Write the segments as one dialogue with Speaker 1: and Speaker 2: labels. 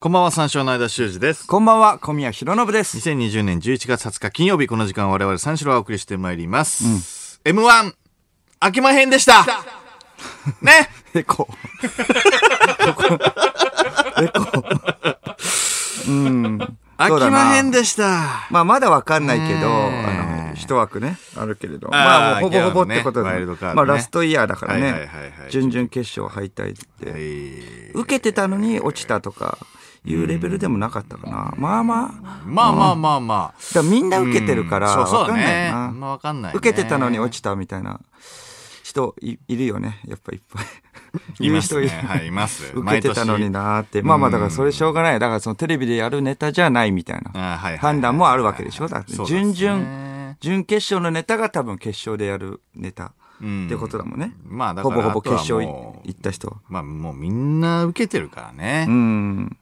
Speaker 1: こんばんは、三四郎の間修二です。
Speaker 2: こんばんは、小宮浩信です。
Speaker 1: 2020年11月20日金曜日、この時間我々三四郎はお送りしてまいります。M1、開けまへんで したね
Speaker 2: エコー。エコー。
Speaker 1: 開
Speaker 2: そうだ
Speaker 1: き
Speaker 2: な
Speaker 1: まへんでした。
Speaker 2: まあ、まだわかんないけど、
Speaker 1: ん
Speaker 2: あの、一枠ね、あるけれど。
Speaker 1: あー
Speaker 2: まあ、もうほぼほぼ
Speaker 1: ギャラのね
Speaker 2: ってことで。
Speaker 1: ワイルドカードね
Speaker 2: まあ、ラストイヤーだからね。
Speaker 1: はいはいはいはい
Speaker 2: 準々決勝敗退って。
Speaker 1: えー
Speaker 2: 受けてたのに落ちたとか、いうレベルでもなかったかな。まあまあ。
Speaker 1: まあまあまあまあ。
Speaker 2: だからみんな受けてるから、
Speaker 1: うんそう
Speaker 2: わ
Speaker 1: そ
Speaker 2: か
Speaker 1: うん
Speaker 2: ない
Speaker 1: ね。
Speaker 2: よ
Speaker 1: あ
Speaker 2: な。
Speaker 1: んまわかんないね。
Speaker 2: 受けてたのに落ちたみたいな人いいるよね。やっぱいっぱい。
Speaker 1: いますね
Speaker 2: 言う
Speaker 1: はいいます
Speaker 2: 受けてたのになーって。まあまあだからそれしょうがない。だからそのテレビでやるネタじゃないみたい
Speaker 1: あーはいはいはい
Speaker 2: な判断もあるわけでしょ。だって
Speaker 1: そうですね
Speaker 2: 準々、準決勝のネタが多分決勝でやるネタ
Speaker 1: うん
Speaker 2: ってことだもんね。
Speaker 1: まあだか
Speaker 2: ほ
Speaker 1: ら
Speaker 2: ぼほぼ決
Speaker 1: あ
Speaker 2: 勝い
Speaker 1: とはもう
Speaker 2: 行った人は。
Speaker 1: まあもうみんな受けてるからね。
Speaker 2: うん。
Speaker 1: うん。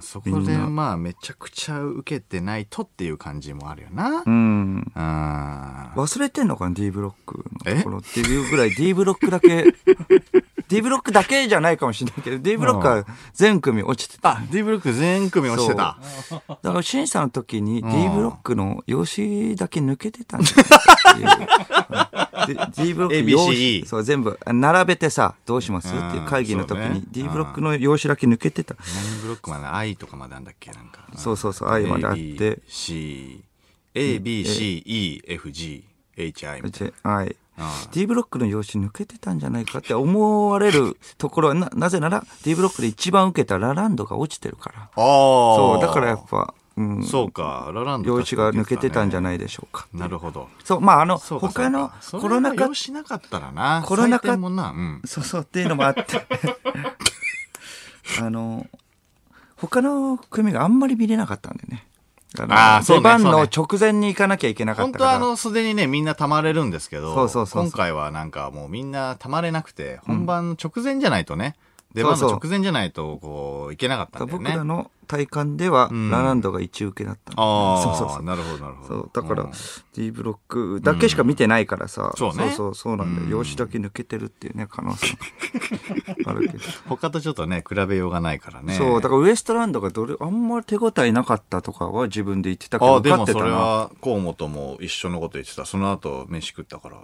Speaker 1: そこでまあめちゃくちゃ受けてないとっていう感じもあるよな。
Speaker 2: うん。
Speaker 1: あ
Speaker 2: 忘れてんのかな ?D ブロックの
Speaker 1: え
Speaker 2: ところっていうぐらい D ブロックだけ、D ブロックだけじゃないかもしれないけど、D ブロックは全組落ちてた。
Speaker 1: あ、D ブロック全組落ちてた。
Speaker 2: だから審査の時に D
Speaker 1: ん
Speaker 2: ブロックの用紙だけ抜けてたんだっ ていう D D ブロック
Speaker 1: ABCE
Speaker 2: 用紙そう全部並べてさどうします
Speaker 1: う
Speaker 2: っ
Speaker 1: ん
Speaker 2: ていう会議の時
Speaker 1: そうね
Speaker 2: に D ブロックの用紙だけ抜けてた
Speaker 1: 何ブロックまで愛とかまであんだっけなんか。
Speaker 2: そうそうそう愛まであって
Speaker 1: A B C、A, B, C, E, F, G, H, I みたい
Speaker 2: ではい
Speaker 1: な。
Speaker 2: D ブロックの用紙抜けてたんじゃないかって思われるところはななぜなら D ブロックで一番受けたラランドが落ちてるから
Speaker 1: ああ。
Speaker 2: そうだからやっぱ、うん、
Speaker 1: そうか、ラランド。
Speaker 2: 用紙が抜けてたんじゃ
Speaker 1: い
Speaker 2: ないでしょうか
Speaker 1: なるほど。
Speaker 2: そうまああの
Speaker 1: そうか
Speaker 2: 他の
Speaker 1: そうか
Speaker 2: コロナ
Speaker 1: それ
Speaker 2: 禍
Speaker 1: が用紙なかったらな。
Speaker 2: コロナ禍
Speaker 1: 最低もんな。うん。
Speaker 2: そうそうっていうのもあって あの他の組があんまり見れなかったんでねあの
Speaker 1: あーそうね
Speaker 2: 出番
Speaker 1: そう
Speaker 2: の
Speaker 1: ね
Speaker 2: 直前に行かなきゃいけなかっ
Speaker 1: 本
Speaker 2: た
Speaker 1: 当は
Speaker 2: か
Speaker 1: あ
Speaker 2: ら
Speaker 1: の、すでにね、みんな溜まれるんですけど、
Speaker 2: そうそうそうそう
Speaker 1: 今回はなんかもうみんな溜まれなくて、本番の直前じゃないとね、出番の直前じゃないと、こう、いけなかったんだよ
Speaker 2: 僕
Speaker 1: ね。
Speaker 2: らの体感では、
Speaker 1: ん
Speaker 2: ラランドが一受けだったんで
Speaker 1: ああ、
Speaker 2: そうそうそう
Speaker 1: なるほど、なるほ
Speaker 2: そ
Speaker 1: ど。
Speaker 2: うだから、
Speaker 1: うん
Speaker 2: D ブロックだけしか見てないからさ、
Speaker 1: そうね
Speaker 2: そうそうそうなんだよ
Speaker 1: うん
Speaker 2: 用紙だけ抜けてるっていうね可能 性あるけど、
Speaker 1: 他とちょっとね、比べようがないからね。
Speaker 2: そうだ
Speaker 1: か
Speaker 2: からウエストランドがどれあんまり手応えなかったとかは自分で言ってたけ
Speaker 1: あ
Speaker 2: ど
Speaker 1: あ、
Speaker 2: 分
Speaker 1: で
Speaker 2: か
Speaker 1: も
Speaker 2: ってた
Speaker 1: それ
Speaker 2: な
Speaker 1: は、河本も一緒のこと言ってた。その後、飯食ったから、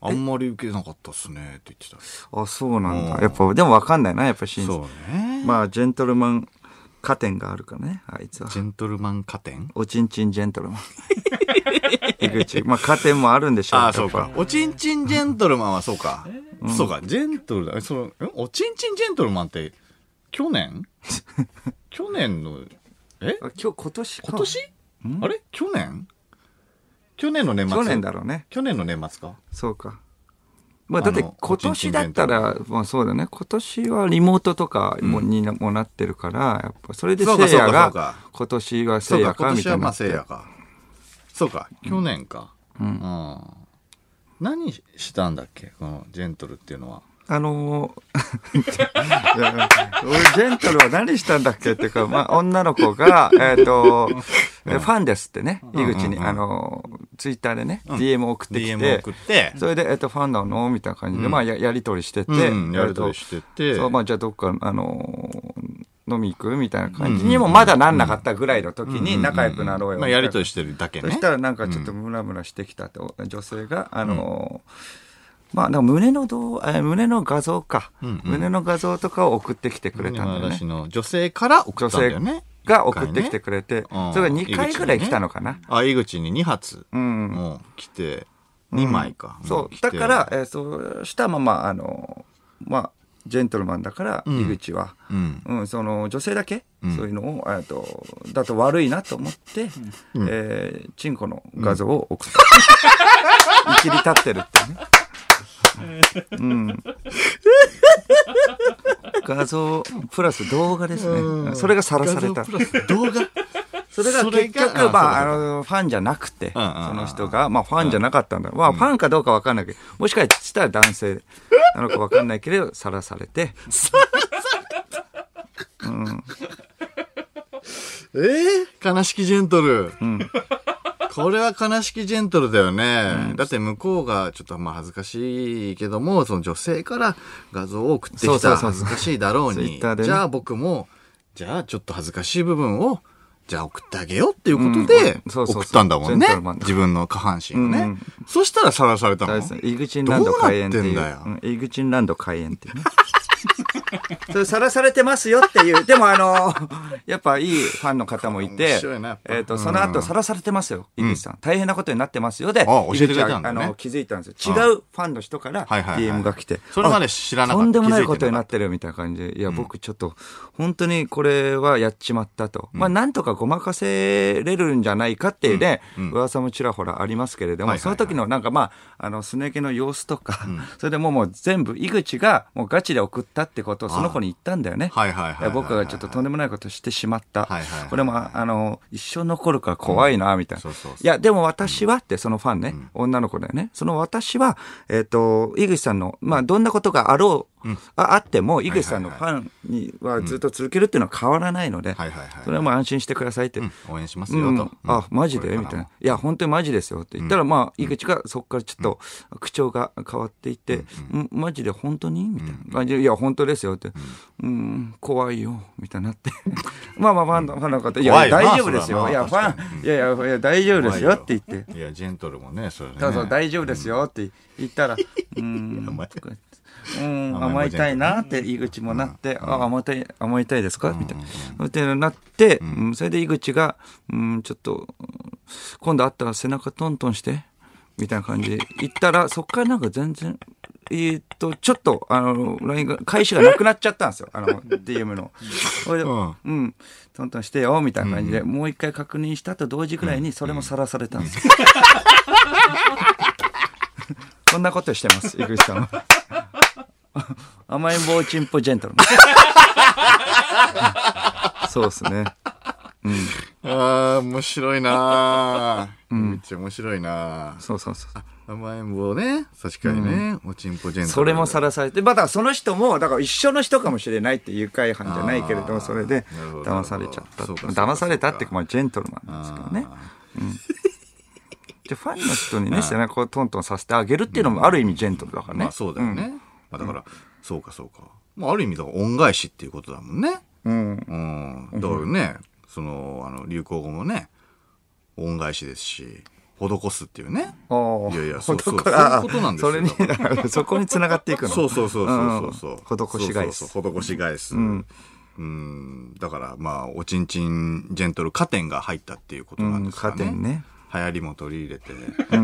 Speaker 1: あんまり受けなかったっすね、って言ってた。
Speaker 2: あそうなん
Speaker 1: う
Speaker 2: だ
Speaker 1: ん
Speaker 2: やっぱでも分かんないなやっぱ審査
Speaker 1: そうね。
Speaker 2: まあ、ジェントルマン加点があるからね、あいつは
Speaker 1: ジ。ェントルマン加点
Speaker 2: おちんちんジェントル マン。井口。まあ、加点もあるんでしょ
Speaker 1: あ
Speaker 2: や
Speaker 1: あ、
Speaker 2: っぱ
Speaker 1: そうか。おちんちんジェントルマンはそうか。そうか、ジェントルだ。えその、んおちんちんジェントルマンって、去 年去年の、え
Speaker 2: あ今日、今年か。
Speaker 1: 今年あれ去年去年の年末
Speaker 2: 去年だろうね。
Speaker 1: 去年の年末か
Speaker 2: そうか。まあ、だって
Speaker 1: あの
Speaker 2: 今年だったら、まあそうだね。今年はリモートとかもになもなってるから、やっぱ、それで
Speaker 1: そ
Speaker 2: せ
Speaker 1: うか
Speaker 2: いや
Speaker 1: そうか
Speaker 2: が
Speaker 1: そう、
Speaker 2: 今年は
Speaker 1: そ
Speaker 2: せいうや
Speaker 1: か、
Speaker 2: か
Speaker 1: 今
Speaker 2: み
Speaker 1: 年
Speaker 2: たい
Speaker 1: は
Speaker 2: に
Speaker 1: ま
Speaker 2: な
Speaker 1: あ
Speaker 2: って。
Speaker 1: せいやか。そうか、去年か。うん。何したんだっけこのジェントルっていうのは。
Speaker 2: あのー いや俺ジェントルは何したんだっけっていうか、まあ、女の子が、えっ、と、えファンですってね、井口に、あのーツイッターでね、DM 送ってきて、
Speaker 1: DM 送って、
Speaker 2: それで、えっ、と、ファンなのみたいな感じで、まあや、やりとりしてて、
Speaker 1: うん、やりとりしてて、
Speaker 2: そう、まあ、じゃあどっか、あのー飲み行くみたいな感じにもまだなんなかったぐらいの時に仲良くなろうよみ
Speaker 1: ま
Speaker 2: た
Speaker 1: あ
Speaker 2: いな
Speaker 1: やりとりしてるだけ
Speaker 2: そ
Speaker 1: ね。
Speaker 2: したらなんかちょっとムラムラしてきたと、女性が、あのーまあ、なんか胸のどう、えー胸の画像か、胸の画像とかを送ってきてくれたんだよね
Speaker 1: 私。の女性から送ったんだよね。
Speaker 2: が送ってきてくれて、
Speaker 1: 回ねうん
Speaker 2: それが2回ぐらい来たのかな。
Speaker 1: あ、井口に2発、
Speaker 2: うん
Speaker 1: もう来て、2枚か。
Speaker 2: そ
Speaker 1: も
Speaker 2: う
Speaker 1: 来。て
Speaker 2: だから、、えーそうしたまま、あのーまあ、ジェントルマンだから、井口は。
Speaker 1: うん。
Speaker 2: うん、その女性だけ、そういうのをえーとだと悪いなと思って、えーチンコの画像を 送った、見切り立ってるってね、 うん、画像プラス動画ですねそれがさらされ
Speaker 1: 画
Speaker 2: た
Speaker 1: 像プラス動画。
Speaker 2: それが結
Speaker 1: それ
Speaker 2: 局
Speaker 1: が
Speaker 2: まあ
Speaker 1: あ
Speaker 2: あのファンじゃなくて、そ
Speaker 1: んうんうん
Speaker 2: の人が、まあ、ファンじゃなかったんだ、まあ、ファンかどうかわかんないけどもしかしたら男性なのかわかんないけれどさらされて
Speaker 1: えー、悲しきジェントル。これは悲しきジェントルだよね。だって向こうがちょっとまあ恥ずかしいけども、その女性から画像を送って
Speaker 2: そう
Speaker 1: き
Speaker 2: そ
Speaker 1: た
Speaker 2: うそう
Speaker 1: 恥ずかしいだろう
Speaker 2: ツイッ
Speaker 1: に。
Speaker 2: ターでね
Speaker 1: じゃあ僕もじゃあちょっと恥ずかしい部分を、じゃあ送ってあげようっていうことで、
Speaker 2: うんそうそうそう
Speaker 1: 送ったんだもん
Speaker 2: ジェン
Speaker 1: ね
Speaker 2: トルマン。だ
Speaker 1: 自分の下半身を
Speaker 2: う
Speaker 1: ね
Speaker 2: ん。
Speaker 1: そしたらさらされた
Speaker 2: 大
Speaker 1: の
Speaker 2: 好きイグチンランド開演っていう。
Speaker 1: どうなってん
Speaker 2: うんイグチンランド開演っていうね。 それさらされてますよっていう。でもあの、 やっぱいいファンの方もいて
Speaker 1: 面白いなやっ、ぱ
Speaker 2: えっと、その後さらされてますよ、井口さん。大変なことになってますよで、
Speaker 1: あ教えてくれたんだね
Speaker 2: 井口はあの、気づいたんですよ。違うファンの人から
Speaker 1: はいはいはい
Speaker 2: DM が来て。
Speaker 1: それまで知らなかった
Speaker 2: とんでもないこ
Speaker 1: 気づい
Speaker 2: と
Speaker 1: て
Speaker 2: に
Speaker 1: な
Speaker 2: な
Speaker 1: か
Speaker 2: ってるみたいな感じで。いや、僕ちょっと、本当にこれはやっちまったと。まあ、なんとかごまかせれるんじゃないかっていうね、噂もちらほらありますけれど
Speaker 1: はいは
Speaker 2: も、
Speaker 1: いはい
Speaker 2: その時のなんかまあ、あの、すね毛の様子とか、それでもうもう全部、井口がもうガチで送ったってことをその子に言ったんだよね。
Speaker 1: はいはいはいはいはい
Speaker 2: 僕がちょっととんでもないことしてしまった。
Speaker 1: はいはいはい
Speaker 2: これも、ああの、一生残るから怖いな、みたいな。
Speaker 1: そうそうそう
Speaker 2: いや、でも私はって、そのファンね、女の子だよね。その私は、えっ、と、井口さんの、まあ、どんなことがあろう、ああっても、井口さんのファンにはずっと続けるっていうのは変わらないので、
Speaker 1: はいはいはい
Speaker 2: それはもう安心してくださいって。
Speaker 1: うん応援します
Speaker 2: う
Speaker 1: よ
Speaker 2: ん
Speaker 1: と。
Speaker 2: あ、マジでみたいな。いや、本当にマジですよって言ったら、まあ、井口がそこからちょっと口調が変わっていって、うん、マジで本当にみたいな感じで、いや、本当ですよって、うん、怖いよ、みたいになって。 まあまあ、ファンの、ファンの方、い
Speaker 1: 怖
Speaker 2: や、
Speaker 1: いな
Speaker 2: 大丈夫ですよ。
Speaker 1: そ
Speaker 2: い
Speaker 1: れは
Speaker 2: や、
Speaker 1: な
Speaker 2: ファン、いやいや、いや大丈夫ですよって言って。
Speaker 1: いや、ジェントルもね、それね。
Speaker 2: そうそう、大丈夫ですよって言ったら、うん、
Speaker 1: 甘い
Speaker 2: とか言ってうん、
Speaker 1: 甘
Speaker 2: 甘
Speaker 1: い
Speaker 2: え
Speaker 1: じゃん
Speaker 2: たいなって、井口もなって、あ、甘えたい、甘えたいですかみたいな。ってなって、うんそれで井口が、うん、ちょっと、うん今度会ったら背中トントンして、みたいな感じで言ったら、そっからなんか全然、えーっと、ちょっと、あの、LINE が、返しがなくなっちゃったんですよ。 あの、DM の。それで
Speaker 1: うん
Speaker 2: うん、トントンしてよ、みたいな感じで、もう一回確認したと同時くらいに、それもさらされたん ですよ。そんなことしてます、井口さんは。甘えん坊チンポジェントルマン。そうですね。
Speaker 1: ああ、面白いな ーめっちゃ面白いなー
Speaker 2: そうそうそう。
Speaker 1: 甘えん坊ね。確かにね。おちんぽジェントル。
Speaker 2: それもさらされて、まだその人も、だから一緒の人かもしれないって愉快犯じゃないけれど
Speaker 1: あー
Speaker 2: も、それで
Speaker 1: なるほど
Speaker 2: 騙されちゃった。
Speaker 1: そうかそうか
Speaker 2: 騙されたっていうか、まあジェントルマンなんですけどね。 じゃあファンの人にね、背中をトントンさせてあげるっていうのもある意味ジェントルだからね。
Speaker 1: まあそうだよね。まあだから、そうかそうか。まあある意味、だから恩返しっていうことだもんね。
Speaker 2: うん。
Speaker 1: うん。だからね、その、あの、流行語もね、恩返しですし、施すっていうね。
Speaker 2: おー
Speaker 1: いやいやそうそう
Speaker 2: だから
Speaker 1: そういうことなんですよ
Speaker 2: それに、だからそこに繋がっていくの。
Speaker 1: そうそうそうそうそうそう。
Speaker 2: うん施し返す
Speaker 1: そうそうそう施し返す。うん。だから、まあ、おちんちんジェントル加点が入ったっていうことなんですかね。
Speaker 2: うん加点ね。
Speaker 1: 流行りも取り入れて。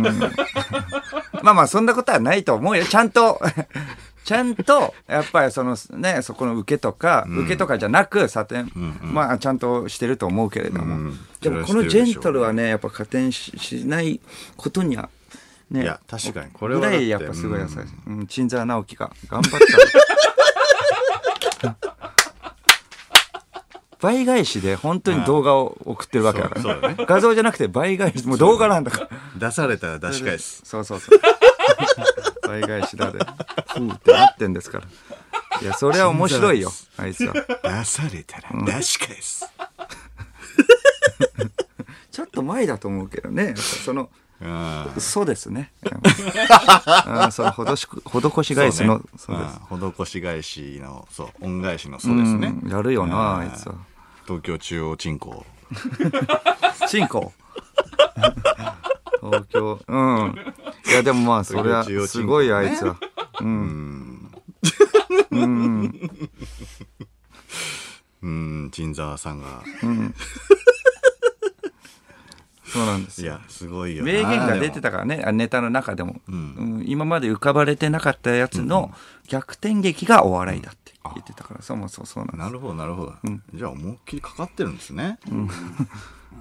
Speaker 2: まあまあ、そんなことはないと思うよ。ちゃんと、 ちゃんと、やっぱりそのね、そこの受けとか、受けとかじゃなく、査定、まあ、ちゃんとしてると思うけれども。
Speaker 1: うん
Speaker 2: でも、このジェントルはね、やっぱ加点ししないことには、ね。
Speaker 1: いや、確かに。こ
Speaker 2: こ
Speaker 1: れ
Speaker 2: れ
Speaker 1: はだ
Speaker 2: ぐ
Speaker 1: っ
Speaker 2: ら
Speaker 1: て。
Speaker 2: いやっぱすごい優しい
Speaker 1: うん。
Speaker 2: うん、鎮座直樹が頑 張った。倍返しで本当に動画を送ってるわけだから。
Speaker 1: そうそうだね
Speaker 2: 画像じゃなくて倍返し、もう動画なんだから。
Speaker 1: 出されたら出し返す。
Speaker 2: そうそう そう。倍返しだで。ふうってなってんですから。いや、それは面白いよ、あいつは。
Speaker 1: 出されたら出し返す。
Speaker 2: ちょっと前だと思うけどね。やっぱその、
Speaker 1: うん。
Speaker 2: そうです ね。うん、その、ほどしく、施し返すの、
Speaker 1: そ
Speaker 2: そううで
Speaker 1: ね
Speaker 2: す。
Speaker 1: うん施し返しの、そう、恩返しの、そうですね。
Speaker 2: うんやるよな、あ
Speaker 1: うん
Speaker 2: いつは。
Speaker 1: 東京中央鎮行。
Speaker 2: チンコ。 東京。うん。いや、でもまあ、それは、すごい、あいつは。
Speaker 1: うん、鎮沢さんが。
Speaker 2: そうなんです
Speaker 1: い
Speaker 2: よ。
Speaker 1: や、すごいよな。
Speaker 2: 名言が出てたからね、あネタの中でも、うん今まで浮かばれてなかったやつの逆転劇がお笑いだって言ってたから、そうもそうそうなんです。
Speaker 1: なるほど、なるほど。じゃあ、思いっきりかかってるんですね。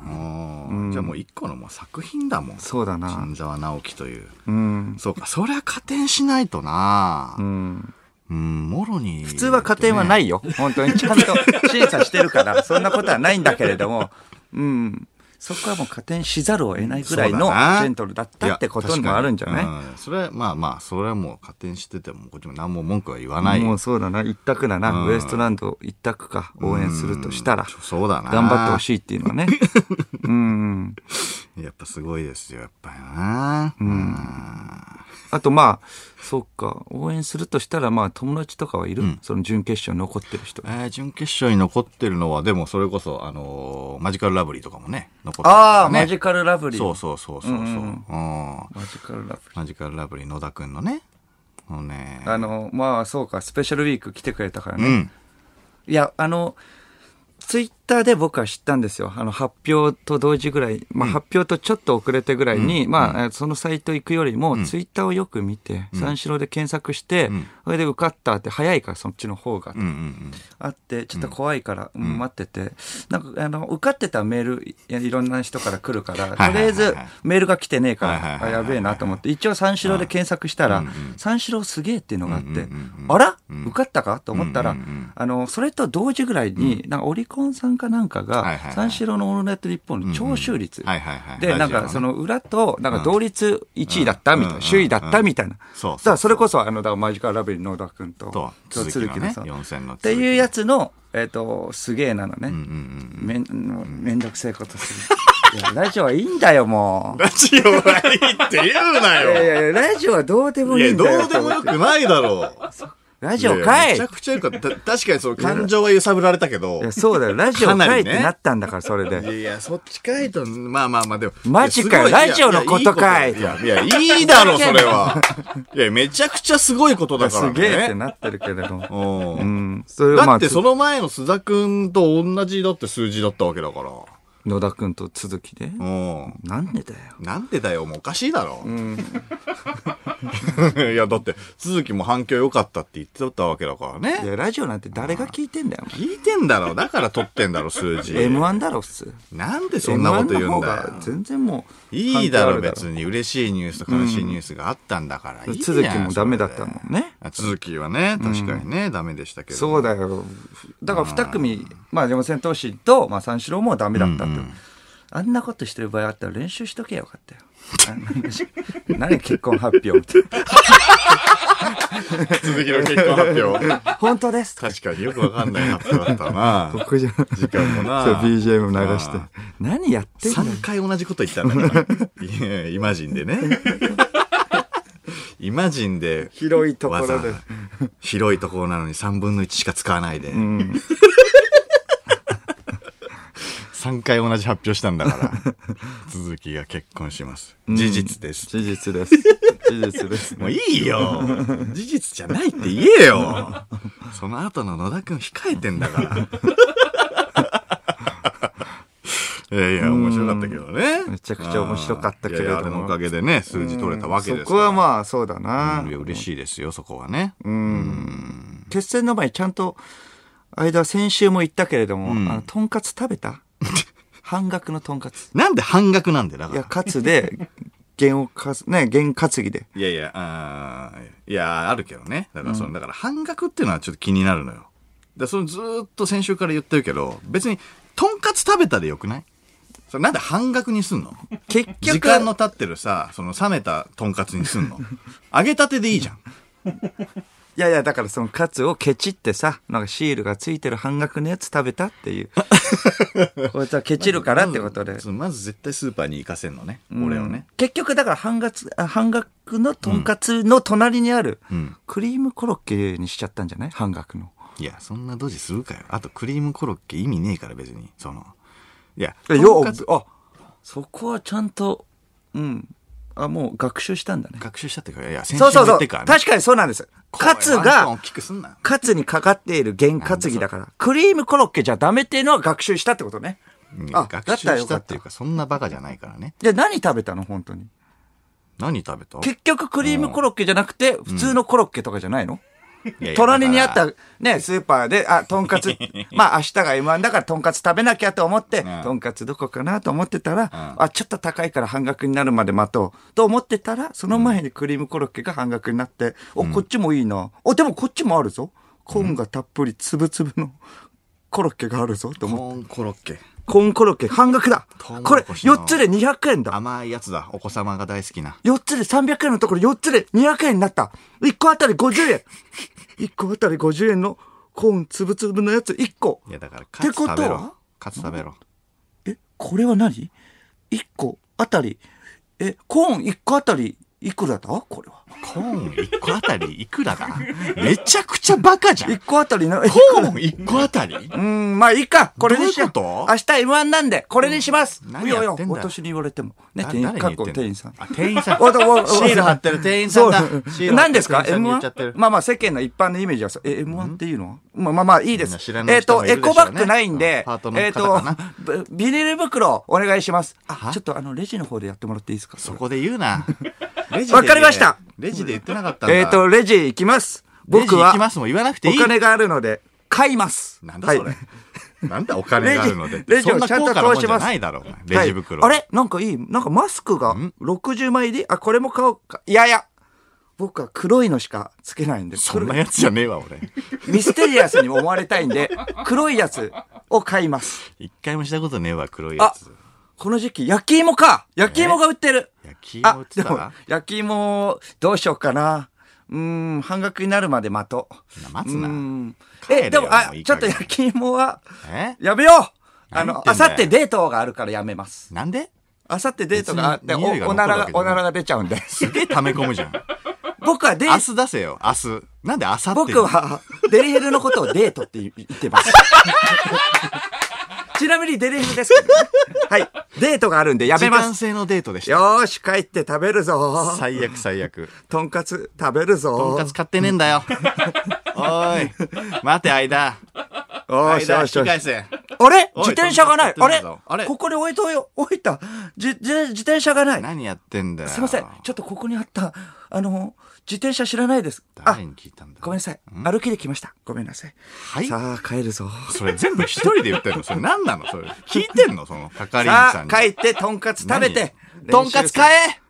Speaker 1: あーじゃあもう一個のもう作品だもん。
Speaker 2: そうだな。
Speaker 1: 新沢直樹という。
Speaker 2: うん。
Speaker 1: そうか、そりゃ加点しないとな
Speaker 2: う。ん、
Speaker 1: うん、もろに。普。
Speaker 2: 普通は家庭はいないよ。本当にちゃ んと審査してるから、そんなことはないんだけれども、うん。そこはもう加点しざるを得ないぐらい
Speaker 1: そ
Speaker 2: のジ
Speaker 1: うだな
Speaker 2: ェントルだったってことにもあるんじゃない
Speaker 1: や確かにうんそれは、まあまあ、それはもう加点してても、こっちも何も文句は言わない。
Speaker 2: もうそうだな、一択だな、
Speaker 1: うん
Speaker 2: ウエストランド一択か、応援するとしたら
Speaker 1: うん、そうだな。
Speaker 2: 頑張ってほ
Speaker 1: い。
Speaker 2: しいっていうのはね。うん。
Speaker 1: やっぱすごいですよ、やっぱりな。
Speaker 2: あとまあ、そっか、応援するとしたら、まあ友達とかはいる、
Speaker 1: ん
Speaker 2: その準決勝に残ってる人。
Speaker 1: えー準決勝に残ってるのは、でもそれこそ、あのーマジカルラブリーとかもね、残ってるから
Speaker 2: ああ、
Speaker 1: ね。
Speaker 2: マジカルラブリー。
Speaker 1: そうそうそうそうそう、うん
Speaker 2: マジカルラブリ
Speaker 1: マジカルラブリー野田くんのね。もうね。
Speaker 2: ー。あの、まあそうか、スペシャルウィーク来てくれたから
Speaker 1: う
Speaker 2: ね。
Speaker 1: ん。
Speaker 2: いや、あの、ツイッターで僕は知ったんですよ。あの、発表と同時ぐらい、まあ、発表とちょっと遅れてぐらいに、まあ、そのサイト行くよりも、ツイッターをよく見て、三四郎で検索して、それで受かったって早いから、そっちの方が
Speaker 1: うんうんうん。
Speaker 2: あって、ちょっと怖いから、うん待ってて、なんか、あの、受かってたメール、いやいろんな人から来るから、
Speaker 1: はいはいはい
Speaker 2: とりあえずメールが来てねえか
Speaker 1: はいはいはい
Speaker 2: ら、
Speaker 1: は
Speaker 2: あ
Speaker 1: い
Speaker 2: やべえなと思って、一応三四郎で検索したら、三四郎すげえっていうのがあって、あら受かったかと思ったら、
Speaker 1: うんうんうん
Speaker 2: あの、それと同時ぐらいに、なんかオリコンさんかなんか
Speaker 1: はい
Speaker 2: が
Speaker 1: はいは、い
Speaker 2: 三四郎のオールナイト日本の聴取率、
Speaker 1: はいはいはい。
Speaker 2: で、なんかそ、の裏と、なんか同率1位だったみたいな、
Speaker 1: うん
Speaker 2: 首位だったみたいな。
Speaker 1: そうそう
Speaker 2: だからそれこそ、あの、だからマジカルラブリーの野田君と、
Speaker 1: と、
Speaker 2: そう
Speaker 1: 鈴木のね、
Speaker 2: さん
Speaker 1: 4000の。っ
Speaker 2: っていうや
Speaker 1: つ。
Speaker 2: つの、えっ、と、すげえなのね。
Speaker 1: うんうん。
Speaker 2: めん、めんどくせえことする。いやラジオはいいんだよ、も
Speaker 1: ラジオはいいって言うな
Speaker 2: う。いやい
Speaker 1: よ。
Speaker 2: やいや、ラジオはどうでも
Speaker 1: い
Speaker 2: いい
Speaker 1: や、
Speaker 2: ん
Speaker 1: ど
Speaker 2: だよ。
Speaker 1: うでもよくないだろう。
Speaker 2: ラジオか
Speaker 1: ややめ
Speaker 2: い
Speaker 1: ちゃくちゃよかった。た確かにその感情は揺さぶられたけど
Speaker 2: い。や、そうだよ。ラジオかいっ
Speaker 1: かなり
Speaker 2: て
Speaker 1: ね
Speaker 2: なったんだから、それ
Speaker 1: い
Speaker 2: で。
Speaker 1: やいや、そっちかいと、まあまあまあ、でも。
Speaker 2: マジかよ
Speaker 1: いやすごい
Speaker 2: ラジオのことかい
Speaker 1: いや、いや、いやいいだ ろ、それは。いや、めちゃくちゃすごいことだから
Speaker 2: す
Speaker 1: ね。
Speaker 2: げえってなってるけれど。
Speaker 1: う。
Speaker 2: うんん。それはま
Speaker 1: だ
Speaker 2: あ、
Speaker 1: ってそ
Speaker 2: つ
Speaker 1: の前の須田くんと同じだって数字だったわけだから。
Speaker 2: 野田君と続きで。
Speaker 1: うん。
Speaker 2: なんでだよ。
Speaker 1: なんでだよ、もうおかしいだろ。 いや、だって、鈴木も反響良かったって言ってたわけだから
Speaker 2: い
Speaker 1: ね。
Speaker 2: や、ラジオなんて誰が聞いてんだよ。お前
Speaker 1: 聞いてんだろ、だから取ってんだろ、数字。
Speaker 2: M1 だろ、普通。
Speaker 1: なんでそんなこと言うんだよ
Speaker 2: M1 の方。が全然もう。
Speaker 1: いいだろ、
Speaker 2: 関係ある
Speaker 1: 別に。嬉しいニュースと悲しいニュースがあったんだから。いいじゃん
Speaker 2: 続きもダメだったもん。ね。
Speaker 1: それであ続きはね、確かにね、ダメでしたけど。
Speaker 2: そうだよ。だから二組、まあ、四千頭身と、まあ、三四郎もダメだったと。あんなことしてる場合あったら練習しとけよかったよ。 あんな何結婚発表みたい
Speaker 1: 続きの結果発表。
Speaker 2: な。本当です。
Speaker 1: 確かによくわかんない発表だったな。
Speaker 2: これじゃ、 そう
Speaker 1: 時間もな。
Speaker 2: BGM 流して
Speaker 1: あ。
Speaker 2: 何やってんの
Speaker 1: 3回同じこと言ったんだから。いやイマジンで ね。イマジンで。
Speaker 2: 広いところで
Speaker 1: わざわざ広いところなのに3分の1しか使わないで。
Speaker 2: うん。
Speaker 1: 3回同じ発表したんだ から。続きが結婚します。事実です。
Speaker 2: 事実です。事実です。
Speaker 1: もういい よ事実じゃないって言えよその後の野田くん控えてんだ から。いやいや、面白かったけどね。
Speaker 2: めちゃくちゃ面白かったけれども
Speaker 1: いやいやあのおかげでね、数字取れたわけです
Speaker 2: そこはまあ、そうだな。
Speaker 1: いや嬉しいですよ、そこはね。
Speaker 2: 決戦の前にちゃんと、間先週も言ったけれども、
Speaker 1: うん
Speaker 2: あのとんかつ食 べた半額のとんかつ。
Speaker 1: なんで半額なんで、だ
Speaker 2: い
Speaker 1: か
Speaker 2: や、
Speaker 1: ら。
Speaker 2: カツで、弦をかす、ね、弦担ぎで。
Speaker 1: いやいや、あーいや、あるけどね。だから、その、だから半額っていうのはちょっと気になるのよ。で、そのずーっと先週から言ってるけど、別に、とんかつ食べたでよくないそれなんで半額にす んの
Speaker 2: 結局、
Speaker 1: 時間の経ってるさ、その冷めたとんかつにすん の。揚げたてでいいじゃん。
Speaker 2: いやいや、だからそのカツをケチってさ、なんかシールがついてる半額のやつ食べたっていう。 こいつはケチるからってことで
Speaker 1: ま。ずまず絶対スーパーに行かせんのね。俺をね。
Speaker 2: 結局だから半額、あ半額のとんかつの隣にある
Speaker 1: ん、
Speaker 2: クリームコロッケにしちゃったんじゃない半額の。
Speaker 1: いや、そんなドジするかよ。あと、クリームコロッケ意味ねえから別に。その、いや、
Speaker 2: いや
Speaker 1: とんかつ
Speaker 2: あ、そこはちゃんと、うん。あ、もう学習したんだね。
Speaker 1: 学習したってか、いや、先週
Speaker 2: そうそう
Speaker 1: も言
Speaker 2: そ
Speaker 1: っ
Speaker 2: う。
Speaker 1: てっからね。
Speaker 2: 確かにそうなんです。カツ
Speaker 1: これワントーン
Speaker 2: が
Speaker 1: 大、きくすんな。
Speaker 2: カツにかかっている原担ぎだから。クリームコロッケじゃダメっていうのは学習したってことね。
Speaker 1: うん
Speaker 2: あ
Speaker 1: 学
Speaker 2: だったら
Speaker 1: 習
Speaker 2: よ
Speaker 1: したっ
Speaker 2: かってた
Speaker 1: いうか、そんなバカじゃないからね。
Speaker 2: じゃあ何食べたの本当に。
Speaker 1: 何食べた
Speaker 2: 結局クリームコロッケじゃなくて、普通のコロッケとかじゃないの、
Speaker 1: いやいや
Speaker 2: 隣にあっ
Speaker 1: だか
Speaker 2: た、ね、スーパーで、あ、とんか つ、まあ明日が M1 だからとんかつ食べなきゃと思って、
Speaker 1: ん
Speaker 2: とんかつどこかなと思ってたら、
Speaker 1: うん
Speaker 2: あ、ちょっと高いから半額になるまで待とうと思ってたら、その前にクリームコロッケが半額になって、お、こっちもいいな。お、でもこっちもあるぞ。コーンがたっぷりつぶつぶのコロッケがあるぞと
Speaker 1: ら
Speaker 2: 思っ
Speaker 1: コーン
Speaker 2: て。
Speaker 1: コロッケ。
Speaker 2: コーンコロッケ半額だ
Speaker 1: トウモ
Speaker 2: これ
Speaker 1: ロコシの
Speaker 2: 4つで200円だ
Speaker 1: 甘いやつだ。お子様が大好きな。
Speaker 2: 4つで300円のところ4つで200円になった。1個あたり50円。1個あたり50円のコーンつぶつぶのやつ1個。
Speaker 1: いや、だから、カツ食べ
Speaker 2: ってことは
Speaker 1: ろ。カツ食べろ。
Speaker 2: え、これは何 ?1 個あたり、え、コーン1個あたりいくらだこれは。
Speaker 1: コーン1個あたりいくらだめちゃくちゃバカじゃん。
Speaker 2: 1個あたりの、コ
Speaker 1: コーン1個あたり
Speaker 2: うーん、まあいいか。これにしよう。
Speaker 1: どういうこと
Speaker 2: 明日 M1 なんで、これにします。
Speaker 1: うん何やってんだよ
Speaker 2: いい私に言われても。ね、
Speaker 1: だ
Speaker 2: 店員、
Speaker 1: 誰に
Speaker 2: か
Speaker 1: 言
Speaker 2: っ
Speaker 1: ってんの
Speaker 2: こ店員さん。
Speaker 1: あ店員 さん。シ
Speaker 2: わわわ
Speaker 1: ール貼ってる店員さんだ。シール貼ってる
Speaker 2: 何ですか
Speaker 1: 店員さんに言っちゃって
Speaker 2: ?M1?
Speaker 1: る
Speaker 2: まあまあ世間の一般のイメージはさ、え、M1 っていうのまあまあまあいいで
Speaker 1: みん
Speaker 2: す
Speaker 1: な知ら。な
Speaker 2: え
Speaker 1: い
Speaker 2: っと、
Speaker 1: 人もい
Speaker 2: エ
Speaker 1: るでしょ
Speaker 2: コ
Speaker 1: うね
Speaker 2: バッグないんで
Speaker 1: うんパート、の
Speaker 2: えっ
Speaker 1: 方
Speaker 2: と
Speaker 1: かな、
Speaker 2: ビビニール袋お願いします。あ、
Speaker 1: は
Speaker 2: ちょっとあの、レジの方でやってもらっていいですか
Speaker 1: そこで言うな。レジで
Speaker 2: わかりました
Speaker 1: レジで言ってなかったんだ。
Speaker 2: えっと、レジ行きます。僕
Speaker 1: レジ行
Speaker 2: は
Speaker 1: き、ますも言わなくてい
Speaker 2: お
Speaker 1: い。
Speaker 2: 金があるので、買います。
Speaker 1: なんだそ
Speaker 2: は
Speaker 1: れ
Speaker 2: い。
Speaker 1: なんだお金があるので。
Speaker 2: レジレジ
Speaker 1: そ
Speaker 2: を
Speaker 1: んな
Speaker 2: ちゃんと
Speaker 1: 高価なもん
Speaker 2: 通し
Speaker 1: じ
Speaker 2: ま
Speaker 1: ゃ
Speaker 2: す
Speaker 1: ないだろう。レジ袋。
Speaker 2: はいあれなんかいいなんかマスクが60枚で、あ、これも買おうか。いやいや。僕は黒いのしかつけないんで。
Speaker 1: そんなやつじゃねえわ、 俺。
Speaker 2: ミステリアスにも思われたいんで、黒いやつを買います。
Speaker 1: 一回もしたことねえわ、黒いやつ。
Speaker 2: この時期、焼き芋か焼き芋が売ってる
Speaker 1: 焼き芋売
Speaker 2: あ
Speaker 1: っ、て
Speaker 2: で
Speaker 1: た
Speaker 2: も
Speaker 1: ら、
Speaker 2: 焼き芋、どうしようかな。うーん、半額になるまで待とう。
Speaker 1: 待つな
Speaker 2: うーん
Speaker 1: 帰れよ
Speaker 2: え、でも、
Speaker 1: も
Speaker 2: あ
Speaker 1: ういい、
Speaker 2: ちょっ
Speaker 1: 加
Speaker 2: と
Speaker 1: 減
Speaker 2: 焼き芋は、
Speaker 1: え
Speaker 2: やめようあ
Speaker 1: 何言っ
Speaker 2: の、
Speaker 1: て
Speaker 2: あ
Speaker 1: んだ
Speaker 2: さ
Speaker 1: よ
Speaker 2: ってデートがあるからやめます。
Speaker 1: なんで
Speaker 2: あさってデートがあって、
Speaker 1: 別
Speaker 2: お
Speaker 1: に匂いが
Speaker 2: お
Speaker 1: 残
Speaker 2: な
Speaker 1: る
Speaker 2: ら
Speaker 1: わ
Speaker 2: が
Speaker 1: け、じゃない
Speaker 2: おならが出 ちゃ
Speaker 1: す
Speaker 2: うんで。
Speaker 1: げえ溜め込むじゃん。
Speaker 2: 僕はデ
Speaker 1: 明
Speaker 2: ート、
Speaker 1: 日出せよ、明日。なんで明後日
Speaker 2: 僕はデリヘルのことをデートって言っ てます。ちなみにデリヘルですけどね、はい。デートがあるんでやめ
Speaker 1: 時
Speaker 2: ま
Speaker 1: 間
Speaker 2: す。
Speaker 1: 制のデートでし
Speaker 2: よ
Speaker 1: た。
Speaker 2: ーし、帰って食べるぞー。
Speaker 1: 最悪最悪。
Speaker 2: とんかつ食べる
Speaker 1: とん
Speaker 2: ぞ
Speaker 1: かつ買ってねえんだ よ。おい、待て、間。
Speaker 2: ー。おーし
Speaker 1: 間、
Speaker 2: よ
Speaker 1: 引
Speaker 2: しよ
Speaker 1: き返
Speaker 2: し。
Speaker 1: せ。
Speaker 2: あれ
Speaker 1: おい
Speaker 2: 自転車がない。
Speaker 1: と
Speaker 2: あ
Speaker 1: んかつ買ってんだ
Speaker 2: れ
Speaker 1: ぞあれ
Speaker 2: ここに置いとよ、置いた。じ、じ、自転車がない。
Speaker 1: 何やってんだよ。
Speaker 2: すいません。ちょっとここにあった、あの、自転車知らないです。あ
Speaker 1: 誰、に聞いたんだ
Speaker 2: ごめんなさい。歩きで来ました。ごめんなさい。
Speaker 1: はい
Speaker 2: さあ、帰るぞ。
Speaker 1: それ全部一人で言ってるのそれ何なのそれ。聞いてんのその係員さ
Speaker 2: さ
Speaker 1: ん
Speaker 2: あ、帰
Speaker 1: に。
Speaker 2: って、とんかつ食べて。
Speaker 1: とんかつ買え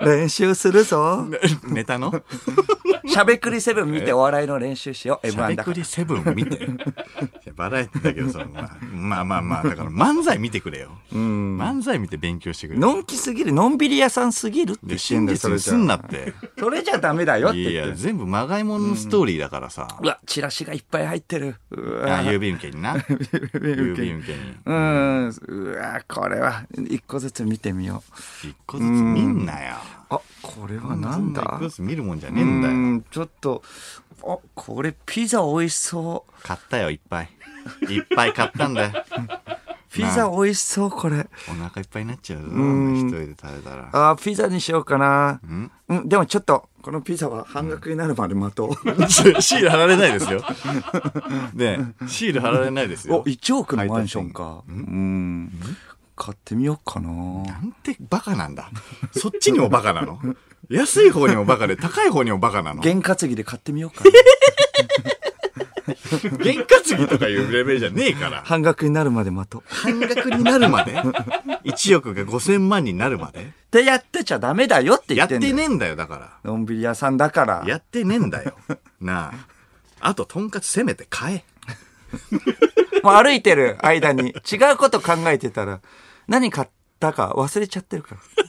Speaker 2: え練習するぞ。
Speaker 1: ネタの
Speaker 2: しゃべくりセブン見てお笑いの練習しよう。
Speaker 1: しゃ
Speaker 2: M1
Speaker 1: べ
Speaker 2: だ
Speaker 1: く
Speaker 2: から。
Speaker 1: りセブン見て。 いやバラエティだけどさ、まあ、まあまあまあ、だから漫才見てくれよ。漫才見て勉強してくれよ。
Speaker 2: のんきすぎる、のんびり屋さんすぎるって
Speaker 1: で
Speaker 2: 言ってん
Speaker 1: 真
Speaker 2: だよ、
Speaker 1: 実
Speaker 2: それ
Speaker 1: に
Speaker 2: じ
Speaker 1: す
Speaker 2: ゃ
Speaker 1: んなって。
Speaker 2: それじゃダメだよって
Speaker 1: い
Speaker 2: 言っ
Speaker 1: や、
Speaker 2: てる。
Speaker 1: 全部まがいものストーリーだからさ。
Speaker 2: うわ、チラシがいっぱい入ってる。う
Speaker 1: あ
Speaker 2: わ
Speaker 1: 郵便受けにな。郵便受けに。
Speaker 2: うん、うわ、これは、一個ずつ見てみよう。
Speaker 1: 一個ずつ見んなよ。
Speaker 2: あ、これはなんだ
Speaker 1: そ一個ずつ見るもんじゃねえんだ
Speaker 2: う
Speaker 1: よ。
Speaker 2: んちょっと、あ、これピザ美味しそう。
Speaker 1: 買ったよ、いっぱい。いっぱい買ったんだよ。
Speaker 2: ピザ美味しそう、これ。
Speaker 1: お腹いっぱいになっちゃうぞ。一人で食べたら。
Speaker 2: あーピザにしようかな。うん、でもちょっと、このピザは半額になるまで待とう。
Speaker 1: シール貼られない ですよ。ねえシール貼られないです
Speaker 2: お、
Speaker 1: よ。
Speaker 2: 1億のマンションか。うん。買ってみようかな。
Speaker 1: なんてバカなんだ。そっちにもバカな の安い方にもバカで、高い方にもバカなの。
Speaker 2: 験担ぎで買ってみようか な。
Speaker 1: 験担ぎとかいうレベルじゃねえから。
Speaker 2: 半額になるまで待とう。っ
Speaker 1: 半額になるまで ?1 億が5000万になるまで
Speaker 2: てやってちゃダメだよって言
Speaker 1: や
Speaker 2: っ
Speaker 1: ってて
Speaker 2: んだよ。
Speaker 1: ねえんだよ、だか
Speaker 2: のんびり屋さんだから
Speaker 1: ら。。やってねえんだよ。なあ。あと、とんかつせめて買え。
Speaker 2: もう歩いてる間に違うこと考えてたら、何買ったか忘れちゃってるから。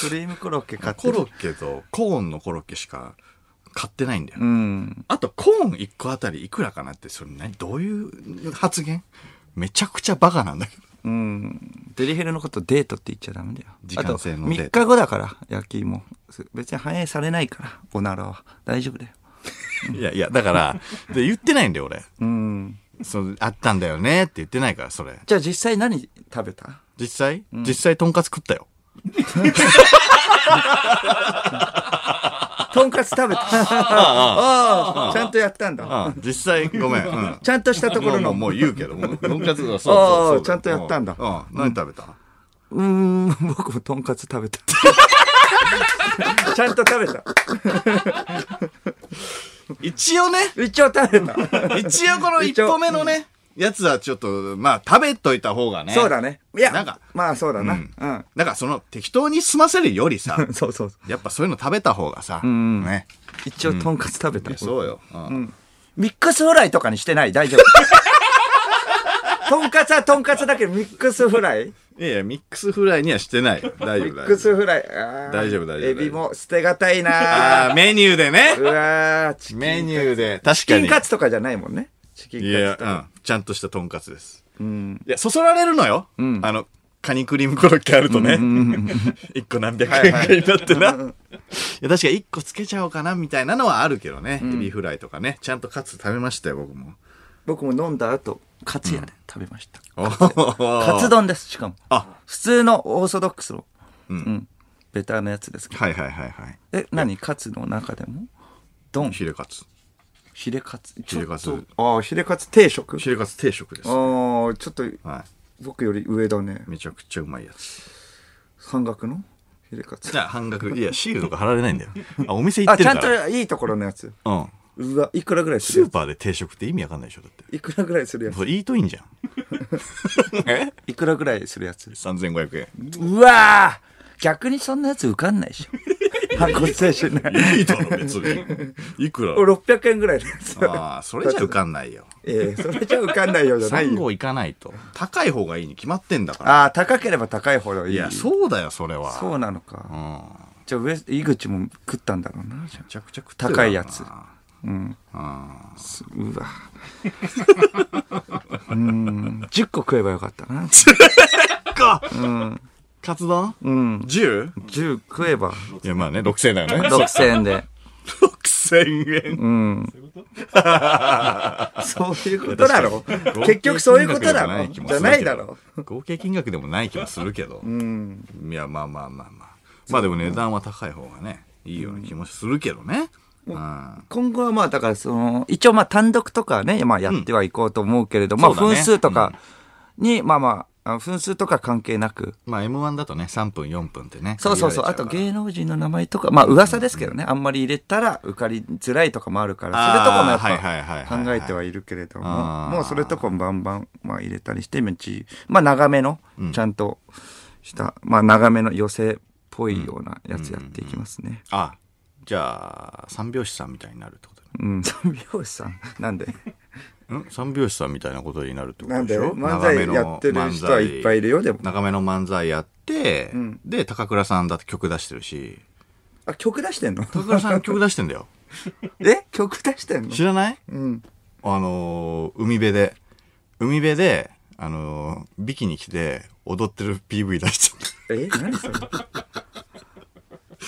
Speaker 2: クリームコロッケ買って
Speaker 1: コロ
Speaker 2: る。
Speaker 1: ッケとコーンのコロッケしか買ってないんだよ。
Speaker 2: うん。
Speaker 1: あと、コーン1個あたりいくらかなって、それ何どういう発言めちゃくちゃバカなんだけど。
Speaker 2: うん。デリヘルのことデートって言っちゃダメだよ。
Speaker 1: 時間制の
Speaker 2: あ
Speaker 1: デート
Speaker 2: と3日後だから、焼き芋。別に反映されないから、おならは。大丈夫だよ。
Speaker 1: いやいや、だから、で言ってないんだよ、俺。
Speaker 2: うん。
Speaker 1: そのあったんだよねって言ってないから、それ。
Speaker 2: じゃあ実際何食べた
Speaker 1: 実際、実際、とんかつ食ったよ。
Speaker 2: とんかつ食べた。ああ、ちゃんとやったんだ。
Speaker 1: うん、実 際、ごめん。うん
Speaker 2: ちゃんとしたところ
Speaker 1: も
Speaker 2: の。
Speaker 1: うもうもう言うけ ども。とんかつは
Speaker 2: そうそうそうちゃんとやったんだ
Speaker 1: うん。何食べた
Speaker 2: うーん、僕もとんかつ食べた。 ちゃんと食べた。
Speaker 1: 一応ね、
Speaker 2: 一応食べた。
Speaker 1: 一応こ の一歩目のね、やつはちょっと、まあ食べといた方がね。
Speaker 2: そうだね。いや、
Speaker 1: なんか
Speaker 2: まあそうだな。
Speaker 1: う
Speaker 2: うんん。
Speaker 1: だからその適当に済ませるよりさ、
Speaker 2: そうそうそう。
Speaker 1: やっぱそういうの食べた方がさ、
Speaker 2: ん
Speaker 1: ね。
Speaker 2: 一応とんかつ食べた。
Speaker 1: そうよ。うん。
Speaker 2: ミックスフライとかにしてない大丈夫。 とんかつはとんかつだけどミックスフライミ
Speaker 1: いやいや、ミックスフライにはしてない。大丈夫、
Speaker 2: ッ
Speaker 1: 大
Speaker 2: ク
Speaker 1: 丈
Speaker 2: ス
Speaker 1: 夫。
Speaker 2: フライ。あー
Speaker 1: 大丈夫大丈夫
Speaker 2: エビも捨てがたいな
Speaker 1: ああ、メニューでね
Speaker 2: ーう。わーチキン。
Speaker 1: メニューで。確
Speaker 2: チキ
Speaker 1: か
Speaker 2: ン
Speaker 1: に。
Speaker 2: カツとかじゃないもんね。チキン
Speaker 1: い
Speaker 2: カ
Speaker 1: や、
Speaker 2: ツと
Speaker 1: うん。ちゃんとしたとんかつです。
Speaker 2: うん。
Speaker 1: いや、そそられるのよ。あの、カニクリームコロッケあるとね。 一個何百円かになってな。いや、確か一個つけちゃおうかな、みたいなのはあるけどね。エビフライとかね。ちゃんとカツ食べましたよ、僕も。
Speaker 2: 僕も飲んだ後、カツ屋で食べました。カ
Speaker 1: カ
Speaker 2: ツ丼です、しかも。
Speaker 1: あ、
Speaker 2: 普通のオーソドックスの、うんん、ベターなやつですけど。
Speaker 1: はいはいはいはい。
Speaker 2: え、何カツの中でも丼
Speaker 1: ヒレカツ。
Speaker 2: ヒレカツ
Speaker 1: ヒレカツ
Speaker 2: ちょっとああ、ヒレカツ定食あ
Speaker 1: ヒレカツ定食です。
Speaker 2: あ
Speaker 1: は
Speaker 2: ー、ちょっと
Speaker 1: い。
Speaker 2: 僕より上だね。
Speaker 1: めちゃくちゃうまいやつ。
Speaker 2: 半額のヒレカツ
Speaker 1: じ。ゃあ半額。いや、シールとか貼られないんだ よ。あ、お店行っ
Speaker 2: あ、
Speaker 1: て
Speaker 2: ち
Speaker 1: る
Speaker 2: ゃ
Speaker 1: か
Speaker 2: ん
Speaker 1: ら。
Speaker 2: といいところのやつ。
Speaker 1: うん。
Speaker 2: うわ、いくらぐらいす
Speaker 1: ス
Speaker 2: る
Speaker 1: ー
Speaker 2: や
Speaker 1: パーで定食って意味わかんないでしょ、だって。
Speaker 2: ついくらぐらいするやつ
Speaker 1: それイートインじゃん。 え
Speaker 2: いくらぐらいするやつ
Speaker 1: ?3500 円。
Speaker 2: うわー逆にそんなやつ受かんないでし ょ。反骨精神ない。
Speaker 1: いいだろ、別に。いくら
Speaker 2: 俺600円ぐらいのやつ。
Speaker 1: ああ、それじゃ受かんないよ。
Speaker 2: ええそれじゃ受かんないようじゃない
Speaker 1: 3
Speaker 2: よ。
Speaker 1: 号行かないと。高い方がいいに決まってんだから。
Speaker 2: ああ、高ければ高いほどいい。
Speaker 1: いや、そうだよ、それは。
Speaker 2: そうなの
Speaker 1: う
Speaker 2: か。
Speaker 1: ん。
Speaker 2: じゃあ、上、井口も食ったんだろうな、じゃ
Speaker 1: めちゃくちゃ食って
Speaker 2: あ
Speaker 1: る
Speaker 2: 高いやつ
Speaker 1: だろうな。
Speaker 2: うん。
Speaker 1: あ
Speaker 2: すうわ。 うん。10個食えばよかったな。
Speaker 1: あ。カツ丼
Speaker 2: うん。
Speaker 1: ?10?
Speaker 2: 10食えば。
Speaker 1: いや、まあね、6000円だ よね。
Speaker 2: 6000円 で。
Speaker 1: 6000円。
Speaker 2: うん。そういうことだろ結局そういうことだろじゃないだろ。
Speaker 1: 合計金額でもない気もするけど。
Speaker 2: うん。
Speaker 1: いや、まあまあまあまあ。まあでも値段は高い方がね、いいような気もするけどね。うん。
Speaker 2: 今後はまあ、だからその、一応まあ単独とかね、まあやってはいこうと思うけれど、ま
Speaker 1: そ
Speaker 2: あ
Speaker 1: うだね
Speaker 2: 分数とかに、まあまあ、あ分数とか関係なく、
Speaker 1: まあ M1 だとね、3分4分ってね。
Speaker 2: そうそうそう。あと芸能人の名前とか、まあ噂ですけどね、あんまり入れたら受かりづらいとかもあるから、それとかもやっ
Speaker 1: あーはいはいはいは
Speaker 2: ぱ
Speaker 1: い
Speaker 2: 考
Speaker 1: はい
Speaker 2: えてはいるけれど
Speaker 1: あ
Speaker 2: も、
Speaker 1: ー
Speaker 2: もうそれとかもバンバン、まあ入れたりして、めっちまあ長めの、ちゃんとした、まあ長めの寄せっぽいようなやつやっていきますね。
Speaker 1: あ、じゃあ、三拍子さんみたいになるってことね
Speaker 2: うん。三拍子さん、なんで
Speaker 1: ん三拍子さんみたいなことになるってこと
Speaker 2: なん
Speaker 1: で
Speaker 2: だ
Speaker 1: しょ
Speaker 2: よ。漫才やってる人はいっぱいいるよ、でも。
Speaker 1: 長めの漫才やって、
Speaker 2: ん
Speaker 1: で、高倉さんだって曲出してるし、
Speaker 2: あ、曲出 してんの
Speaker 1: 高倉さん曲出してんだよ。
Speaker 2: え曲出してんの
Speaker 1: 知らない
Speaker 2: うん。
Speaker 1: あのー海辺で、海辺で、あのービキに来て踊ってる PV 出してる。
Speaker 2: え何それ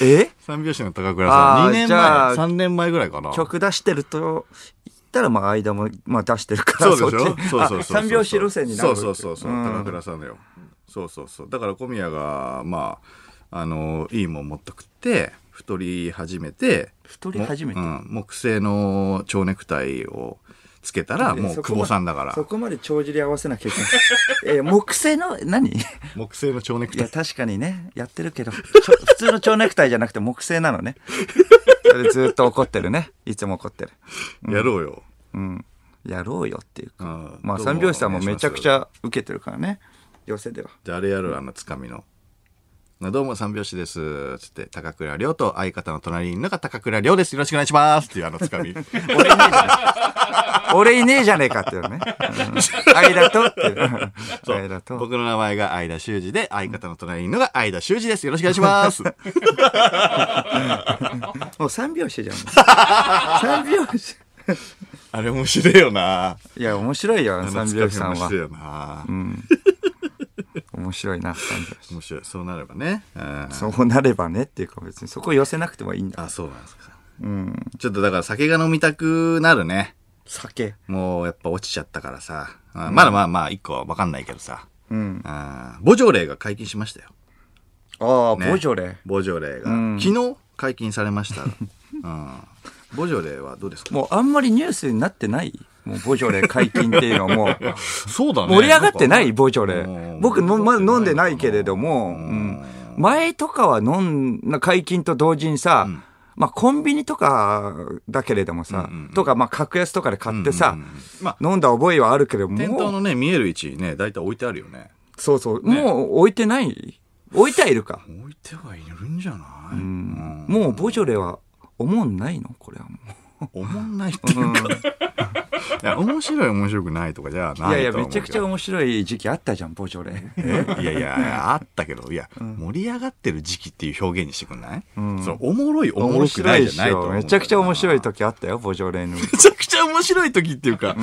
Speaker 2: え
Speaker 1: 三拍子の高倉さん、
Speaker 2: あー
Speaker 1: 2年
Speaker 2: じゃあ
Speaker 1: 前、3年前ぐらいかな。
Speaker 2: 曲出してると言ったらまあ間も、まあ、出してるから
Speaker 1: そうでしょ
Speaker 2: っち
Speaker 1: そうそうそうそう。
Speaker 2: あ三拍子路線になる
Speaker 1: そうそうそうそう、高倉さんだよ。そうそうそう。だから小宮が、まあ、あの、いいもん持っとくって、太り始めて、
Speaker 2: 太り始めて
Speaker 1: もううん、木製の蝶ネクタイをつけたら、もう久保さんだから
Speaker 2: そ。こまで帳尻合わせなきゃいけない え木製の何 い
Speaker 1: 木製の蝶ネクタ
Speaker 2: や
Speaker 1: イ。
Speaker 2: 確かにねやってるけどちょ普通の蝶ネクタイじゃなくて木製なのねそれでずっと怒ってるねいつも怒ってる
Speaker 1: やろうよ。
Speaker 2: うんやろうよっていうか
Speaker 1: うん
Speaker 2: まあ
Speaker 1: どうも
Speaker 2: 三拍子さんもめちゃくち
Speaker 1: お願いし
Speaker 2: ゃ受けてるからね寄せでは
Speaker 1: ます。じゃああれやるあの、つかみの。などうも三拍子です。つって、高倉涼と相方の隣にいるのが高倉涼です。よろしくお願いします。っていうあのつかみ。
Speaker 2: 俺いねえじゃねえ俺いねえじゃねえかっていうね、うん、間とっていう
Speaker 1: そう
Speaker 2: 間と
Speaker 1: 僕の名前が相田修二で、相方の隣にいるのが相田修二です。よろしくお願いします。
Speaker 2: もう三拍子じゃん。三拍子。
Speaker 1: あれ面白いよない
Speaker 2: や、面白 いよ、三拍子さん
Speaker 1: 面
Speaker 2: は
Speaker 1: 白い。よな、
Speaker 2: 面白いな、三拍子。
Speaker 1: 面白い。そうなればね。うん
Speaker 2: そうなればねっていうか別にそこ寄せなくてもいいんだ。
Speaker 1: あ、そうなんですか。
Speaker 2: うん。
Speaker 1: ちょっとだから酒が飲みたくなるね。
Speaker 2: 酒。
Speaker 1: もうやっぱ落ちちゃったからさ。うんまだまあまあ一個はわかんないけどさ。
Speaker 2: うん。
Speaker 1: あーボジョレーが解禁しましたよ。
Speaker 2: ああ、
Speaker 1: ね
Speaker 2: ボジョレ。
Speaker 1: ボジョレーが。
Speaker 2: うん
Speaker 1: 昨日解禁されま した。うんボジョレーはどうですか
Speaker 2: もうあんまりニュースになってないもうボジョレ解禁っていうのはもう。
Speaker 1: そうだ
Speaker 2: 盛り上がってないボジョ
Speaker 1: うん
Speaker 2: レ。僕の、ま、飲んでないけれども、うん前とかは飲ん、解禁と同時にさ、まあ、コンビニとかだけれどもさ、とか、まあ、格安とかで買ってさ、
Speaker 1: まあ、
Speaker 2: 飲んだ覚えはあるけれども、
Speaker 1: 店頭のね、見える位置にね、大体置いてあるよね。
Speaker 2: そうそう、もう置いてない置いてはいるか。
Speaker 1: 置いてはいるんじゃない、うん
Speaker 2: もうボジョレは思んないのこれはもう。
Speaker 1: おもんないって いうか、いや面白い面白くないとかじゃないと
Speaker 2: い
Speaker 1: は
Speaker 2: やい
Speaker 1: 思う
Speaker 2: や、
Speaker 1: けど
Speaker 2: めちゃくちゃ面白い時期あったじゃん、ボジョレ。
Speaker 1: えいやいや、あったけど、いや、盛り上がってる時期っていう表現にしてくんない、 そう、おもろい、おもろくないじゃないと思う。
Speaker 2: めちゃくちゃ面白い
Speaker 1: 時。
Speaker 2: 時あったよ、ボジョレの。
Speaker 1: めちゃくちゃ面白い時っていうか、う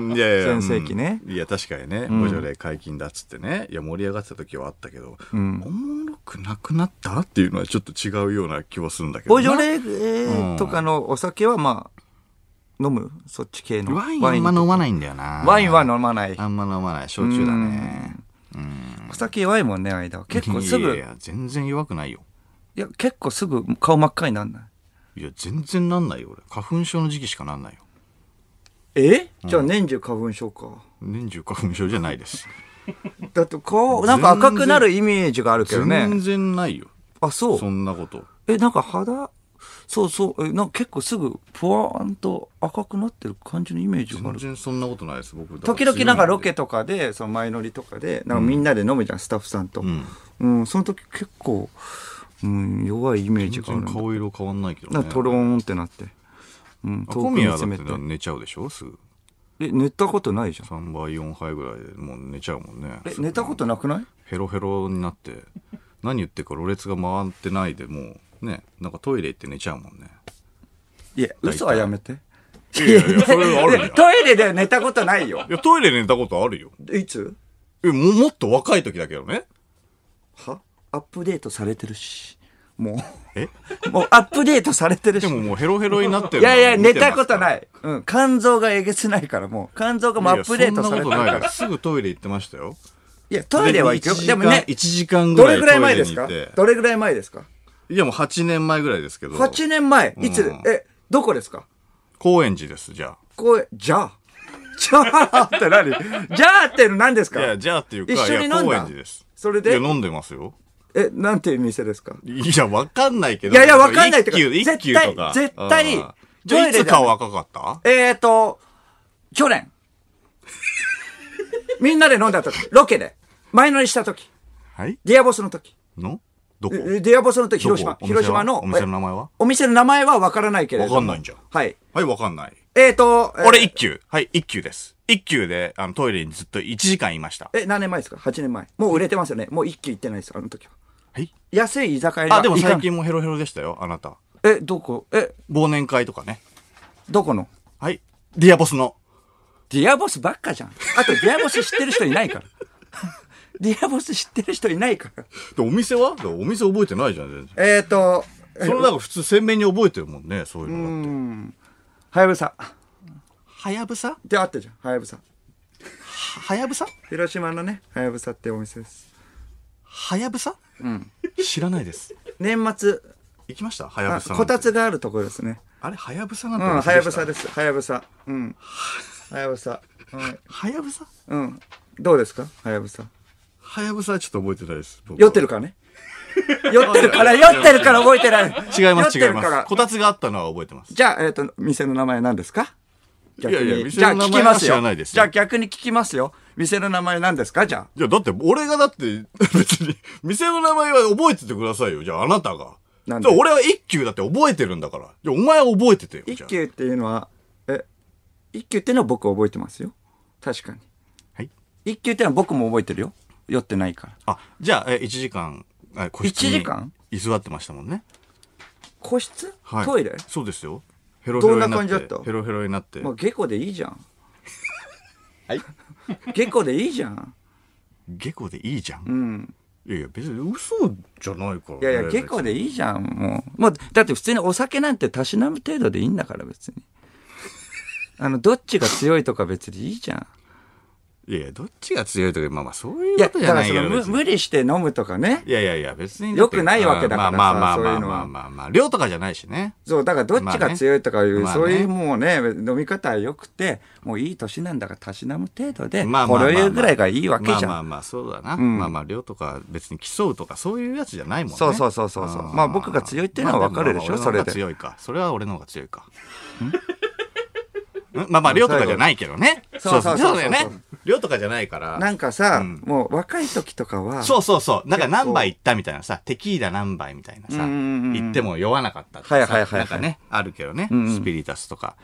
Speaker 1: んいやいや、
Speaker 2: 全盛期ね
Speaker 1: うんいや、確かにね、ボジョレ解禁だっつってね、いや、盛り上がってた時はあったけど、おもろくなくなったっていうのはちょっと違うような気はするんだけど
Speaker 2: ボ
Speaker 1: な。
Speaker 2: ジョレえーとかのお酒は、まあ、飲むそっち系の。
Speaker 1: ワインあんま
Speaker 2: と
Speaker 1: 飲
Speaker 2: か
Speaker 1: まないんだよな。
Speaker 2: ワインは飲まない。
Speaker 1: あんま飲まない。焼酎だね。
Speaker 2: お酒弱いもんね、間は。結構
Speaker 1: い
Speaker 2: す
Speaker 1: や
Speaker 2: ぐ、
Speaker 1: い
Speaker 2: い
Speaker 1: や、全然弱くないよ。
Speaker 2: や、結構すぐ顔真っ赤になんない。
Speaker 1: いや、全然なんないよ、俺。花粉症の時期しかなんないよ。
Speaker 2: えじゃあ年中花粉症か。
Speaker 1: 年中花粉症じゃないです。
Speaker 2: だって顔、なんか赤くなるイメージがあるけど
Speaker 1: 全
Speaker 2: ね。
Speaker 1: 然ないよ。
Speaker 2: あ、そう
Speaker 1: そ。んなこと。
Speaker 2: え、なんか肌、そうそう、え、なんか結構すぐ、ぽわーんと赤くなってる感じのイメージがあ
Speaker 1: 全
Speaker 2: る。
Speaker 1: 然そんなことないです、僕。
Speaker 2: 時々なんかロケ
Speaker 1: と
Speaker 2: とかで、その前乗りとかで、なんかみんなで飲むじゃん、スタッフさんと。
Speaker 1: ん
Speaker 2: うん、その時結構、うん、弱いイメージ
Speaker 1: 全
Speaker 2: がある
Speaker 1: 然
Speaker 2: んだ。
Speaker 1: 顔色変わんないけど
Speaker 2: なん
Speaker 1: ね。
Speaker 2: かトローンってなって。うん、
Speaker 1: あ
Speaker 2: 遠
Speaker 1: 小
Speaker 2: く
Speaker 1: 宮
Speaker 2: 見
Speaker 1: はだ
Speaker 2: つ
Speaker 1: っ
Speaker 2: め
Speaker 1: て
Speaker 2: て。
Speaker 1: 寝ちゃうでしょすぐ。
Speaker 2: え、寝たことないじゃ
Speaker 1: 3
Speaker 2: ん。
Speaker 1: 倍、4杯ぐらいでもう寝ちゃうもんね。
Speaker 2: え、寝たことなくない
Speaker 1: ヘロヘロになって、何言ってるかろれつが回ってないでもう、ね、なんかトイレ行って寝ちゃうもんね。
Speaker 2: いや、嘘はやめて。
Speaker 1: いやいや、それある
Speaker 2: え トイレで寝たことないよ。
Speaker 1: いや、トイレで寝たことあるよ。
Speaker 2: いつ
Speaker 1: え、も、もっと若い時だけどね。
Speaker 2: はアップデートされてるし。も
Speaker 1: え
Speaker 2: う、 もうアップデートされてるし
Speaker 1: で。ももうヘロヘロになって
Speaker 2: い
Speaker 1: るの
Speaker 2: やいや、
Speaker 1: 見
Speaker 2: 寝
Speaker 1: てますか
Speaker 2: た
Speaker 1: ら
Speaker 2: ことない。うん。肝臓がえげつないから、もう。肝臓がもうアップデートされて
Speaker 1: いやそんなこ
Speaker 2: るか
Speaker 1: とないで
Speaker 2: ら。
Speaker 1: すすぐトイレ行ってましたよ。
Speaker 2: いや、トイレは行くよ。
Speaker 1: 1
Speaker 2: でもね、
Speaker 1: 一時間ぐ
Speaker 2: ど
Speaker 1: らい
Speaker 2: れぐらい前ですか
Speaker 1: トイレに行って
Speaker 2: どれぐらい前ですか
Speaker 1: いやもう8年前ぐらいですけど。
Speaker 2: ?8 年前。いつ
Speaker 1: うん、
Speaker 2: え、どこですか
Speaker 1: 高円寺です、じゃ
Speaker 2: こう、じゃあ。 じゃあって何じゃあって何です
Speaker 1: あ。い
Speaker 2: か
Speaker 1: や、じゃあっていうか、
Speaker 2: 一緒に飲ん
Speaker 1: い
Speaker 2: だ
Speaker 1: や高円寺です。
Speaker 2: それ
Speaker 1: いや、
Speaker 2: で、
Speaker 1: 飲んでますよ。
Speaker 2: え、なんていう店ですか
Speaker 1: いや、わかんないけど。
Speaker 2: いやいやわかんないってか
Speaker 1: 一級、一級とか。
Speaker 2: 絶対絶対
Speaker 1: うんじゃあ、いつ顔赤かった
Speaker 2: えーと、去年。みんなで飲んだ時、ロケで、前乗りした時、
Speaker 1: はい
Speaker 2: ディアボスの時、
Speaker 1: のどこ
Speaker 2: えディアボスの時、広島、
Speaker 1: どこお店は
Speaker 2: 広島の、
Speaker 1: お店の名前は
Speaker 2: えお店の名前はわからないけれども。
Speaker 1: わかんないんじゃん
Speaker 2: はい。
Speaker 1: はい、わかんない。
Speaker 2: えーと、えー
Speaker 1: 俺一級。はい、一級です。一級で、あの、トイレにずっと1時間いました。
Speaker 2: え、何年前ですか ?8 年前。もう売れてますよね。もう一気行ってないです、あの時は。
Speaker 1: はい
Speaker 2: 安い居酒屋には
Speaker 1: あ、でも
Speaker 2: 行かな
Speaker 1: 最。近もヘロヘロでしたよ、あなた。
Speaker 2: え、どこえ、
Speaker 1: 忘年会とかね。
Speaker 2: どこの
Speaker 1: はい。ディアボスの。
Speaker 2: ディアボスばっかじゃん。あと、ディアボス知ってる人いないから。 ディアボス知ってる人いないから。
Speaker 1: で、お店はでお店覚えてないじゃん、全然。
Speaker 2: えーと、
Speaker 1: それなんか普通鮮明に覚えてるもんね、そういうのだって。
Speaker 2: はやぶさ。
Speaker 1: はやぶさ
Speaker 2: で、あったじゃん、はやぶさ。
Speaker 1: はやぶさ
Speaker 2: 広島のね、はやぶさってお店です。
Speaker 1: はやぶさうん。知らないです。
Speaker 2: 年末、
Speaker 1: 行きましたはや
Speaker 2: あ
Speaker 1: ぶさ。
Speaker 2: こた。つがあるところですね。
Speaker 1: あれ、はやぶさなん
Speaker 2: う
Speaker 1: て
Speaker 2: ん、はやぶさ
Speaker 1: で。
Speaker 2: です。はやぶさ。 うん。はやぶさ。うん
Speaker 1: はやぶさ
Speaker 2: うん。どうですかはやぶさ。
Speaker 1: はやぶさはちょっと覚えてないです。僕は
Speaker 2: 酔ってるからね。酔って るから、酔ってるから覚えてない。
Speaker 1: 違います、
Speaker 2: 酔っ
Speaker 1: 違
Speaker 2: て
Speaker 1: い
Speaker 2: るから
Speaker 1: ます。こたつがあったのは覚えてます。
Speaker 2: じゃあ、えっ、と、店の名前何ですか
Speaker 1: やいや
Speaker 2: 逆に
Speaker 1: 店の名前は知らないですよ
Speaker 2: じゃあ逆に聞きますよ。店の名前何ですかじゃあ。
Speaker 1: いや、だって、俺がだって、 別に、店の名前は覚えててくださいよ。じゃあ、あなたが。
Speaker 2: なんで
Speaker 1: じゃあ俺は一級だって覚えてるんだから。じゃあ、お前は覚えててよ。じ
Speaker 2: 一
Speaker 1: ゃあ
Speaker 2: 級っていうのは、え、一級っていうのは僕覚えてますよ。確かに。
Speaker 1: はい。
Speaker 2: 一級っていうのは僕も覚えてるよ。酔ってないから。
Speaker 1: あ、じゃあ、え、1時間、え個室に
Speaker 2: 一時間
Speaker 1: 居座ってましたもんね。
Speaker 2: 個室、
Speaker 1: はい。
Speaker 2: トイレ
Speaker 1: そうですよ。ヘロヘロになって。
Speaker 2: どんな感じだった
Speaker 1: ヘロヘロになって。
Speaker 2: もう下戸でいいじゃん。
Speaker 1: はい。
Speaker 2: 下戸でいいじゃん。
Speaker 1: 下戸でいいじゃん。
Speaker 2: うん。
Speaker 1: いやいや、別に嘘じゃないから、ね。
Speaker 2: いやいや、結構でいいじゃん、もう。もう、だって普通にお酒なんてたしなむ程度でいいんだから、別に。 あの、どっちが強いとか別にいいじゃん。
Speaker 1: いやいや、どっちが強いとか、まあまあ、そうい
Speaker 2: いうや、
Speaker 1: こと
Speaker 2: だ
Speaker 1: じ
Speaker 2: か
Speaker 1: ゃな
Speaker 2: ら
Speaker 1: い
Speaker 2: そ
Speaker 1: けど。
Speaker 2: の無
Speaker 1: 別に
Speaker 2: 無理して飲むとかね。
Speaker 1: いやいやいや、別に。
Speaker 2: 良くないわけだからさ
Speaker 1: うんまあまあまあまあま
Speaker 2: そう
Speaker 1: あ
Speaker 2: いうの
Speaker 1: まあまあ。量とかじゃないしね。
Speaker 2: そう、だからどっちが強いとかいう、
Speaker 1: まあね
Speaker 2: そういう
Speaker 1: ま
Speaker 2: もうね、飲み方は良くて、もういい年なんだからたしなむ程度で、
Speaker 1: まあま
Speaker 2: こ
Speaker 1: あまあまあ。
Speaker 2: れいうぐらいがいいわけじゃ
Speaker 1: ま
Speaker 2: ん。
Speaker 1: あまあまあ、そうだな。
Speaker 2: ん
Speaker 1: まあまあ、量とか別に競うとか、そういうやつじゃないもんね。
Speaker 2: そうそうそうそうそうまあ僕が強いっていうのはわかるでしょ
Speaker 1: まあもまあ俺の方が
Speaker 2: それで
Speaker 1: 強いか。それは俺の方が強いか。んまあまあ、量とかじゃないけどね。
Speaker 2: そうそうそうそう
Speaker 1: だよね。量とかじゃないから。
Speaker 2: なんかさ、
Speaker 1: うん
Speaker 2: もう若い時とかは、
Speaker 1: そうそうそう。なんか何杯行ったみたいなさ、テキーラ何杯みたいなさ、
Speaker 2: うんうんうんうん
Speaker 1: 行っても酔わなかったって
Speaker 2: はい
Speaker 1: さ
Speaker 2: はいはいはい
Speaker 1: なんかね、あるけどね、
Speaker 2: うんうん
Speaker 1: スピリタスとか、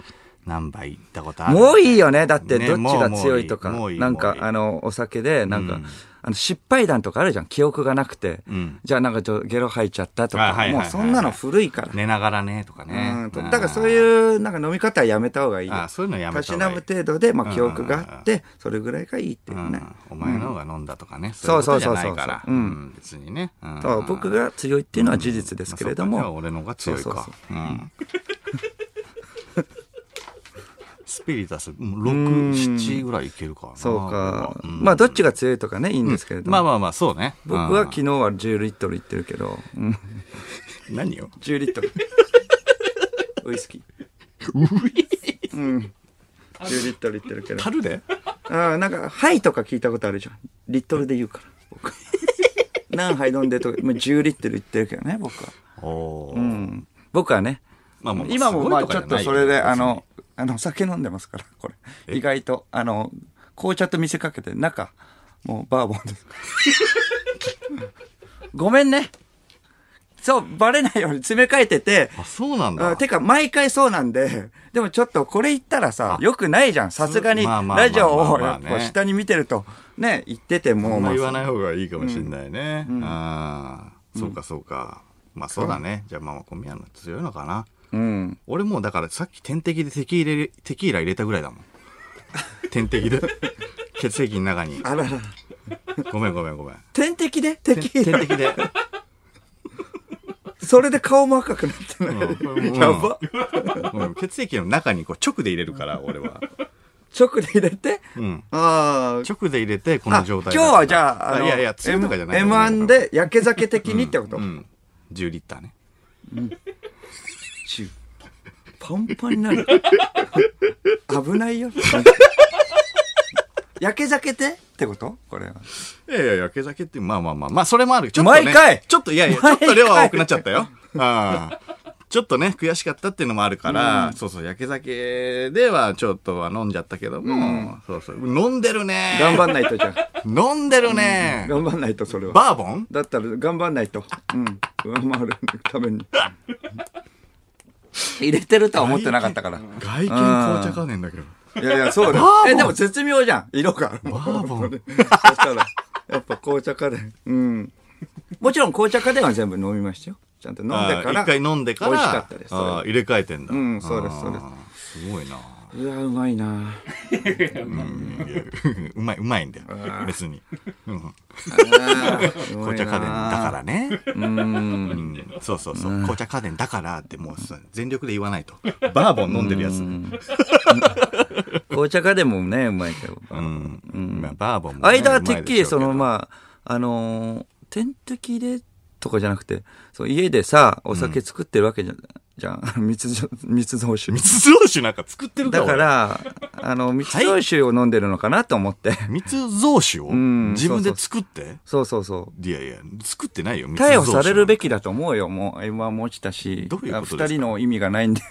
Speaker 1: 何杯行ったことある。
Speaker 2: もういいよね。だって、
Speaker 1: ね
Speaker 2: どっちが強いとか、
Speaker 1: もういいもういい
Speaker 2: なん
Speaker 1: もう
Speaker 2: か
Speaker 1: い、い
Speaker 2: あの、お酒で、なんか、
Speaker 1: うん
Speaker 2: あの、失敗談とかあるじゃん。記憶がなくて。
Speaker 1: うん
Speaker 2: じゃあ、なんかちょ、ゲロ吐いちゃったと
Speaker 1: あ
Speaker 2: か、
Speaker 1: はいはいはい
Speaker 2: も
Speaker 1: は
Speaker 2: う
Speaker 1: い
Speaker 2: そんなの古いから。
Speaker 1: 寝ながらね、とか
Speaker 2: う
Speaker 1: ね
Speaker 2: ん。だからそう
Speaker 1: う
Speaker 2: いう、なんか飲み方はやめた方がいい
Speaker 1: ん。
Speaker 2: よ。
Speaker 1: あそういうのやめ
Speaker 2: た
Speaker 1: た
Speaker 2: し
Speaker 1: 方
Speaker 2: な
Speaker 1: がい
Speaker 2: む
Speaker 1: い。
Speaker 2: 程度で、まあ、記憶があって、それぐらいがいいっていううんね。
Speaker 1: お前の方が飲んだとかね。
Speaker 2: そう
Speaker 1: そ
Speaker 2: そ
Speaker 1: いう
Speaker 2: う
Speaker 1: うこ
Speaker 2: そ
Speaker 1: とじ
Speaker 2: うそ
Speaker 1: ゃ
Speaker 2: う
Speaker 1: ないから。
Speaker 2: うん
Speaker 1: うん別にね。うん
Speaker 2: そう僕が強いっていうのは事実ですけれど
Speaker 1: まあそ
Speaker 2: も、
Speaker 1: うかじゃあ俺の方が強い
Speaker 2: そうそう
Speaker 1: か。うん スピリタス、もう
Speaker 2: うん
Speaker 1: 6、7ぐらいいけるかな。
Speaker 2: そうか、
Speaker 1: うん
Speaker 2: まあ、どっちが強いとかね、いいんですけれども。
Speaker 1: まあまあまあ、そうね。
Speaker 2: 僕は
Speaker 1: うん
Speaker 2: 昨日は10リットルいってるけど、うん、
Speaker 1: 何よ
Speaker 2: 10リッ トル。ウイスキー。うん。10リットルいってるけど。
Speaker 1: 樽で
Speaker 2: あなんか、ハイとか聞いたことあるじゃん。リットルで言うから、僕。何杯飲んでとか、もう10リットルいってるけどね、僕は。
Speaker 1: おー
Speaker 2: うん。僕はね、
Speaker 1: まあまあ
Speaker 2: 今もまあちょっとそれで、あ、
Speaker 1: すごいかじゃないよ
Speaker 2: の、あの、酒飲んでますから、これ。意外と、あの、紅茶と見せかけて、中、もうバーボンです。ごめんね。そう、バレないように詰め替えてて、
Speaker 1: あ、そうなん
Speaker 2: あ
Speaker 1: だ。
Speaker 2: てか、毎回そうなんで、 でもちょっとこれ言ったらさ、よくないじゃん。さすがに、
Speaker 1: まあまあまあ
Speaker 2: ラジオを
Speaker 1: ま
Speaker 2: や
Speaker 1: あ
Speaker 2: っ
Speaker 1: ね
Speaker 2: ぱ下に見てると、ね、言ってても、
Speaker 1: あん
Speaker 2: ま
Speaker 1: ま
Speaker 2: あ
Speaker 1: 言わない方がいいかもしれないね。ああ、そうかそうか。まあそうだね。じゃあまあ小宮の強いのかな。
Speaker 2: うん。
Speaker 1: 俺もうだからさっき点滴でテキーラ入れテキーラ入れたぐらいだも ん。点滴で。血液の中 に。
Speaker 2: あらら。
Speaker 1: ごめんごめんごめん。
Speaker 2: 点滴で敵
Speaker 1: 点滴で。
Speaker 2: それで顔も赤くなってない。
Speaker 1: うん
Speaker 2: やば。
Speaker 1: うん血液の中にこう直で入れるから、俺は。
Speaker 2: 直で入れて、
Speaker 1: うん。
Speaker 2: ああ。
Speaker 1: 直で入れて、こ
Speaker 2: あ
Speaker 1: の状
Speaker 2: 今
Speaker 1: 態
Speaker 2: 日
Speaker 1: だ
Speaker 2: はじゃあ、あの
Speaker 1: いやいや、強いとかじゃない。
Speaker 2: M- M1 で焼け酒的にってこと、
Speaker 1: うん。10リッターね。
Speaker 2: シュパンパンにな る。危ないよ。焼け酒でってことこれは。
Speaker 1: いやいや、焼け酒って、まあまあまあ、まあそれもある。ちょっと、ね、
Speaker 2: 毎回
Speaker 1: ちょっと、いやいや、ちょっと量は多くなっちゃったよ。ああちょっとね、悔しかったっていうのもあるから、そうそう、焼け酒ではちょっとは飲んじゃったけども、そうそう、飲んでるね。
Speaker 2: 頑張んないとじゃあ。
Speaker 1: 飲んでるね。
Speaker 2: 頑張んないと、それは。
Speaker 1: バーボン
Speaker 2: だったら頑張んないと。うん。上回るために。入れてるとは思ってなかったから。
Speaker 1: 外見紅茶かねんだけど。
Speaker 2: いやいや、そうだ。え、でも絶妙じゃん。色が。
Speaker 1: バーボン。
Speaker 2: そしたら、やっぱ紅茶カレー。うん。もちろん紅茶カレーは全部飲みましたよ。ちゃんと飲んで
Speaker 1: あ
Speaker 2: か
Speaker 1: あ
Speaker 2: ら。
Speaker 1: 一回飲んでから、
Speaker 2: 美味しかったです。それ
Speaker 1: ああ
Speaker 2: は
Speaker 1: 入れ替えてんだ。
Speaker 2: うんそうです
Speaker 1: ああ
Speaker 2: そうです
Speaker 1: すごいな。
Speaker 2: うわ、うまいな
Speaker 1: うんいやうまい、うまいんだよ。別に。うん紅
Speaker 2: 紅
Speaker 1: 茶家電だからね。
Speaker 2: うん。
Speaker 1: うんそうそうそう、紅茶家電だからってもうさ全力で言わないとバーボン飲んでるやつうん、
Speaker 2: 紅茶カレーもね、うまいけど。
Speaker 1: まあ、バーボンも、ね、
Speaker 2: 間はてっきりその、
Speaker 1: あ
Speaker 2: まあ、あのー、点滴でとかじゃなくて、そう家でさ、お酒作ってるわけじゃ、じゃん。 密造密造酒。
Speaker 1: 密造酒なんか作ってるか
Speaker 2: だ
Speaker 1: ら
Speaker 2: か
Speaker 1: 俺
Speaker 2: ら、あの、密造酒を飲んでるのかなと思って。
Speaker 1: 密造酒を
Speaker 2: ん
Speaker 1: 自分で作って
Speaker 2: そうそうそう。
Speaker 1: いやいや作ってないよ密造酒
Speaker 2: 逮捕されるべきだと思うよ、もう。M1 も落ちたし。
Speaker 1: どういうことですか
Speaker 2: 二人の意味がないんで。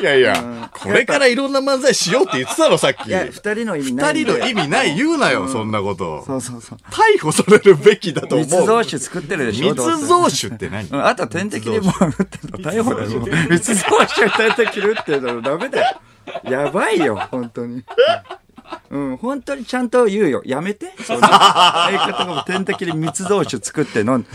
Speaker 1: いやいやこれからいろんな漫才しようって言ってたろさっき
Speaker 2: いや、二人の意味な
Speaker 1: 二
Speaker 2: いん
Speaker 1: 人
Speaker 2: で。
Speaker 1: の意味ない言うなよ、そんなこと
Speaker 2: そうそうそう。
Speaker 1: 逮捕されるべきだと思う
Speaker 2: 密造酒作ってるでしょ。どう
Speaker 1: 密
Speaker 2: せ
Speaker 1: 造酒って何
Speaker 2: うんあとは点滴でもう打ってんの逮捕だよ。密造酒点滴打ってたらダメだよ。やばいよ、本当に。うん、本当にちゃんと言うよ。やめて。その相方が点滴で密造酒作って飲んで。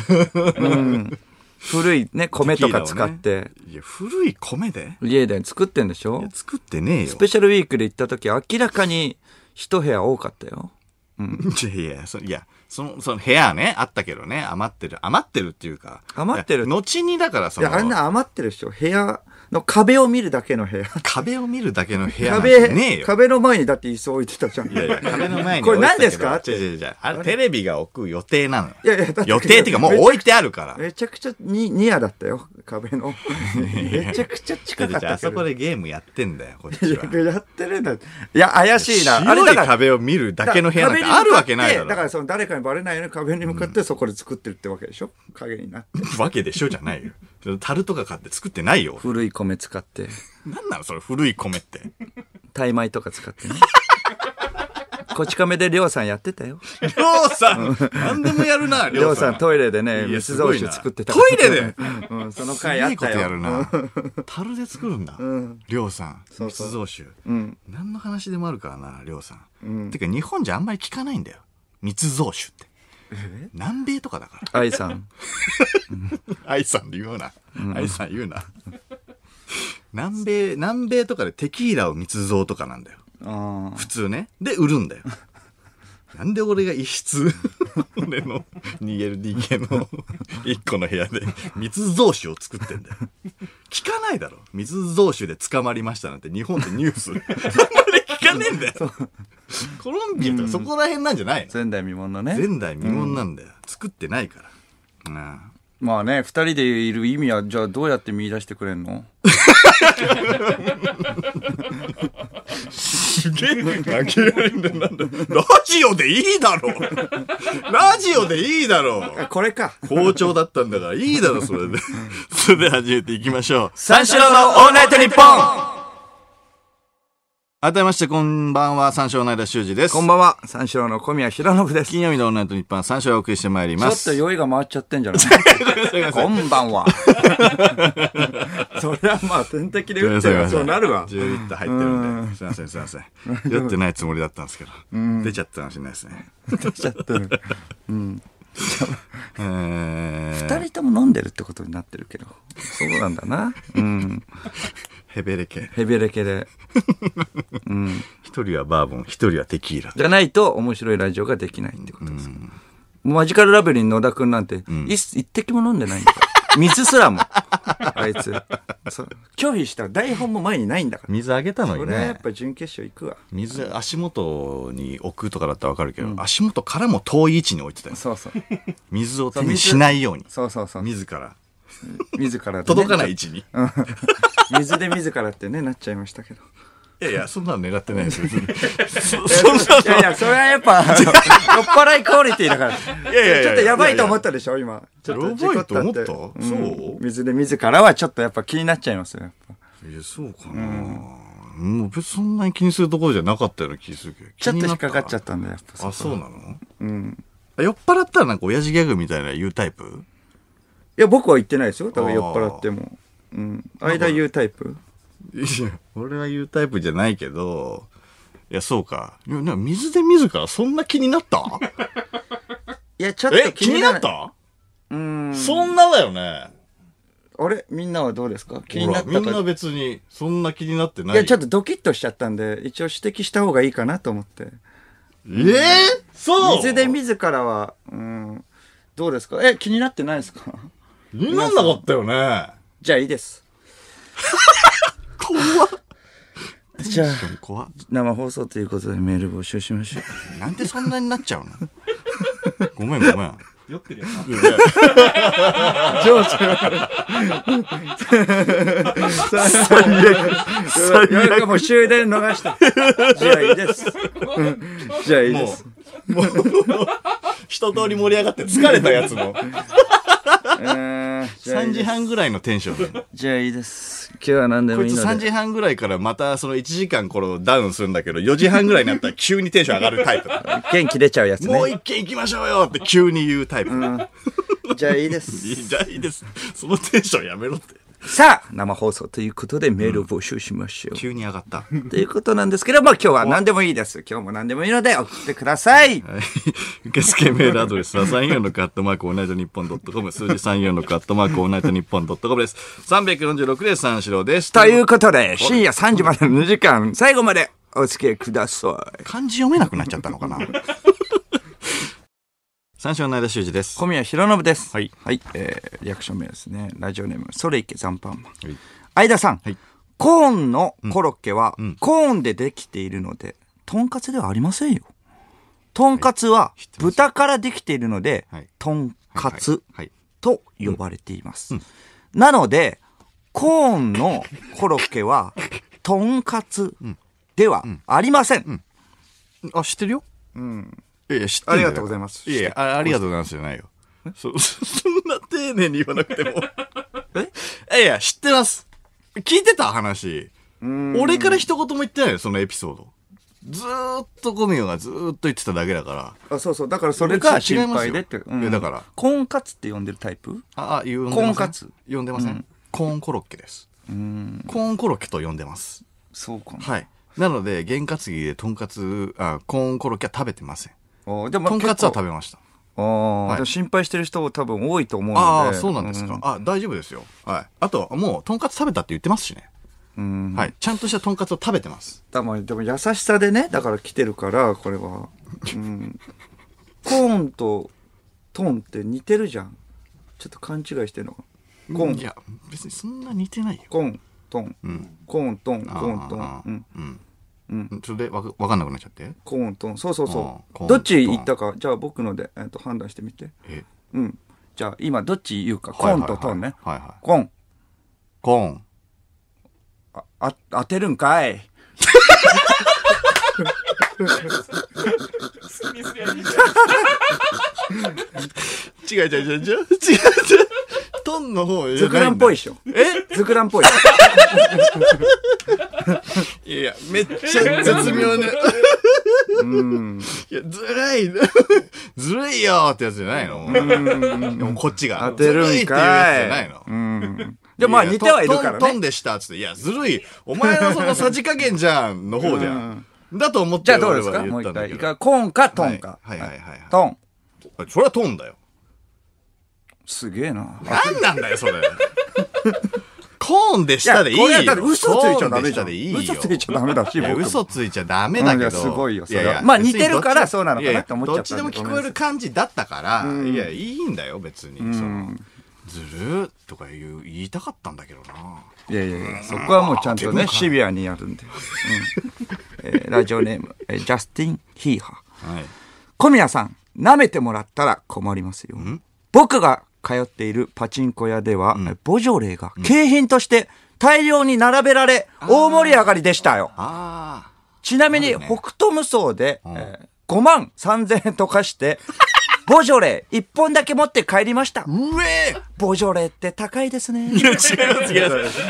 Speaker 2: うん。古いね、米とか使って、
Speaker 1: いや古い米で
Speaker 2: 家で作ってんでしょ
Speaker 1: いや作ってねえよ
Speaker 2: スペシャルウィークで行った時、明らかに一部屋多かったよ。
Speaker 1: いやいや、そいやその、その部屋ね、あったけどね、余ってる。余ってるっていうか。
Speaker 2: 余ってる
Speaker 1: いや後にだからそ
Speaker 2: いや、
Speaker 1: の、
Speaker 2: あんな余ってるでしょ。部屋の壁を見るだけの部屋。
Speaker 1: 壁を見るだけの部屋なんてねえ
Speaker 2: 壁、
Speaker 1: よ。
Speaker 2: 壁の前にだって椅子置いてたじゃん。い
Speaker 1: いやいや、壁の前に
Speaker 2: これ
Speaker 1: 置いてたけど。
Speaker 2: 何ですかって
Speaker 1: 違う違う違う。あれ、テレビが置く予定なのよ。
Speaker 2: やいや、だって
Speaker 1: 予定っていうかもう置いてあるから。
Speaker 2: めちゃくちゃに、ニアだったよ。壁の。めちゃくちゃ
Speaker 1: 違う
Speaker 2: 近かっ
Speaker 1: 違うあ
Speaker 2: たけ
Speaker 1: そこ
Speaker 2: ど。
Speaker 1: でゲームやってんだよ、こっ
Speaker 2: い
Speaker 1: ちは。
Speaker 2: ややってるんだ。いや、怪しいな。あれ
Speaker 1: 白
Speaker 2: だ
Speaker 1: い
Speaker 2: から。
Speaker 1: 壁を見るだけの部屋なんて
Speaker 2: 壁に向か
Speaker 1: あ
Speaker 2: って
Speaker 1: るわけないだろ。
Speaker 2: だからその誰かにバレないように壁に向かってそこで作ってるってわけでしょ影になって。
Speaker 1: わけでしょじゃないよ。樽とか買って作ってないよ。
Speaker 2: 古い米使って。
Speaker 1: なんなのそれ古い米って。
Speaker 2: タイ米とか使ってね。こち亀でりょうさんやってたよ。
Speaker 1: りょうさん、何でもやる な、り
Speaker 2: りょ
Speaker 1: ょう
Speaker 2: うさ
Speaker 1: さ
Speaker 2: ん
Speaker 1: ん。
Speaker 2: トイレでね、
Speaker 1: いや
Speaker 2: ミス
Speaker 1: す
Speaker 2: ゾ
Speaker 1: ご
Speaker 2: ウ
Speaker 1: いな
Speaker 2: 酒作ってた。
Speaker 1: トイレ で
Speaker 2: うんうん、その
Speaker 1: すげ
Speaker 2: 回あ
Speaker 1: え
Speaker 2: っ
Speaker 1: こ
Speaker 2: た
Speaker 1: とやる
Speaker 2: よ。
Speaker 1: な。 樽で作るんだ。りょうさん、
Speaker 2: う
Speaker 1: 密
Speaker 2: そう
Speaker 1: 造酒。
Speaker 2: うん。
Speaker 1: 何の話でもあるからな、りょうさん。てか日本じゃあんまり聞かないんだよ。密造酒って。南米とかだから。
Speaker 2: 愛さん。
Speaker 1: 愛さんで言うな。愛さん言うな。南米、南米とかでテキーラを密造とかなんだよ。
Speaker 2: あ
Speaker 1: 普通ね。で、売るんだ よ。なんで俺が一室、 俺の 2LDK の一個の部屋で密造酒を作ってんだよ。聞かないだろ。密造酒で捕まりましたなんて日本でニュース。あんまり聞かねえんだよ。コロンビアとかそこら辺なんじゃない
Speaker 2: ー
Speaker 1: の
Speaker 2: 前代未聞のね。
Speaker 1: 前代未聞なんだよ。作ってないから。な あ
Speaker 2: まあね、二人でいる意味は、じゃあどうやって見出してくれんの
Speaker 1: すげえ投げられるんだよなんだ。ラジオでいいだろラジオでいいだろ
Speaker 2: これか。
Speaker 1: 好調だったんだから、いいだ ろ、それで。それでは始めていきましょう。
Speaker 2: 三四郎のオールナイトニッポン
Speaker 1: 改めまして、こんばんは、三照の間修二です。
Speaker 2: こんばんは、三四郎の小宮浩信です。ち
Speaker 1: 金曜日のオンライト日本三照をお送りしてまいり
Speaker 2: ょ
Speaker 1: ま
Speaker 2: っ
Speaker 1: す。
Speaker 2: と酔いが回っちゃって んじゃない こんばんは。 そりゃまあ、点滴で打ってるそうなるわ。
Speaker 1: 10リットル入ってるんで。すいません、すいません。酔ってないつもりだったんですけど。出ちゃったかもしれないですね。
Speaker 2: 出ちゃってる。
Speaker 1: えー
Speaker 2: 二人とも飲んでるってことになってるけど。そうなんだな。うん。
Speaker 1: ヘベレケ。
Speaker 2: ヘベレケで。
Speaker 1: 一人はバーボン、一人はテキーラ。
Speaker 2: じゃないと面白いラジオができないってことです。マジカルラブリン野田くんなんて、いっ一滴も飲んでないんだよ。水すら も。あいつ。そう拒否したら台本も前にないんだから。
Speaker 1: 水あげたの
Speaker 2: こ
Speaker 1: に
Speaker 2: れはや
Speaker 1: ね
Speaker 2: っ。ぱ準決勝行くわ。
Speaker 1: 水足元に置くとかだったらわかるけど、足元からも遠い位置に置いてたよ
Speaker 2: そうそう。
Speaker 1: 水を手にしないように
Speaker 2: そうそうそう。
Speaker 1: 自ら
Speaker 2: 自ら、ね、
Speaker 1: 届か ない位。置に、
Speaker 2: 水で自らってね、なっちゃいましたけど。
Speaker 1: いやいやそんなの狙ってない ですよそ
Speaker 2: いやいや、それはやっぱ、あの酔っ払いクオリティだから。
Speaker 1: いやいやいや
Speaker 2: ちょっとやばいと思ったでしょ、今。ちょっと事故た
Speaker 1: やばいと思った
Speaker 2: ん
Speaker 1: そう
Speaker 2: 水で自らはちょっとやっぱ気になっちゃいますよ、やっぱ
Speaker 1: いやそうかな、もう別にそんなに気にするところじゃなかったような気するけど
Speaker 2: ちょっと
Speaker 1: 気に
Speaker 2: 引
Speaker 1: な
Speaker 2: っかかっちゃったんだよ、やっぱ
Speaker 1: あ
Speaker 2: そこ
Speaker 1: そうなの
Speaker 2: うん。
Speaker 1: 酔っ払ったらなんか親父ギャグみたいな言うタイプ
Speaker 2: いや、僕は言ってないですよ、多分
Speaker 1: あー
Speaker 2: 酔っ払っても。うん。間言うタイプ
Speaker 1: いや俺は言うタイプじゃないけどいやそうかいやなんか水で自らそんな気になった
Speaker 2: いや、ちょっ
Speaker 1: え
Speaker 2: と
Speaker 1: 気になった
Speaker 2: うん。
Speaker 1: そんなだよね。
Speaker 2: あれみんなはどうですか気
Speaker 1: 気
Speaker 2: に
Speaker 1: にな
Speaker 2: なっ
Speaker 1: み
Speaker 2: た
Speaker 1: んな
Speaker 2: か。
Speaker 1: 別に、そんな気になってない
Speaker 2: い
Speaker 1: よ。
Speaker 2: や、ちょっとドキッとしちゃったんで、一応指摘した方がいいかなと思って。
Speaker 1: えー、そう
Speaker 2: 水で自らは、うん。どうですかえ、気になってないですか
Speaker 1: 気になんなかったよね。
Speaker 2: じゃあいいです。
Speaker 1: 怖っ。
Speaker 2: じゃあ、
Speaker 1: 怖っ。
Speaker 2: 生放送ということでメール募集しましょう。
Speaker 1: なんでそんなになっちゃうの ごめんごめん。
Speaker 3: 酔ってるやつない
Speaker 1: や
Speaker 2: 上手。最悪。最悪。もう終電逃した。じゃあいいです。じゃあいいで
Speaker 1: も
Speaker 2: す。
Speaker 1: う、もう、一通り盛り上がって疲れたやつ の。
Speaker 2: えーじゃあい
Speaker 1: 3
Speaker 2: い
Speaker 1: 時
Speaker 2: です
Speaker 1: 半ぐらいのテンションで。
Speaker 2: じゃあいいです。今日は何で
Speaker 1: こ
Speaker 2: も
Speaker 1: い
Speaker 2: いい
Speaker 1: つ
Speaker 2: の
Speaker 1: 3
Speaker 2: で。
Speaker 1: 時半ぐらいからまたその1時間これダウンするんだけど、4時半ぐらいになったら急にテンション上がるタイプだ。
Speaker 2: 元気出ちゃうやつ
Speaker 1: もう
Speaker 2: ね。
Speaker 1: 一軒行きましょうよって急に言うタイプ。
Speaker 2: じゃあいいで
Speaker 1: いい
Speaker 2: す。
Speaker 1: じゃあいいです。そのテンションやめろって。
Speaker 2: さあ、生放送ということでメールを募集しましょ
Speaker 1: 急に上がった。
Speaker 2: う。ということなんですけども、今日は何でもいいです。今日も何でもいいので送ってください。
Speaker 1: はい受付メールアドレスは34のカットマークオールナイトニッポンドットコム数字34のカットマークオールナイトニッポンドットコムです346で三四郎です
Speaker 2: ということで、深夜3時までの2時間、最後までお付き合いください。
Speaker 1: 漢字読めなくなっちゃったのかな 三四郎の間修二です
Speaker 2: 小宮浩信です。
Speaker 1: はい。
Speaker 2: えー、リアクション名ですね。ラジオネーム、それいけ残飯マン。
Speaker 1: い
Speaker 2: 相田さん、
Speaker 1: はい
Speaker 2: コーンのコロッケは、
Speaker 1: ん
Speaker 2: コーンでできているので、とんかつではありませんよ。とんかつは
Speaker 1: って、ます
Speaker 2: 豚からできているので、
Speaker 1: はい
Speaker 2: とんかつ
Speaker 1: はい
Speaker 2: と呼ばれています。なので、コーンのコロッケ は、とんかつではありません。
Speaker 1: あ知ってるようんいやいや知って
Speaker 2: ありがとうござい
Speaker 1: ま
Speaker 2: ます。
Speaker 1: いやいやあありがとうございますじゃないよそ そそんな 丁寧に言わなくても
Speaker 2: え
Speaker 1: いやいや知ってます聞いてた話俺から一言も言ってないよ、そのエピソード。ずーっと小宮がずーっと言ってただけだから。
Speaker 2: あそうそうだからそれが
Speaker 1: 違い
Speaker 2: 心
Speaker 1: ますよ
Speaker 2: 配でって、
Speaker 1: いやだから
Speaker 2: 婚活って呼んでるタイプ
Speaker 1: あ、あ、言う
Speaker 2: コーンカツ
Speaker 1: 呼んでません。コーンコロッケです。
Speaker 2: うん
Speaker 1: コーンコロッケと呼んでます。
Speaker 2: そうかな、
Speaker 1: はい。なので、験担ぎでとんかつ、あ、コーンコロッケは食べてません。
Speaker 2: おでも
Speaker 1: とんかつは
Speaker 2: 結構
Speaker 1: 食べました。
Speaker 2: あー
Speaker 1: はい
Speaker 2: でも心配してる人多分多いと思うので
Speaker 1: ああ、そうなんですか。あ、大丈夫ですよ。はい。あと、もう、とんかつ食べたって言ってますしね。
Speaker 2: うん、
Speaker 1: はい。ちゃんとしたとんかつを食べてます。
Speaker 2: でもでも優しさでねだから来てるからこれは、うん、コーンとトンって似てるじゃんちょっと勘違いしてるのかなコーン
Speaker 1: いや、別にそんな似てないよ。
Speaker 2: コーントン、
Speaker 1: ん
Speaker 2: コーントンコ
Speaker 1: あー
Speaker 2: ーントン、うん、
Speaker 1: うん。
Speaker 2: う
Speaker 1: うん。それで、わかわかんなくなっちゃって。
Speaker 2: コーントンそうそうそ
Speaker 1: あーコーントン
Speaker 2: うどっち行ったかじゃあ僕ので、えっと判断してみて
Speaker 1: え、
Speaker 2: うんじゃあ今どっち言うかコ
Speaker 1: はいはい
Speaker 2: ーン
Speaker 1: はい
Speaker 2: とトンね、
Speaker 1: はいはい。
Speaker 2: コーン
Speaker 1: コーン。
Speaker 2: ああ当てるんかい
Speaker 3: 好きにすりゃいいじ
Speaker 1: 違う違う違う違う。違う違う。トンの方
Speaker 2: ズクランっぽいっしょ
Speaker 1: え
Speaker 2: ズクランっぽい
Speaker 1: いやいや、めっちゃ絶妙な。
Speaker 2: うん
Speaker 1: いや、ずるい、ずるいよーってやつじゃないのでもこっちが。
Speaker 2: 当てるん
Speaker 1: ずるいっていうやつじ
Speaker 2: か
Speaker 1: ゃ
Speaker 2: い
Speaker 1: ないの
Speaker 2: うんでもまあ似てはいるから
Speaker 1: トントン
Speaker 2: ね
Speaker 1: でしたっつって、いや、ずるい。お前のそのさじ加減じゃんの方じゃん。だと思って
Speaker 2: じゃあどうですか
Speaker 1: 俺
Speaker 2: も
Speaker 1: は
Speaker 2: う
Speaker 1: 言った
Speaker 2: 一
Speaker 1: んだ
Speaker 2: 回
Speaker 1: け
Speaker 2: い
Speaker 1: ど
Speaker 2: かコーンかトンか
Speaker 1: はいはいはいはいはい
Speaker 2: トン
Speaker 1: それはトンだよ。
Speaker 2: すげえな
Speaker 1: なんなんだよ、そ れ。コーンでしたでいいよ。
Speaker 2: これはだって嘘ついちゃダメじゃ
Speaker 1: コーンでした
Speaker 2: ん
Speaker 1: でいいよ。
Speaker 2: 嘘ついちゃダメだし
Speaker 1: いや
Speaker 2: 僕も
Speaker 1: 嘘ついちゃダメだけど。
Speaker 2: うんいやすごいよそれはい
Speaker 1: やや
Speaker 2: まあ似
Speaker 1: 別に
Speaker 2: てるか
Speaker 1: ど
Speaker 2: ら
Speaker 1: っち
Speaker 2: そうなのかなって思っちゃったん
Speaker 1: いやいやどっ
Speaker 2: で
Speaker 1: ちでも聞こえる感じだったから、いや、いいんだよ、別に。そのずるっとか言う、言いたかったんだけどな。
Speaker 2: いやいやいやそこはもうちゃんとねシビアにやるんで、うんえーラジオネームえージャスティン・ヒーハー
Speaker 1: はい。
Speaker 2: 小宮さん、舐めてもらったら困りますよ。僕が通っているパチンコ屋では、ボジョレーが景品として大量に並べられ、大盛り上がりでしたよ。
Speaker 1: あ
Speaker 2: ちなみに、
Speaker 1: あるね
Speaker 2: 北斗無双で、
Speaker 1: ん
Speaker 2: えー5万3000円溶かして、 ボジョレー1本だけ持って帰りました
Speaker 1: あ。。うえ
Speaker 2: ボジョレーって高いですね。
Speaker 1: いや、違います、違い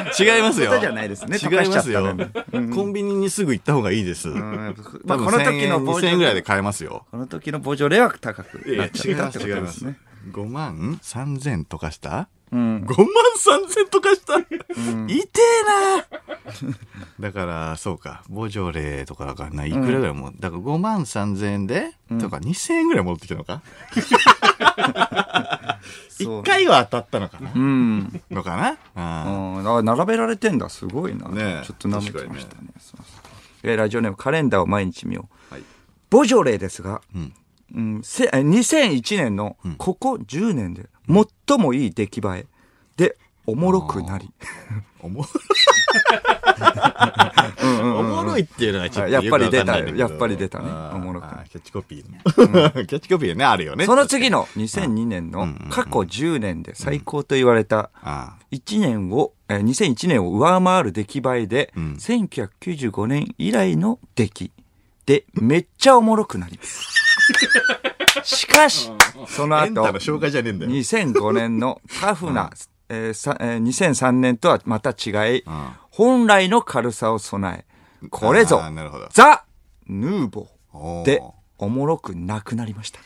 Speaker 1: ます。違いますよ。
Speaker 2: そうじゃないですね
Speaker 1: 違いますよ
Speaker 2: 溶かしちゃっ。
Speaker 1: コンビニにすぐ行った方がいいです。
Speaker 2: ま
Speaker 1: ま
Speaker 2: あ
Speaker 1: あ、
Speaker 2: こ
Speaker 1: この
Speaker 2: の時
Speaker 1: 時
Speaker 2: の
Speaker 1: の
Speaker 2: ボジ
Speaker 1: 5000円ぐらい
Speaker 2: ョレ
Speaker 1: で
Speaker 2: ー。
Speaker 1: 買えますよ。
Speaker 2: この時のボジョレーは高く
Speaker 1: いや
Speaker 2: なっちゃったってことですね。。
Speaker 1: 5万3000とかした
Speaker 2: うん。
Speaker 1: 5万3000とかした、痛えなだから、そうか、ボジョレーとかだからな、いくらぐらいも、だから5万3000円で、とか2000円ぐらい戻ってきたのか
Speaker 2: そう
Speaker 1: 一回は当たったのかな、
Speaker 2: うん。
Speaker 1: のかなあ
Speaker 2: うん、あ並べられてんだすごいな、
Speaker 1: ねえ
Speaker 2: ちょっと舐めてましたねそうそうえーラジオネームカレンダーを毎日見よう、
Speaker 1: はい
Speaker 2: ボジョレーですが、
Speaker 1: ん
Speaker 2: うんせえー2001年のここ10年で最もいい出来栄えでおもろくなり、
Speaker 1: ーおもろい。おもろいっていうのがちょっと
Speaker 2: あやっぱり出た
Speaker 1: よくわかんない
Speaker 2: よ
Speaker 1: んだけど
Speaker 2: やっぱり出たね
Speaker 1: あー
Speaker 2: おもろく
Speaker 1: あーキャッチコピー、 キャッチコピーね、あるよね。
Speaker 2: その次の2002年の過去10年で最高と言われた
Speaker 1: あー
Speaker 2: 1年を、えー2001年を上回る出来栄えで、
Speaker 1: ん
Speaker 2: 1995年以来の出来で、めっちゃおもろくなり ます。しかし、その
Speaker 1: エンタ
Speaker 2: 後、
Speaker 1: の紹介じゃねえんだよ。
Speaker 2: 2005年のタフな、えーさえー2003年とはまた違い、
Speaker 1: ん
Speaker 2: 本来の軽さを備え、これぞ
Speaker 1: あー、なるほど
Speaker 2: ザ・ヌーボーで
Speaker 1: おー、
Speaker 2: おもろくなくなりました。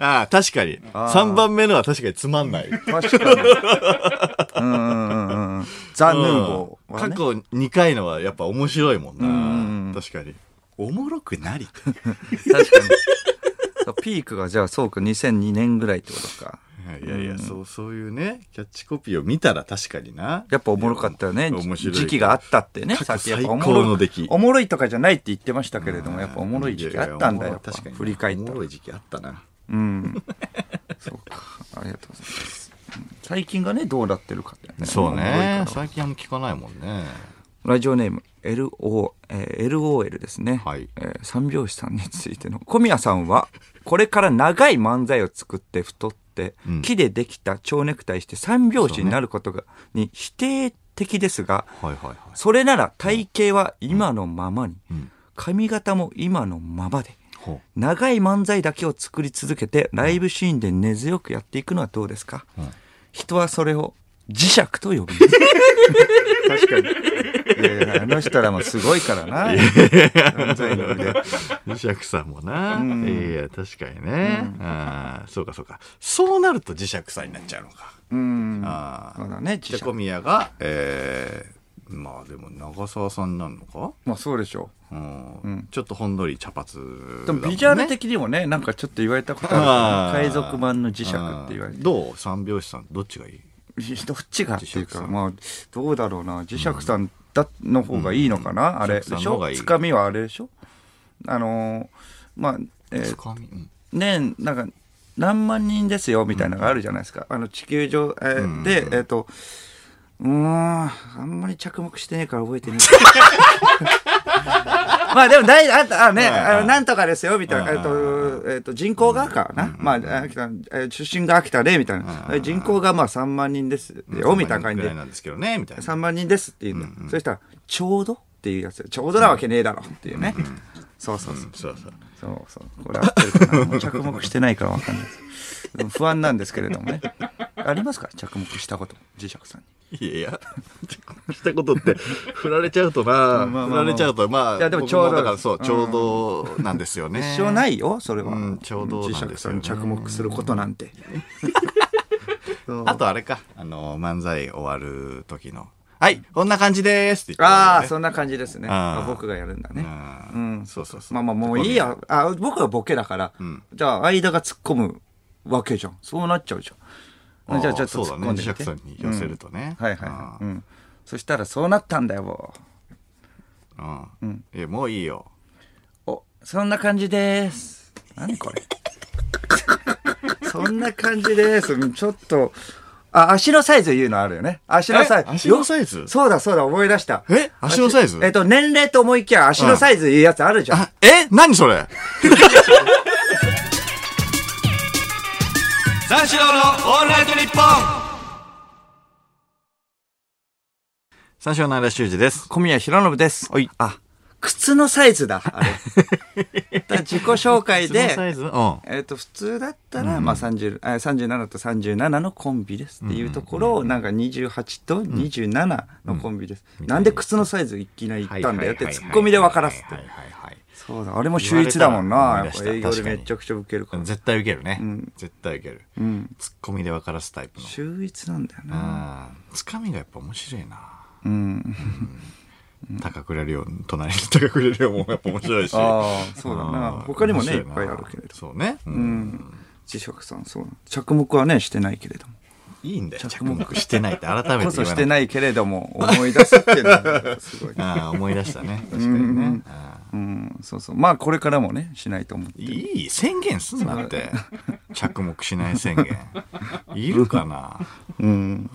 Speaker 1: ああ、確かに。3番目のは確かにつまんない。
Speaker 2: 確かに。 うんうんうんうんザ・ヌーボーは
Speaker 1: 過
Speaker 2: ね。
Speaker 1: 去2回のはやっぱ面白いも
Speaker 2: ん
Speaker 1: んな。確かに。おもろくなり。
Speaker 2: 確かに。そうピークがじゃあそうか2002年ぐらいってことか。
Speaker 1: いやいや、そう、そういうね、キャッチコピーを見たら確かにな。
Speaker 2: やっぱおもろかったよね。
Speaker 1: いや面白い
Speaker 2: 時期があったってね。
Speaker 1: 過去
Speaker 2: さっきやっぱおも
Speaker 1: 最
Speaker 2: ろ
Speaker 1: 高の出
Speaker 2: い
Speaker 1: 来
Speaker 2: おもろいとかじゃないって言ってましたけれども、やっぱおもろい時期あったんだ
Speaker 1: いやい
Speaker 2: よ
Speaker 1: や。確かに。
Speaker 2: 振り返っ
Speaker 1: お
Speaker 2: た
Speaker 1: も
Speaker 2: ら
Speaker 1: ろ。い時期あったな。
Speaker 2: うん。そうか。ありがとうございます。うん最近がね、どうなってるかってね。
Speaker 1: そう
Speaker 2: おもろいから
Speaker 1: ね。最近あんま聞かないもんね。
Speaker 2: ラジオネーム LO、えー LOL ですね、
Speaker 1: はい
Speaker 2: えー三拍子さんについての小宮さんはこれから長い漫才を作って太って、
Speaker 1: うん
Speaker 2: 木でできた蝶ネクタイして三拍子になることが、に否定的ですが
Speaker 1: はいはいはい。
Speaker 2: それなら体型は今のままに、
Speaker 1: うん
Speaker 2: 髪型も今のままで
Speaker 1: ほ
Speaker 2: 長い漫才だけを作り続けてライブシーンで根強くやっていくのはどうですか、
Speaker 1: うん
Speaker 2: 人はそれを磁石と呼ぶ。 確かに。いやいや、あの人らもすごいからな。漫才の腕
Speaker 1: 磁石さんもな。いや、確かにね。ああ、そうかそうか。そうなると磁石さんになっちゃうのか。
Speaker 2: うん。
Speaker 1: あ
Speaker 2: そ
Speaker 1: あ
Speaker 2: う。だね、磁
Speaker 1: じゃあ
Speaker 2: 石。
Speaker 1: 小宮が、えー、まあでも長澤さんなのか、
Speaker 2: まあそうでしょ
Speaker 1: うん
Speaker 2: うん
Speaker 1: ちょっとほんのり茶髪だ
Speaker 2: う。で
Speaker 1: もん
Speaker 2: も
Speaker 1: ね
Speaker 2: ビジュアル的にもね、なんかちょっと言われたことあ
Speaker 1: あー
Speaker 2: る。海賊版の磁石って言われて。
Speaker 1: どう三拍子さんどっちがいい
Speaker 2: どっちがっていう
Speaker 1: 磁石
Speaker 2: か、
Speaker 1: さん
Speaker 2: まあ、どうだろうな。磁石さんだの方がいいのかな、
Speaker 1: ん
Speaker 2: あれ
Speaker 1: 磁石さ
Speaker 2: で
Speaker 1: ん
Speaker 2: し
Speaker 1: の方
Speaker 2: ょ
Speaker 1: がいい
Speaker 2: つかみはあれでしょあのーまあ、えー
Speaker 1: つかみうん
Speaker 2: ね、なんか、何万人ですよ、みたいなのがあるじゃないですか。あの、地球上、えー
Speaker 1: うん
Speaker 2: で、えっ、と、うーん、あんまり着目してねえから覚え てねえ。まあでも大、ああね、
Speaker 1: うんうん
Speaker 2: あのなんとかですよ、みたいな。え
Speaker 1: う
Speaker 2: っ、
Speaker 1: ん
Speaker 2: と、えっ、と、人口がかな。まあ、秋田、えー出身が秋田で、みたいな。
Speaker 1: うんうん
Speaker 2: 人口がまあ3万人ですよ、みたいな感じ
Speaker 1: ぐ
Speaker 2: で
Speaker 1: らい。なんですけどねみたいな
Speaker 2: 3万人ですって言うんだ。そしたら、ちょうどっていうやつ。ちょうどなわけねえだろっていうね。そうそうそう。
Speaker 1: うんそうそう
Speaker 2: そうそう。これ合ってるかな。もう着目してないからわかんない です。でも不安なんですけれどもね。ありますか着目したこと。磁石さんに。
Speaker 1: いやいや、したことって、振られちゃうとな、
Speaker 2: まあまあ
Speaker 1: 振
Speaker 2: まあ
Speaker 1: られちゃうと、まあ、
Speaker 2: いやでもちょうど
Speaker 1: 僕だからそう、
Speaker 2: うん
Speaker 1: ちょうどなんですよね。
Speaker 2: 一生ないよ、それは。
Speaker 1: うんちょうどなんですよ
Speaker 2: 磁
Speaker 1: ね
Speaker 2: 石さんに着目することなんて。そう
Speaker 1: あとあれか、あの、漫才終わる時の、はい、こんな感じですって言って、
Speaker 2: ああ、そ
Speaker 1: うん
Speaker 2: な感じですね。
Speaker 1: あー
Speaker 2: 僕がやるんだね。
Speaker 1: ん。
Speaker 2: うん
Speaker 1: そうそうそう。
Speaker 2: まあまあもういいや。あ、僕はボケだから。じゃあ、間が突っ込むわけじゃん。そうなっちゃうじゃ
Speaker 1: あー。
Speaker 2: ん。じゃあ、ちょっと突
Speaker 1: そ
Speaker 2: っ
Speaker 1: うだ
Speaker 2: 込
Speaker 1: ね、
Speaker 2: んで
Speaker 1: 磁
Speaker 2: み
Speaker 1: 石
Speaker 2: て。
Speaker 1: さんに寄せるとね。
Speaker 2: はいはい
Speaker 1: あ
Speaker 2: はい。うん。そしたら、そうなったんだよ、もう。
Speaker 1: ーうん。いや、もういいよ。
Speaker 2: お、そんな感じです。何これ。 そんな感じです。うんちょっと、あ、足のサイズ言うのあるよね。足のサイズ。
Speaker 1: え足のサイズ
Speaker 2: よそうだそうだ、思い出した。
Speaker 1: え足のサイズ
Speaker 2: えっと、年齢と思いきや足のサイズ言うやつあるじゃん。
Speaker 1: あ、え何それ三四郎のオールナイトニッポン三四郎の間修二です。
Speaker 2: 小宮弘信です。
Speaker 1: はい
Speaker 2: あ、靴のサイズだ、あ れ。だから自己紹介
Speaker 1: そのサ
Speaker 2: で、
Speaker 1: イズうん。
Speaker 2: えっと、普通だったら、まあ、30、あ37と37のコンビですっていうところを、なんか28と27のコンビです。なんで靴のサイズいきなり言ったんだよって、ツッコミで分からすって
Speaker 1: はい。はいはい
Speaker 2: そうだ、あれも秀逸だもんな。
Speaker 1: 言わ
Speaker 2: や
Speaker 1: れ
Speaker 2: ったぱ
Speaker 1: ら
Speaker 2: 営
Speaker 1: 思い出
Speaker 2: 業で
Speaker 1: した
Speaker 2: めちゃくちゃウケるか
Speaker 1: はい。
Speaker 2: ら。
Speaker 1: 絶対受けるね。絶対受ける。ツッコミで分からすタイプの。
Speaker 2: 秀逸なんだよ
Speaker 1: う
Speaker 2: な。
Speaker 1: ん。つかみがやっぱ面白いな。
Speaker 2: うん。
Speaker 1: 高くれるよ、隣に高くれるよもやっぱ面白いし。
Speaker 2: ああ、そうだな。
Speaker 1: うん
Speaker 2: 他にもね、い
Speaker 1: 面
Speaker 2: っ
Speaker 1: 白
Speaker 2: ぱい
Speaker 1: な
Speaker 2: あるけれど。
Speaker 1: そうね。う。
Speaker 2: うんん。磁石さん、そう。着目はね、してないけれども。
Speaker 1: いいんだよ。着
Speaker 2: 着目
Speaker 1: 目してないって改めて言わ
Speaker 2: こ
Speaker 1: な
Speaker 2: そ
Speaker 1: く
Speaker 2: してないけれども、思い出すっていうのは、す ごい。
Speaker 1: ああ、思い出したね。確かにね。ああ
Speaker 2: うん、そうそう。まあ、これからもね、しないと思って。
Speaker 1: いい宣言すんなって。着目しない宣言。いるかな
Speaker 2: うん。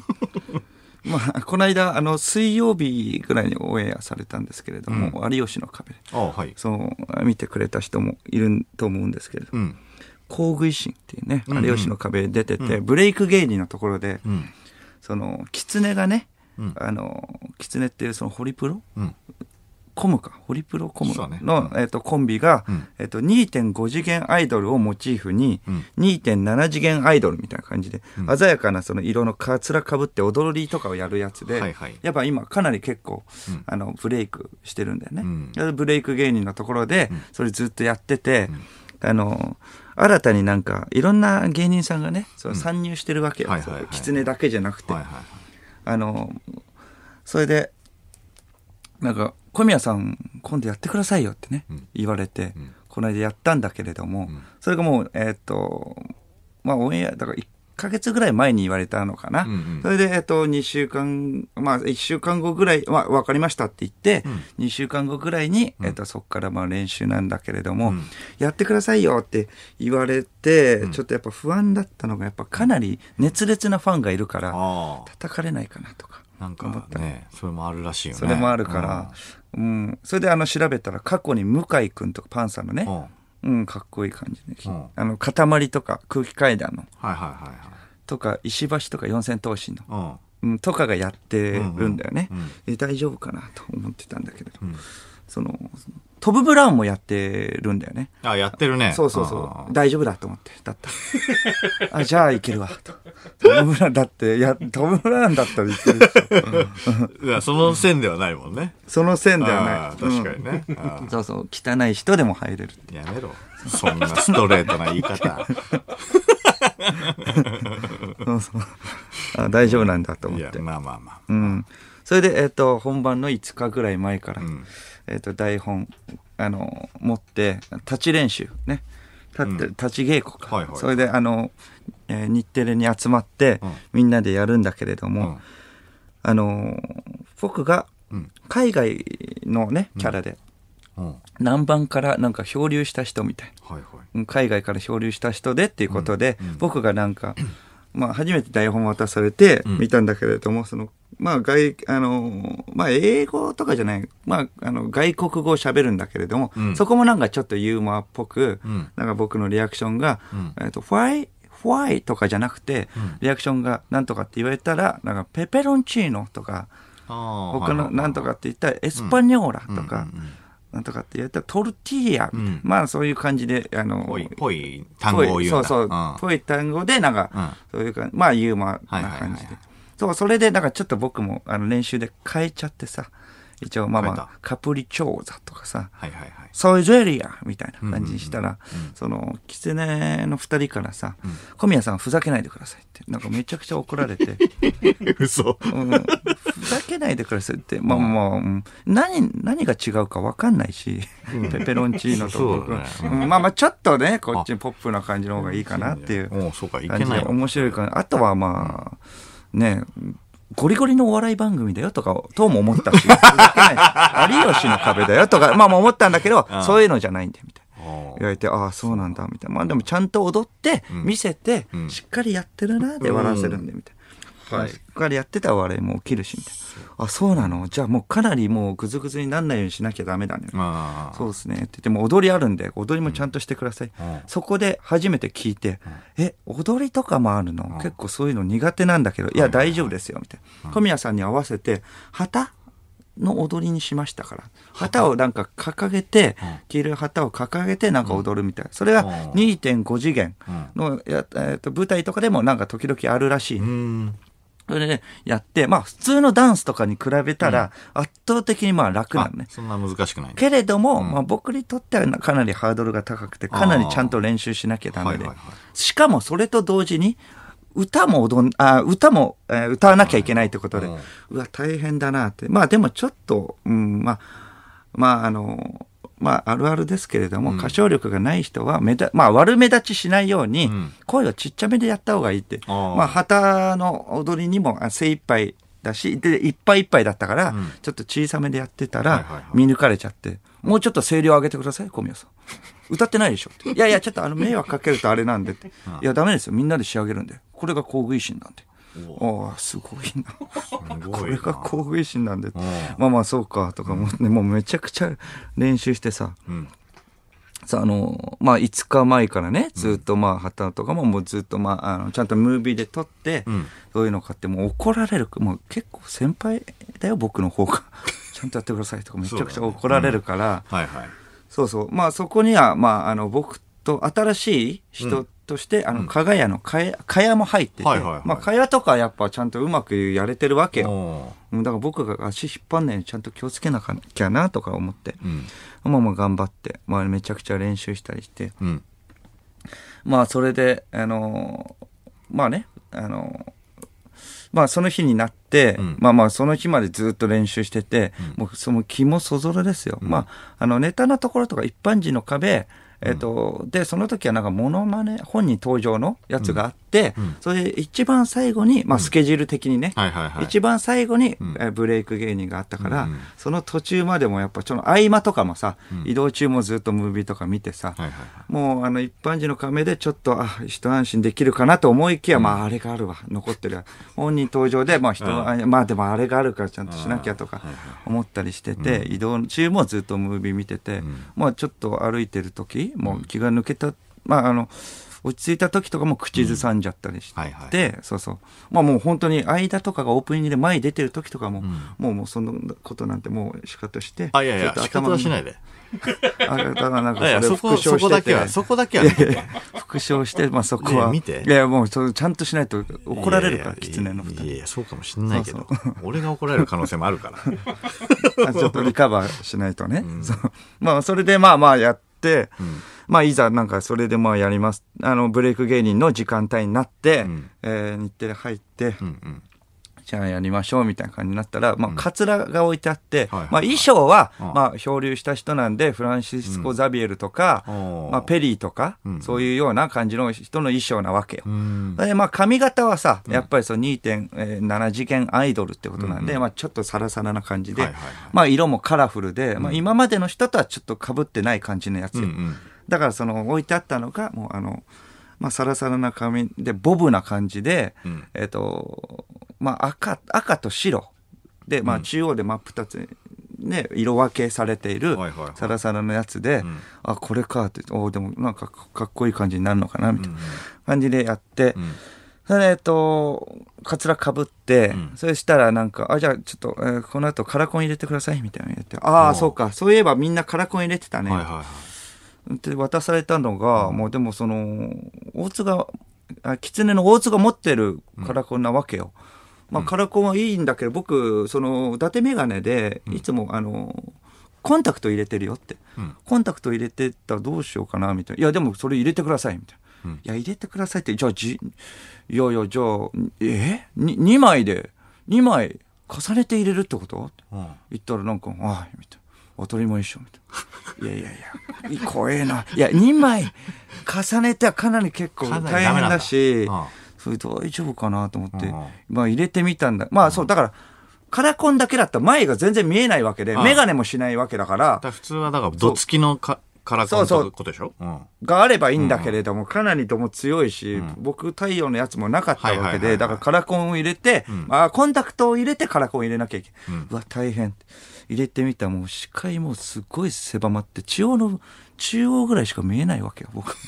Speaker 2: まあ、この間、あの、水曜日ぐらいにオンエアされたんですけれども、有吉の壁。
Speaker 1: ああはい。
Speaker 2: その、見てくれた人もいると思うんですけれども
Speaker 1: うん。
Speaker 2: 工具維新っていうね、
Speaker 1: うんうん
Speaker 2: 有吉の壁に出てて、ブレイク芸人のところで、
Speaker 1: うん。
Speaker 2: その、狐がね、
Speaker 1: うん
Speaker 2: あの、狐っていうそのホリプロ
Speaker 1: うん。
Speaker 2: コムか、ホリプロコム
Speaker 1: そうね
Speaker 2: の、えっとコンビが、
Speaker 1: うん
Speaker 2: えっと2.5次元アイドルをモチーフに、
Speaker 1: うん
Speaker 2: 2.7次元アイドルみたいな感じで、
Speaker 1: うん
Speaker 2: 鮮やかなその色のかつらかぶって踊りとかをやるやつで、
Speaker 1: はいはい
Speaker 2: やっぱ今かなり結構、
Speaker 1: うん
Speaker 2: あのブレイクしてるんだよね、
Speaker 1: うん
Speaker 2: でブレイク芸人のところで、
Speaker 1: うん
Speaker 2: それずっとやってて、あの新たになんかいろんな芸人さんがねその参入してるわけよ、
Speaker 1: はいはいはい
Speaker 2: 狐だけじゃなくて、
Speaker 1: はいはいはい。
Speaker 2: あの、それで、なんか、小宮さん、今度やってくださいよってね、
Speaker 1: うん
Speaker 2: 言われて、
Speaker 1: うん
Speaker 2: この間やったんだけれども、
Speaker 1: うん
Speaker 2: それがもう、えーっと、まあ、オンエア、だから1ヶ月ぐらい前に言われたのかな。
Speaker 1: うんうん
Speaker 2: それで、えーっと、2週間、まあ、1週間後ぐらい、まあ、わかりましたって言って、2週間後ぐらいに、えーっと、そこからまあ練習なんだけれども、
Speaker 1: うん
Speaker 2: やってくださいよって言われて、ちょっとやっぱ不安だったのが、やっぱかなり熱烈なファンがいるから、
Speaker 1: ああ。
Speaker 2: 叩かれないかなとか。
Speaker 1: なんかね、それもあるらしいよね。
Speaker 2: それもあるから、うん、それであの調べたら過去に向井くんとかパンさんの
Speaker 1: うん。うん
Speaker 2: ね、
Speaker 1: はい
Speaker 2: うん、かっこいい感じで、
Speaker 1: うん
Speaker 2: あの、塊とか空気階段の、
Speaker 1: はいはい
Speaker 2: とか石橋とか四千頭身の、
Speaker 1: は
Speaker 2: うん、とかがやってるんだよね。
Speaker 1: うんうん
Speaker 2: で大丈夫かなと思ってたんだけれど、
Speaker 1: い。うん。うん。
Speaker 2: その、トム・ブラウンもやってるんだよね。
Speaker 1: あ、やってるね。
Speaker 2: そうそう
Speaker 1: あ
Speaker 2: そう。
Speaker 1: ー
Speaker 2: 大丈夫だと思って。だったら。あ、じゃあいけるわ。とトム・ブラウンだって、いや、トム・ブラウンだったらいけるでしょ。
Speaker 1: いやその線ではないもんね。
Speaker 2: その線 で
Speaker 1: あ
Speaker 2: は
Speaker 1: ー
Speaker 2: ない。
Speaker 1: 確かにね。あ
Speaker 2: うん。そうそう。汚い人でも入れる。
Speaker 1: ーやめろ。そんなストレートな言い 方。
Speaker 2: そうそう。あ大丈夫なんだと思
Speaker 1: い
Speaker 2: っ
Speaker 1: や、
Speaker 2: て。
Speaker 1: まあまあま
Speaker 2: うん。それで、えっ、と、本番の5日ぐらい前から、
Speaker 1: ん
Speaker 2: えっ、と、台本、あの、持って、立ち練習、ね。立って、立ち稽古か。
Speaker 1: はいはい
Speaker 2: それで、あの、えー日テレに集まって、
Speaker 1: うん
Speaker 2: みんなでやるんだけれど
Speaker 1: あ。
Speaker 2: も、
Speaker 1: うん
Speaker 2: あの、僕が
Speaker 1: うん、
Speaker 2: 海外のね、キャラで、
Speaker 1: うん。
Speaker 2: 南蛮からなんか漂流した人みたい。
Speaker 1: はいはい。
Speaker 2: うん海外から漂流した人でっていうことで、
Speaker 1: うんうん
Speaker 2: 僕がなんか、まあ、初めて台本渡されて
Speaker 1: うん
Speaker 2: 見たんだけれども、その、まあ、外、あの、まあ、英語とかじゃない、まあ、あの、外国語を喋るんだけれども、
Speaker 1: うん
Speaker 2: そこもなんかちょっとユーモアっぽく、
Speaker 1: うん
Speaker 2: なんか僕のリアクションが、
Speaker 1: うん
Speaker 2: えっと、why? why? とかじゃなくて、
Speaker 1: うん
Speaker 2: リアクションがなんとかって言われたら、なんか、ペペロンチーノとか、
Speaker 1: 他
Speaker 2: 他のなんとかって言ったら、エスパニョーラとか、
Speaker 1: うんうんうん
Speaker 2: なんとかって言ったら、トルティーヤ、
Speaker 1: うん
Speaker 2: まあ、そういう感じで、あの、
Speaker 1: ぽい、ぽい単語を言うんだ。
Speaker 2: ぽいそうそう、
Speaker 1: ん
Speaker 2: ぽい単語で、なんか、そういう感じ、まあ、ユーモアな
Speaker 1: はいはいはいはい
Speaker 2: 感じで。そう、それで、なんかちょっと僕も、あの、練習で変えちゃってさ、一応、まあま
Speaker 1: 変え
Speaker 2: あ、カプリチョーザとかさ、
Speaker 1: はいはいはい。
Speaker 2: ソイジェリアみたいな感じにしたら
Speaker 1: うんうんうんう、
Speaker 2: その、キツネの二人からさ、小宮さんふざけないでくださいって、なんかめちゃくちゃ怒られ て、
Speaker 1: 嘘。
Speaker 2: うんふざけないでくださいって、まあまあ、うん何、何が違うか分かんないし、ペペロンチーノと僕は
Speaker 1: そうだね
Speaker 2: うんまあまあ、ちょっとね、こっちポップな感じの方がいいかなっていう
Speaker 1: もうそうか、いけ
Speaker 2: 感じ
Speaker 1: な
Speaker 2: で
Speaker 1: いわ。
Speaker 2: 面白いから、あとはまあ、ね、ゴリゴリのお笑い番組だよとか、とも思ったし、ふ ざけない有吉の壁だよとか、まあまあ思ったんだけど
Speaker 1: うん、
Speaker 2: そういうのじゃないんで、みたいな。
Speaker 1: おー
Speaker 2: 言われて、ああ、そうなんだ、みたいな。まあでもちゃんと踊って、
Speaker 1: ん
Speaker 2: 見せて
Speaker 1: う、ん
Speaker 2: しっかりやってるな、で笑わせるんで、みたいな。
Speaker 1: はい
Speaker 2: しっかりやってたら笑いも起きるし、みたいな。あ、そうなのじゃあもうかなりもうグズグズになんないようにしなきゃダメだね。
Speaker 1: まあ、
Speaker 2: そうですね。って言っても踊りあるんで、踊りもちゃんとしてください。
Speaker 1: うん
Speaker 2: そこで初めて聞いて、え、踊りとかもあるの、結構そういうの苦手なんだけど、いや、大丈夫ですよ、みたいな。小宮さんに合わせて、旗の踊りにしましたから。旗をなんか掲げて、黄色い旗を掲げてなんか踊るみたいな。それ
Speaker 1: うん
Speaker 2: は2.5次元
Speaker 1: うん
Speaker 2: のや、えっと舞台とかでもなんか時々あるらしい。
Speaker 1: うん。
Speaker 2: それでやって、まあ普通のダンスとかに比べたら圧倒的にまあ楽な
Speaker 1: あ
Speaker 2: のね。
Speaker 1: そんな難しくないね。
Speaker 2: けれども、
Speaker 1: ん
Speaker 2: まあ僕にとってはかなりハードルが高くて、かなりちゃんと練習しなきゃダ
Speaker 1: あ
Speaker 2: メで
Speaker 1: ーはいはいは。
Speaker 2: しかもそれと同時に、歌も踊ん、あ歌も、えー歌わなきゃいけないってことで、
Speaker 1: うん
Speaker 2: うわ、大変だなって。まあでもちょっと、うん、まあ、まああの、まああるあるですけれども、歌唱力がない人は目だ、まあ悪目立ちしないように
Speaker 1: ん、
Speaker 2: 声をちっちゃめでやった方がいいって。
Speaker 1: あー
Speaker 2: まあ旗の踊りにもあ精一杯だし、で、いっぱいいっぱいだったから、
Speaker 1: ん
Speaker 2: ちょっと小さめでやってた
Speaker 1: はいはいは
Speaker 2: ら
Speaker 1: い、
Speaker 2: 見抜かれちゃって、もうちょっと声量上げてください、小宮さん。歌ってないでしょって。 いやいや、ちょっとあの、迷惑かけるとあれなんでって。いや、ダメですよ。みんなで仕上げるんで。これが公具維新なんで。ああ、すごいな。
Speaker 1: すご
Speaker 2: こ
Speaker 1: いな
Speaker 2: れが公具維新なんでって
Speaker 1: ん。
Speaker 2: まあまあ、そうか、とか思って、もうめちゃくちゃ練習してさ。
Speaker 1: うん。
Speaker 2: さあの、まあ、5日前からね、ずっとまあ、旗とかももうずっとまあ、あの、ちゃんとムービーで撮って、
Speaker 1: ん
Speaker 2: そういうの買って、もう怒られる。もう結構先輩だよ、僕の方 が。ちゃんとやってくださいとか、めちゃくちゃ怒られるから、
Speaker 1: はいはい。
Speaker 2: そうそう。まあそこには、まああの僕と新しい人として、あの、加賀屋のかや、かやも入ってて、
Speaker 1: はいはいはい
Speaker 2: まあかやとかやっぱちゃんとうまくやれてるわけよ。
Speaker 1: おー
Speaker 2: うんだから僕が足引っ張んないようにちゃんと気をつけなきゃなとか思って、
Speaker 1: うん。
Speaker 2: まあまあ頑張って、まあめちゃくちゃ練習したりして、
Speaker 1: うん。
Speaker 2: まあそれで、あのーまあね、あのーまあその日になって、
Speaker 1: うん
Speaker 2: まあまあその日までずっと練習してて、もうその気もそぞろですよ。まあ、あのネタのところとか一般人の壁、えっ、と、で、その時はなんかモノマネ、本人登場のやつがあって、
Speaker 1: ん
Speaker 2: それで一番最後に、まあスケジュール的にね、
Speaker 1: はいはいはい。
Speaker 2: 一番最後
Speaker 1: ん
Speaker 2: に、えーブレイク芸人があったから、
Speaker 1: うんうん
Speaker 2: その途中までもやっぱ、その合間とかもさ、移動中もずっとムービーとか見てさ、
Speaker 1: はいはいはい。
Speaker 2: もうあの一般人の亀でちょっとあ一安心できるかなと思いきや、まああれがあるわ残ってるわ本人登場で、まあ人あまあでもあれがあるからちゃんとしなきゃとか思ったりしてて、移動中もずっとムービー見てて、
Speaker 1: ん
Speaker 2: まあちょっと歩いてる時もう気が抜けた、まああの落ち着いた時とかも口ずさんじゃったりして、
Speaker 1: うんはいはい
Speaker 2: で、そうそう。まあもう本当に間とかがオープニングで前に出てる時とかも、
Speaker 1: ん
Speaker 2: もうもうそのことなんてもう仕方して。
Speaker 1: あ、いやい
Speaker 2: ちょっ
Speaker 1: や、
Speaker 2: と
Speaker 1: 仕
Speaker 2: 頭
Speaker 1: 方
Speaker 2: の
Speaker 1: はしないで。
Speaker 2: あれだからなんか
Speaker 1: いやいや
Speaker 2: それ
Speaker 1: そこ、
Speaker 2: 復唱
Speaker 1: そこ
Speaker 2: して
Speaker 1: だけ
Speaker 2: て
Speaker 1: は、そこだけは。
Speaker 2: 復唱して、まあそこ
Speaker 1: いや
Speaker 2: は。
Speaker 1: 見て
Speaker 2: いやいやもうそれちゃんとしないと怒られるから、
Speaker 1: いやいや
Speaker 2: 狐の二
Speaker 1: い
Speaker 2: 人。
Speaker 1: やいや、そうかもしんないけど。俺が怒られる可能性もある から。
Speaker 2: あちょっとリカバーしないとね。そうまあそれでまあまあやって、まあいざなんかそれでまあやります。あの、ブレイク芸人の時間帯になって、
Speaker 1: ん
Speaker 2: えー日テレ入って、
Speaker 1: うんうん。
Speaker 2: じゃあやりましょうみたいな感じになったら、まあ、カツラが置いてあって、
Speaker 1: はいはいはい
Speaker 2: まあ、衣装は、
Speaker 1: うん
Speaker 2: まあ、漂流した人なんで、フランシスコ・ザビエルとか、
Speaker 1: うん
Speaker 2: まあ、ペリーとか、
Speaker 1: うん
Speaker 2: そういうような感じの人の衣装なわけよ。
Speaker 1: うん。
Speaker 2: で、まあ、髪型はさ、やっぱりその2.7次元アイドルってことなんで、まあ、ちょっとサラサラな感じで、
Speaker 1: はいはいはい
Speaker 2: まあ、色もカラフルで、まあ、今までの人とはちょっと被ってない感じのやつ
Speaker 1: うん
Speaker 2: よ。
Speaker 1: うん。
Speaker 2: だからその置いてあったのが、もうあの、まあ、サラサラな髪で、ボブな感じで、
Speaker 1: うん
Speaker 2: えっ、と、まあ、赤、赤と白で、まあ、中央で真っ二つにね、色分けされている
Speaker 1: はいはいはい、
Speaker 2: サラサラのやつで、
Speaker 1: ん
Speaker 2: あ、これかって、おでもなんかかっこいい感じになるのかな、みたいな感じでやって、
Speaker 1: うん
Speaker 2: それでえっと、カツラかぶって、
Speaker 1: ん
Speaker 2: それしたらなんか、あ、じゃあちょっと、えーこの後カラコン入れてください、みたいなの言って、あ
Speaker 1: おう
Speaker 2: あ、そうか、そういえばみんなカラコン入れてたね、
Speaker 1: はいはいはい。
Speaker 2: で渡されたのが、もうでもその、大津が、あ狐の大津が持ってるカラコンなわけよ。まあカラコンはいいんだけど、僕、その、伊達メガネで、いつも、あの、コンタクト入れてるよって。
Speaker 1: うん
Speaker 2: コンタクト入れてったらどうしようかな、みたいな。いや、でもそれ入れてください、みたいな。
Speaker 1: うん
Speaker 2: いや、入れてくださいって、じゃあ、じ、いやいや、じゃあ、えに ?2 枚で、2枚重ねて入れるってこと
Speaker 1: うん
Speaker 2: 言ったらなんか、あい、みたいな。当たり前でしょ、みたいな。いやいやいや、怖えな。いや、2枚重ねてはかなり結構
Speaker 1: かなり
Speaker 2: 大
Speaker 1: ダメな
Speaker 2: 変
Speaker 1: んだ
Speaker 2: だし
Speaker 1: うん、
Speaker 2: それ大丈夫かなと思って
Speaker 1: うんうん、
Speaker 2: まあ入れてみたんだ。まあそう、だから、カラコンだけだったら前が全然見えないわけで、
Speaker 1: うん
Speaker 2: メガネもしないわけだから
Speaker 1: だか、ら普通はだから、どつきのかカラコンって
Speaker 2: そうそう
Speaker 1: ことでしょうん。は
Speaker 2: があればいいんだけれども、かなりとも強いし、僕太陽のやつもなかった
Speaker 1: はい
Speaker 2: わ
Speaker 1: はい
Speaker 2: け
Speaker 1: はいはい
Speaker 2: で、だからカラコンを入れて、あーコンタクトを入れてカラコンを入れなきゃいけない。うわ、大変。入れてみたらもう視界もうすごい狭まって、中央の、中央ぐらいしか見えないわけよ、僕。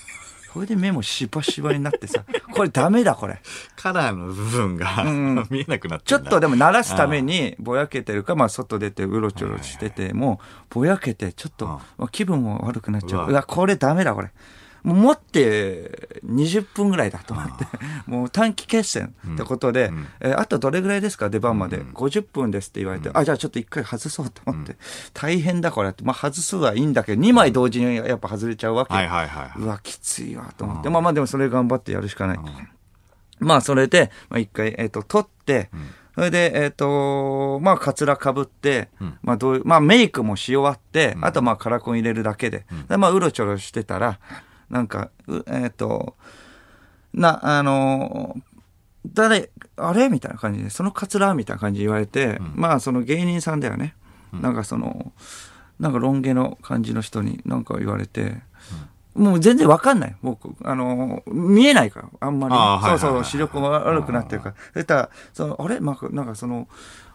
Speaker 2: それで目もしばしばになってさ、これダメだ、これ。
Speaker 1: カラーの部分が 見えなくなっ
Speaker 2: ち
Speaker 1: ち
Speaker 2: ょ
Speaker 1: ゃ
Speaker 2: っとでも慣らすために、ぼやけてるか、まあ外出てうろちょろしてて、もうぼやけて、ちょっと、
Speaker 1: うん
Speaker 2: まあ気分も悪くなっちゃ
Speaker 1: うわ
Speaker 2: う。うわ、これダメだ、これ。もう持って20分ぐらいだと思って、 もう短期決戦ってことで、えーあとどれぐらいですか、出番まで。50分ですって言われて、あ、じゃあちょっと一回外そうと思って、大変だ、これって。まあ外すはいいんだけど、2枚同時にやっぱ外れちゃうわけ。
Speaker 1: はいはいはいはいう
Speaker 2: わ、きついわ、と思って。まあまあでもそれ頑張ってやるしかない。まあそれで、まあ一回、えっ、と、取って、それで、えっ、と、まあ、カツラかぶって、まあ、どういう、まあ、メイクもし終わって、あと、まあ、カラコン入れるだけで、でまあ、うろちょろしてたら、なんか、うえっ、と、な、あのー誰、あれみたいな感じで、そのカツラみたいな感じで言われて、まあ、その芸人さんだよね。なんかその、なんかロン毛の感じの人になんか言われて、もう全然わかんない。僕、あのー見えないから、あんまりね、
Speaker 1: あーはいはいはい
Speaker 2: そうそう、視力も悪くなってるから。そしたら、その、あれなんか、なんかその、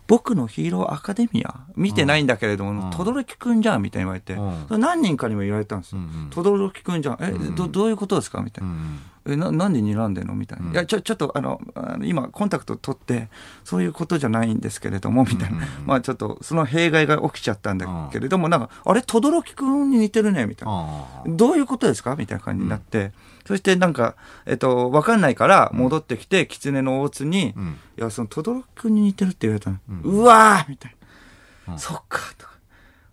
Speaker 2: 僕のヒーローアカデミア見てないんだけれども、轟くんじゃんみたいに言われて、
Speaker 1: うん
Speaker 2: それ何人かにも言われたんですよ
Speaker 1: うんうん。
Speaker 2: 轟くんじゃん。え、ど、どういうことですかみたいな。
Speaker 1: うん
Speaker 2: えななんで睨んでんのみたいな、いやちょちょっとあのあの今コンタクト取ってそういうことじゃないんですけれどもみたいな、まあちょっとその弊害が起きちゃったんだけれども、なんかあれ轟くんに似てるねみたいな、
Speaker 1: あ
Speaker 2: どういうことですかみたいな感じになって、そしてなんか、えっと、わかんないから戻ってきて、狐の大津に、
Speaker 1: ん
Speaker 2: いや、その、轟くんに似てるって言われたの。うわーみたいな。そっか、とか。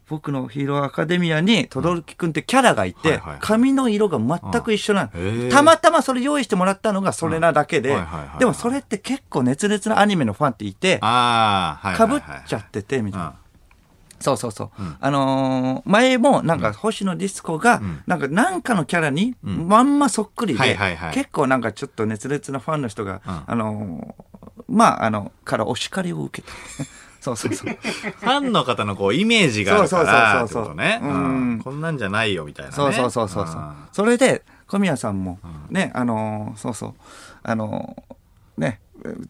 Speaker 2: 僕のヒーローアカデミアに、轟くんってキャラがい
Speaker 1: うんは
Speaker 2: て
Speaker 1: いはいはい、
Speaker 2: 髪の色が全く一緒な
Speaker 1: うんへー
Speaker 2: の。たまたまそれ用意してもらったのがそれなだけ
Speaker 1: うん
Speaker 2: で
Speaker 1: はいはいはいはい、
Speaker 2: でもそれって結構熱烈なアニメのファンっていて
Speaker 1: あ。、ああ、はい
Speaker 2: か
Speaker 1: はい
Speaker 2: ぶ
Speaker 1: は
Speaker 2: っ
Speaker 1: い。
Speaker 2: ちゃってて、みたいな。
Speaker 1: うん
Speaker 2: そうそうそう。あのー前もなんか星野ディスコが、
Speaker 1: ん
Speaker 2: なんかなんかのキャラにまんまそっくりで、
Speaker 1: はいはいはい
Speaker 2: 結構なんかちょっと熱烈なファンの人が、
Speaker 1: ん
Speaker 2: あのーまあ、あの、からお叱りを受けた。 そうそうそう。
Speaker 1: ファンの方のこう、イメージがあるから、って
Speaker 2: そうそうそうそ
Speaker 1: こと
Speaker 2: う
Speaker 1: ね。う
Speaker 2: うん
Speaker 1: んこんなんじゃないよ、みたいなね。
Speaker 2: そうそうそうそうそう。それで、小宮さんも、ね、あのーそうそう、あのーね、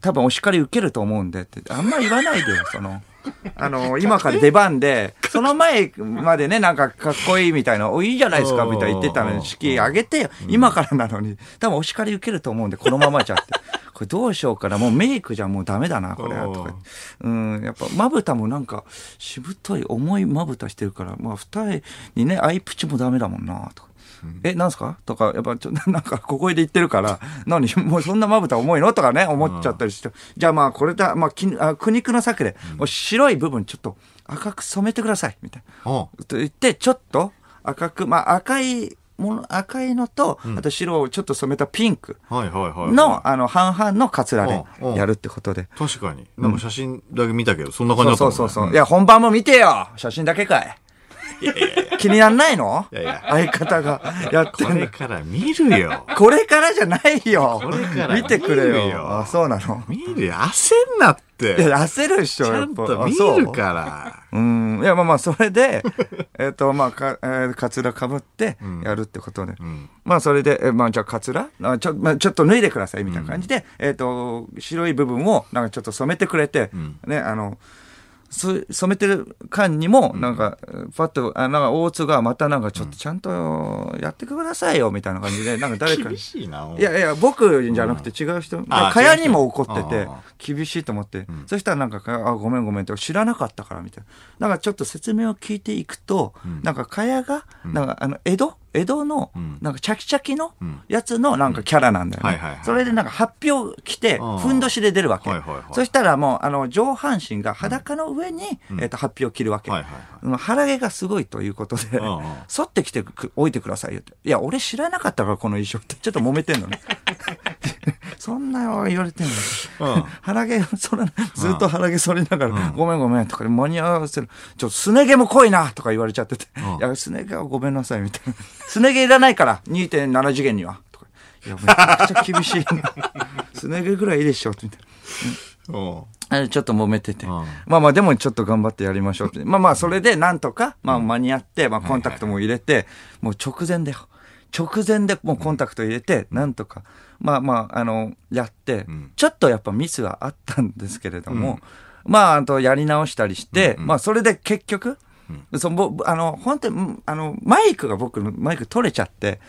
Speaker 2: 多分お叱り受けると思うんでって、あんま言わないでよ、その。あの、 今から出番で、その前までね、なんかかっこいいみたいな、お、いいじゃないですか、みたいな言ってたのに、式上げてよ、今からなのに、多分お叱り受けると思うんで、このままじゃって。これどうしようかな、もうメイクじゃもうダメだな、これは、とか言って。うん、やっぱ、まぶたもなんか、しぶとい、重いまぶたしてるから、まあ、二重にね、アイプチもダメだもんな、とか。え、なんすかとか、やっぱちょ、なんか、小声で言ってるから、何もうそんなまぶた重いのとかね、思っちゃったりして、じゃあまあ、これだ、まあ、きあ苦肉の策で、もう白い部分ちょっと赤く染めてください、みたいな。
Speaker 1: お
Speaker 2: と言って、ちょっと赤く、まあ、赤いもの、赤いのと、あと白をちょっと染めたピンク
Speaker 1: はいはいはい。
Speaker 2: の、あの、半々のカツラで
Speaker 1: うんうん
Speaker 2: やるってことで。
Speaker 1: 確かに。なんか写真だけ見たけど、そんな感じ
Speaker 2: そ
Speaker 1: だ
Speaker 2: う
Speaker 1: った
Speaker 2: そ
Speaker 1: もん
Speaker 2: う
Speaker 1: ね
Speaker 2: そうそう。いや、本番も見てよ写真だけかい。気になんないの
Speaker 1: いやいや
Speaker 2: 相方がやって
Speaker 1: こ
Speaker 2: ん
Speaker 1: れ
Speaker 2: の。
Speaker 1: から見るよ。
Speaker 2: これからじゃないよ。
Speaker 1: これから
Speaker 2: 見てくれ
Speaker 1: 見
Speaker 2: よ。
Speaker 1: るよ
Speaker 2: あ、そうなの。
Speaker 1: 見るよ。焦んなって。
Speaker 2: い
Speaker 1: ち
Speaker 2: や、焦るっしょ、
Speaker 1: ゃ
Speaker 2: やっ
Speaker 1: ん
Speaker 2: ぱ。
Speaker 1: と見
Speaker 2: あそう
Speaker 1: るから。
Speaker 2: うん。いや、まあまあ、それで、 えっと、まあ、か、えーカツラ被って、やるってことで。
Speaker 1: ん
Speaker 2: まあ、それで、えまあ、じゃあ、カツラあちょ、まあ、ちょっと脱いでください、みたいな感じで、えっと、白い部分を、なんかちょっと染めてくれて、ね、あの、す染めてる間にも、なんか、パッと、あなんか、大津がまたなんか、ちょっとちゃんとやってくださいよ、みたいな感じで、なんか誰かに
Speaker 1: 厳。しいな、お前
Speaker 2: いやいや、僕じゃなくて違う人。
Speaker 1: あー
Speaker 2: かやにも怒って
Speaker 1: 違う
Speaker 2: て
Speaker 1: 人あ、
Speaker 2: 厳しいと思って。そしたらなんか、あ、ごめんごめんって、知らなかったからみたいな。なんかちょっと説明を聞いていくと、なんかかやが、なんかあの、江戸江戸の、なんかチャキチャキのやつのなんかキャラなんだよ
Speaker 1: うんはいはい
Speaker 2: ね
Speaker 1: はい。
Speaker 2: それでなんか発表来て、
Speaker 1: うん
Speaker 2: ふんどしで出るわけ
Speaker 1: はいはいはい。
Speaker 2: そしたらもう、あの、上半身が裸の上に、えっと、発表を着るわけ
Speaker 1: はいはいはい。
Speaker 2: うん腹毛がすごいということで、
Speaker 1: んうん
Speaker 2: 剃ってきてくおいてくださいよって。いや、俺知らなかったから、この衣装って。ちょっと揉めてんのね。そんな言われてんの。
Speaker 1: うん
Speaker 2: 腹毛、そら、ずっと腹毛剃りながら、ごめんごめんとかで間に合わせる。ちょっとすね毛も濃いなとか言われちゃってて。いや、すね毛はごめんなさいみたいな。すね毛いらないから、2.7次元には。とか。いや、めちゃくちゃ厳しい な。すね毛ぐらいいいでしょ、みたいな。
Speaker 1: うん。
Speaker 2: あちょっと揉めてて。
Speaker 1: ん
Speaker 2: まあまあ、でもちょっと頑張ってやりましょう って。まあまあ、それでなんとか、まあ間に合って、まあコンタクトも入れて、もう直前で、直前でもうコンタクト入れて、なんとか、まあまあ、あの、やって、ちょっとやっぱミスはあったんですけれども、まあ、あとやり直したりして、まあ、それで結局、そのぼあの、本当に、うんあの、マイクが僕、マイク取れちゃって、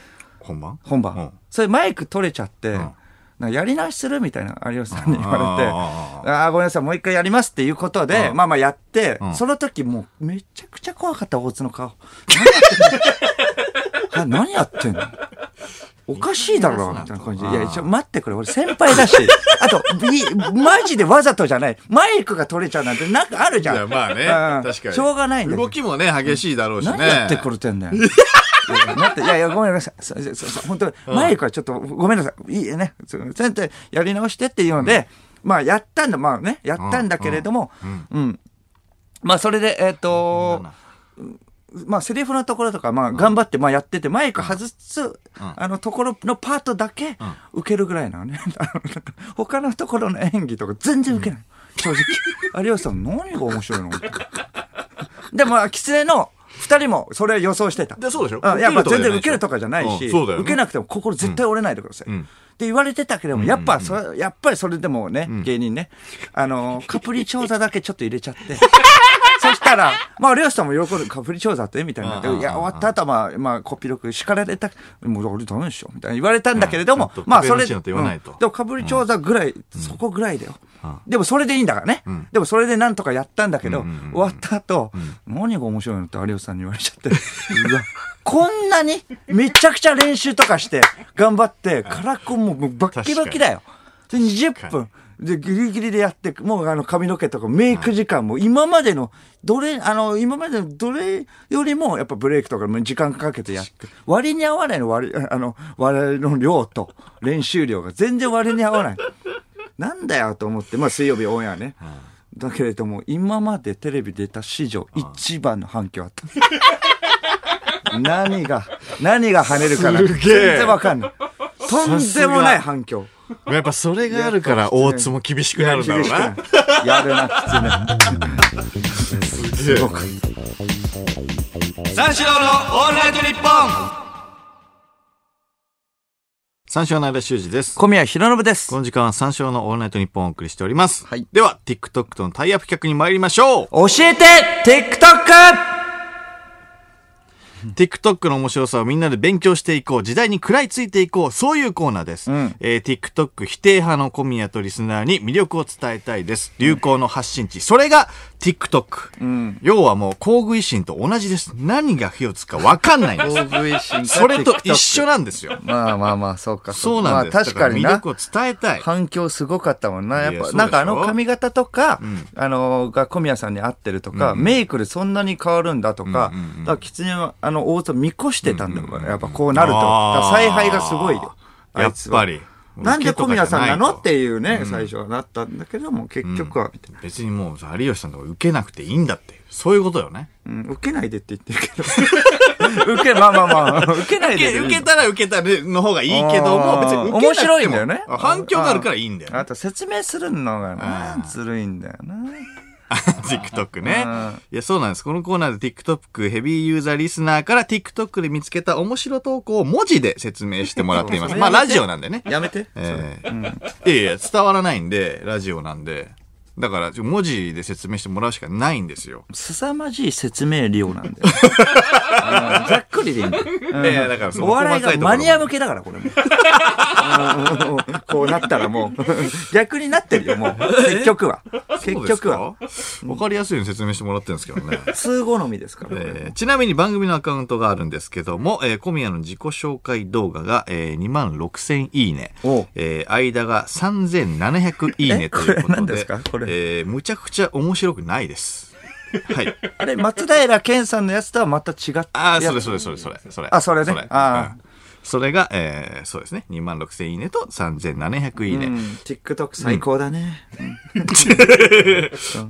Speaker 1: 本番
Speaker 2: 本番、
Speaker 1: うん
Speaker 2: それマイク取れちゃって、
Speaker 1: ん
Speaker 2: なんかやり直しするみたいな有吉さんに言われて
Speaker 1: うん
Speaker 2: 「 ああごめんなさいもう一回やります」っていうことで、
Speaker 1: うん
Speaker 2: まあまあやって、
Speaker 1: うん
Speaker 2: その時もうめちゃくちゃ怖かった大津の顔何やってんのあ何 やってんのおかしいだろみたいな感じで「いやちょ待ってくれ俺先 輩だしあとびマジでわざとじゃないマイクが取れちゃうなんてなんかあるじゃん
Speaker 1: いや、まあね
Speaker 2: うん。
Speaker 1: 確かに。
Speaker 2: しょうがないんだけど
Speaker 1: 動きもね、激しいだろうしね。
Speaker 2: 何やってくれてんだよ。いや待っていやいや、ごめんなさい。そそそ本当に、マイクはちょっと、ごめんなさい。いいよね。そうそうやってやり直してっていうので、まあ、やったんだ、まあね、やったんだけれども、うん。まあ、それで、えっ、と、まあ、セリフのところとか、まあ、頑張って、まあ、やってて、マイク外す、あの、ところのパートだけ、受けるぐらいなのね。 あのなんか他のところの演技とか、全然受けない。正直。有吉さん、何が面白いの でも、狐の二人もそれを予想してた。
Speaker 1: でそうでしょ
Speaker 2: んやっぱ全然受
Speaker 1: 受
Speaker 2: け
Speaker 1: け
Speaker 2: る
Speaker 1: ると
Speaker 2: とか
Speaker 1: か
Speaker 2: じ
Speaker 1: じ
Speaker 2: ゃ
Speaker 1: ゃ
Speaker 2: な
Speaker 1: ないいでしょ
Speaker 2: し、
Speaker 1: うんそうだよね
Speaker 2: 受けなくても心絶対折れないでください。
Speaker 1: ん
Speaker 2: って言われてたけども、やっぱ、それ、やっぱりそれでもね、芸人ね、あの、カプリ調査だけちょっと入れちゃって。 そしたら、まあ、漁師さんも喜ぶ、カプリ調査ってみたいになって、
Speaker 1: うん
Speaker 2: いや、終わった後は、まあ、まあ、こっぴどく叱られた、もう俺ダメでしょ、みたいな言われたんだけれども
Speaker 1: うんちょっ、と
Speaker 2: まあ、そ
Speaker 1: カペ
Speaker 2: れ、
Speaker 1: ルチーノって言わないと
Speaker 2: うんでも、かぶり調査ぐらい、そこぐらいだよ。でも、それでいいんだからね。でも、それでなんとかやったんだけど、終わった後、何が面白いのって有吉さんに言われちゃって、うわこんなに、めちゃくちゃ練習とかして、頑張って、カラコンももうバッキバキだよ。で、20分。で、ギリギリでやって、もうあの髪の毛とかメイク時間も今までの、どれ、あの、今までのどれよりもやっぱブレイクとかも時間かけてやって、割に合わないの割、あの、割の量と練習量が全然割に合わ ない。なんだよと思って、まあ水曜日オンエアね。だけれども、今までテレビ出た史上一番の反響あった。 何が、何が跳ねるかなんて
Speaker 1: すげえ
Speaker 2: 全然わかんない。とんでもない反響。
Speaker 1: やっぱそれがあるから、大津も厳しくなるんだろうな。
Speaker 2: やるな、きつね。
Speaker 1: すごく。三四郎のオールナイトニッポン三章の間修二です。
Speaker 2: 小宮弘信です
Speaker 1: こ。の時間は三章のオールナイトニッポンをお送りしております。
Speaker 2: はい
Speaker 1: では、TikTok とのタイアップ企画に参りましょう
Speaker 2: 教えて !TikTok!
Speaker 1: TikTok の面白さをみんなで勉強していこう、時代に食らいついていこう、そういうコーナーです。
Speaker 2: うん
Speaker 1: えー TikTok 否定派の小宮とリスナーに魅力を伝えたいです。流行の発信地、それが TikTok。要はもう、工具維新と同じです。何が火をつくか分かんないんです。それと一緒なんですよ。
Speaker 2: まあまあまあ、そうか。
Speaker 1: そうなんです。
Speaker 2: まあ確かに
Speaker 1: だ
Speaker 2: な
Speaker 1: から魅力。を伝えたい。
Speaker 2: 反響すごかったもんな。や
Speaker 1: い
Speaker 2: っ
Speaker 1: やそうで
Speaker 2: ぱ、
Speaker 1: しょ
Speaker 2: なんかあの髪型とか、あの、が小宮さんに合ってるとか、メイクでそんなに変わるんだとか、だからキツネは、あの、大津見越してたんだろうねやっぱこうなると。だから
Speaker 1: あー
Speaker 2: 采配がすごいよ。あ
Speaker 1: や
Speaker 2: い
Speaker 1: っ
Speaker 2: つは
Speaker 1: ぱ。り。
Speaker 2: なんで小宮さんなのっ
Speaker 1: 受けとかじゃないと
Speaker 2: ていうね、最初はなったんだけども、結局は、みたいな。
Speaker 1: 別にもうさ、有吉さんとか受けなくていいんだっていう。そういうことよね。
Speaker 2: うん、受けないでって言ってるけ ど。受け、まあまあまあ、受けない
Speaker 1: 受け
Speaker 2: ででいいんだ。
Speaker 1: 受けたら受けたでの方がいいけど
Speaker 2: あ
Speaker 1: も、
Speaker 2: ー
Speaker 1: 別に受けなくても
Speaker 2: 面白いんだよね
Speaker 1: 反響があるからいいんだよ、
Speaker 2: あ
Speaker 1: ね。
Speaker 2: と説明するのがな、ずるいんだよな。
Speaker 1: TikTok ね
Speaker 2: うん。
Speaker 1: いや、そうなんです。このコーナーで TikTok ヘビーユーザーリスナーから TikTok で見つけた面白投稿を文字で説明してもらっていま す。
Speaker 2: そう
Speaker 1: まあ、ラジオなんでね。
Speaker 2: やめて。
Speaker 1: ええいやいや、伝わらないんで、ラジオなんで。だから、ちょ文字で説明してもらうしかないんですよ。
Speaker 2: 凄まじい説明量なんだよ。あの ざっくりでいいんだよ。うん
Speaker 1: いやいやだからその
Speaker 2: お笑
Speaker 1: 細かい
Speaker 2: いが
Speaker 1: ところ
Speaker 2: マニア向けだから、これ も。うんこうなったらもう、逆になってるよ、もう。結局は。結局は。
Speaker 1: そうですか。わかりやすいように説明してもらってるんですけど ね。
Speaker 2: 通好みですから。これ
Speaker 1: えーちなみに番組のアカウントがあるんですけども、えー小宮の自己紹介動画が、えー、2万6000いいね
Speaker 2: おう。
Speaker 1: えー間が3700いいね
Speaker 2: え
Speaker 1: というこ
Speaker 2: これ
Speaker 1: と
Speaker 2: 何
Speaker 1: で。
Speaker 2: ですかこれ
Speaker 1: えーむちゃくちゃ面白くないです。はい。
Speaker 2: あれ、松平健さんのやつとはまた違った。
Speaker 1: ああ、それ
Speaker 2: やつ
Speaker 1: それそれそれ。それ
Speaker 2: あそれねあ
Speaker 1: うんそれが、えーそうですね。2万6000いいねと3700いいね。
Speaker 2: うん TikTok 最高だね。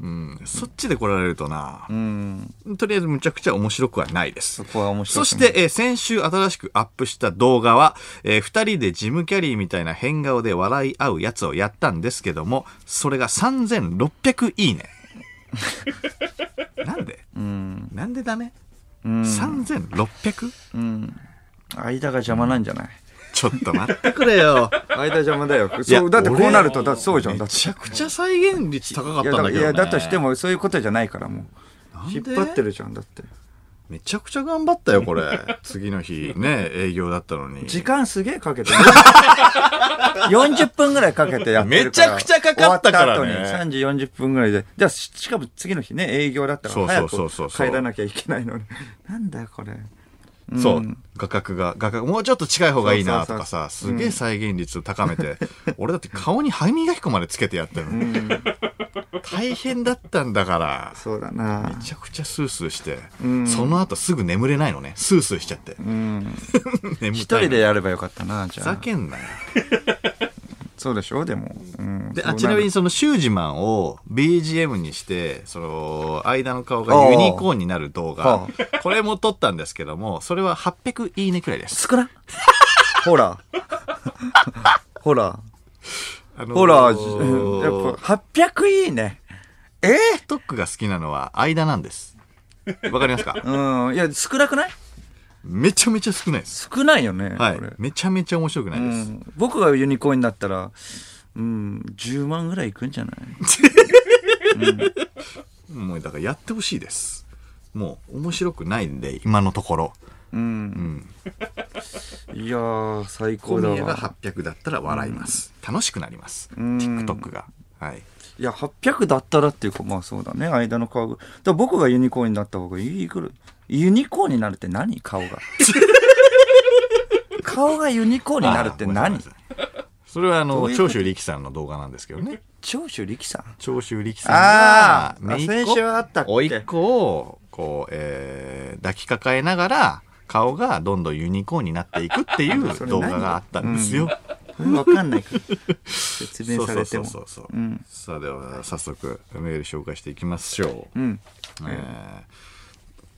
Speaker 1: うんそっちで来られるとな
Speaker 2: う、ん。
Speaker 1: とりあえずむちゃくちゃ面白くはないです
Speaker 2: そ。こは面白
Speaker 1: そし
Speaker 2: い。
Speaker 1: て、えー先週新しくアップした動画は、えー二人でジムキャリーみたいな変顔で笑い合うやつをやったんですけども、それが3600いい ね。なんで
Speaker 2: うん。
Speaker 1: なんでだね
Speaker 2: うん。
Speaker 1: ?3600?
Speaker 2: うん。間が邪魔なんじゃない
Speaker 1: ちょっと待ってくれよ。
Speaker 2: 間邪魔だよ。
Speaker 1: いや
Speaker 2: そう、だってこうなると、だってそうじゃん。だ
Speaker 1: め
Speaker 2: って。
Speaker 1: ちゃくちゃ再現率高かっ
Speaker 2: い
Speaker 1: た
Speaker 2: や、
Speaker 1: ん
Speaker 2: だ
Speaker 1: だ
Speaker 2: か
Speaker 1: けど、
Speaker 2: ら
Speaker 1: ね。
Speaker 2: いやだとしても、そういうことじゃないから、もう。
Speaker 1: ん
Speaker 2: 引っ
Speaker 1: で
Speaker 2: 張ってるじゃん、だって。
Speaker 1: めちゃくちゃ頑張ったよ、こ れ。次の日、ね、営業だったのに。
Speaker 2: 時間すげえか けてる。40分ぐらいかけてやってるから。
Speaker 1: めちゃくちゃかかったからね
Speaker 2: 終わった後に3時40分ぐらいで。じゃあ、ししかも次の日ね、営業だったから、
Speaker 1: そ
Speaker 2: 早
Speaker 1: うそうそうそう
Speaker 2: く帰らなきゃいけないのに。なんだよ、これ。
Speaker 1: そう。画角が、画角、もうちょっと近い方がいいなとかさ、
Speaker 2: そう
Speaker 1: す
Speaker 2: そうそう
Speaker 1: げえ再現率を高め て、俺だって顔に歯磨き粉までつけてやったの。大変だったんだから、
Speaker 2: そうだな
Speaker 1: めちゃくちゃスースーして、その後すぐ眠れないのね。スースーしちゃって。
Speaker 2: うん。
Speaker 1: 眠
Speaker 2: 一
Speaker 1: たい
Speaker 2: 人
Speaker 1: の
Speaker 2: でやればよかったな、じ
Speaker 1: ふ
Speaker 2: ゃ
Speaker 1: ざ
Speaker 2: あ。
Speaker 1: けんなよ。
Speaker 2: そうでしょ、でも。うん
Speaker 1: で、
Speaker 2: そう
Speaker 1: あちなみにそのシュージマンを BGM にして、その、間の顔がユニコーンになる動画
Speaker 2: は、
Speaker 1: これも撮ったんですけども、それは800いいねくらいです。
Speaker 2: 少なほら。 ほら。
Speaker 1: あのー
Speaker 2: ほら。やっぱ800いいね。え
Speaker 1: TikTok が好きなのは間なんです。わかり ますか
Speaker 2: うん。いや、少なくない
Speaker 1: めちゃめちゃ少ないです。
Speaker 2: 少ないよね。
Speaker 1: はい
Speaker 2: これ。
Speaker 1: めちゃめちゃ面白くないうです。
Speaker 2: ん、僕がユニコーンになったら、うん、10万ぐらいいくんじゃない
Speaker 1: もうだからやってほしいです。もう面白くないんで、今のところ。
Speaker 2: うん。いやー、最
Speaker 1: 小
Speaker 2: 高だ
Speaker 1: 宮が
Speaker 2: わ。
Speaker 1: 800だったら笑います。楽しくなります。
Speaker 2: うん
Speaker 1: TikTok が。はい。
Speaker 2: いや、800だったらっていうか、まあそうだね。間の顔が。だから僕がユニコーンになった方がいいくらい。ユニコーンになるって何顔 が。顔がユニコーンになるって
Speaker 1: あーごめん
Speaker 2: 何
Speaker 1: なさいそれはあ
Speaker 2: ど
Speaker 1: の、
Speaker 2: ういうこ
Speaker 1: 長
Speaker 2: と
Speaker 1: 州力さんの動画なんですけどね。
Speaker 2: 長州力さん
Speaker 1: 長州力さん
Speaker 2: あ
Speaker 1: が
Speaker 2: あ、
Speaker 1: 姪っ子
Speaker 2: 先週あったっ
Speaker 1: 甥っ
Speaker 2: け
Speaker 1: 子を、こう、えー抱きかかえながら、顔がどんどんユニコーンになっていくってい
Speaker 2: そうれ
Speaker 1: 動
Speaker 2: 何
Speaker 1: 画があったんですよ。
Speaker 2: わかんないから。説
Speaker 1: そ
Speaker 2: 明
Speaker 1: うそ
Speaker 2: さ
Speaker 1: う
Speaker 2: れて
Speaker 1: そう
Speaker 2: も。
Speaker 1: そうそう。
Speaker 2: うん
Speaker 1: さあ、では、早速、メール紹介していきましょう。
Speaker 2: うん。
Speaker 1: えー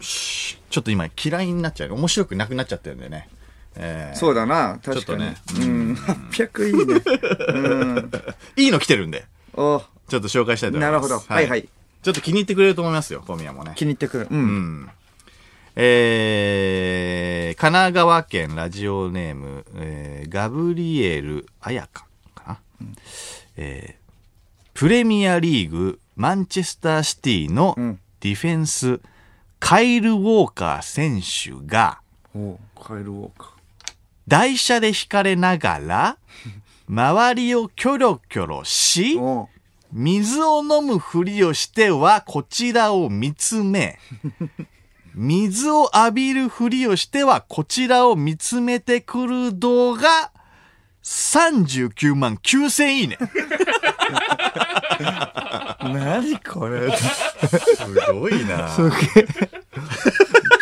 Speaker 1: しちょっと今、嫌いになっちゃう。面白くなくなっちゃってるんでね。えー
Speaker 2: そうだな、
Speaker 1: ょっ
Speaker 2: 確か
Speaker 1: と
Speaker 2: に。
Speaker 1: ね
Speaker 2: うん、800い いね。うん。
Speaker 1: いいの来てるんで、
Speaker 2: お、
Speaker 1: ちょっと紹介したいと思います。
Speaker 2: なるほどはいはい
Speaker 1: ちょっと気に入ってくれると思いますよ、小宮もね
Speaker 2: 気。に入ってくる。う。
Speaker 1: うんん。えー、神奈川県ラジオネーム、えーガブリエル彩香かな、えープレミアリーグマンチェスターシティのディフェンス、カイル・ウォーカー選手が
Speaker 2: おうカエルウォーカ
Speaker 1: 台車で引かれながら周りをキョロキョロし
Speaker 2: ーおう
Speaker 1: 水を飲むふりをしてはこちらを見つめ、水を浴びるふりをしてはこちらを見つめてくる動画、39万9000いいね。
Speaker 2: 何これ
Speaker 1: すごいな。そう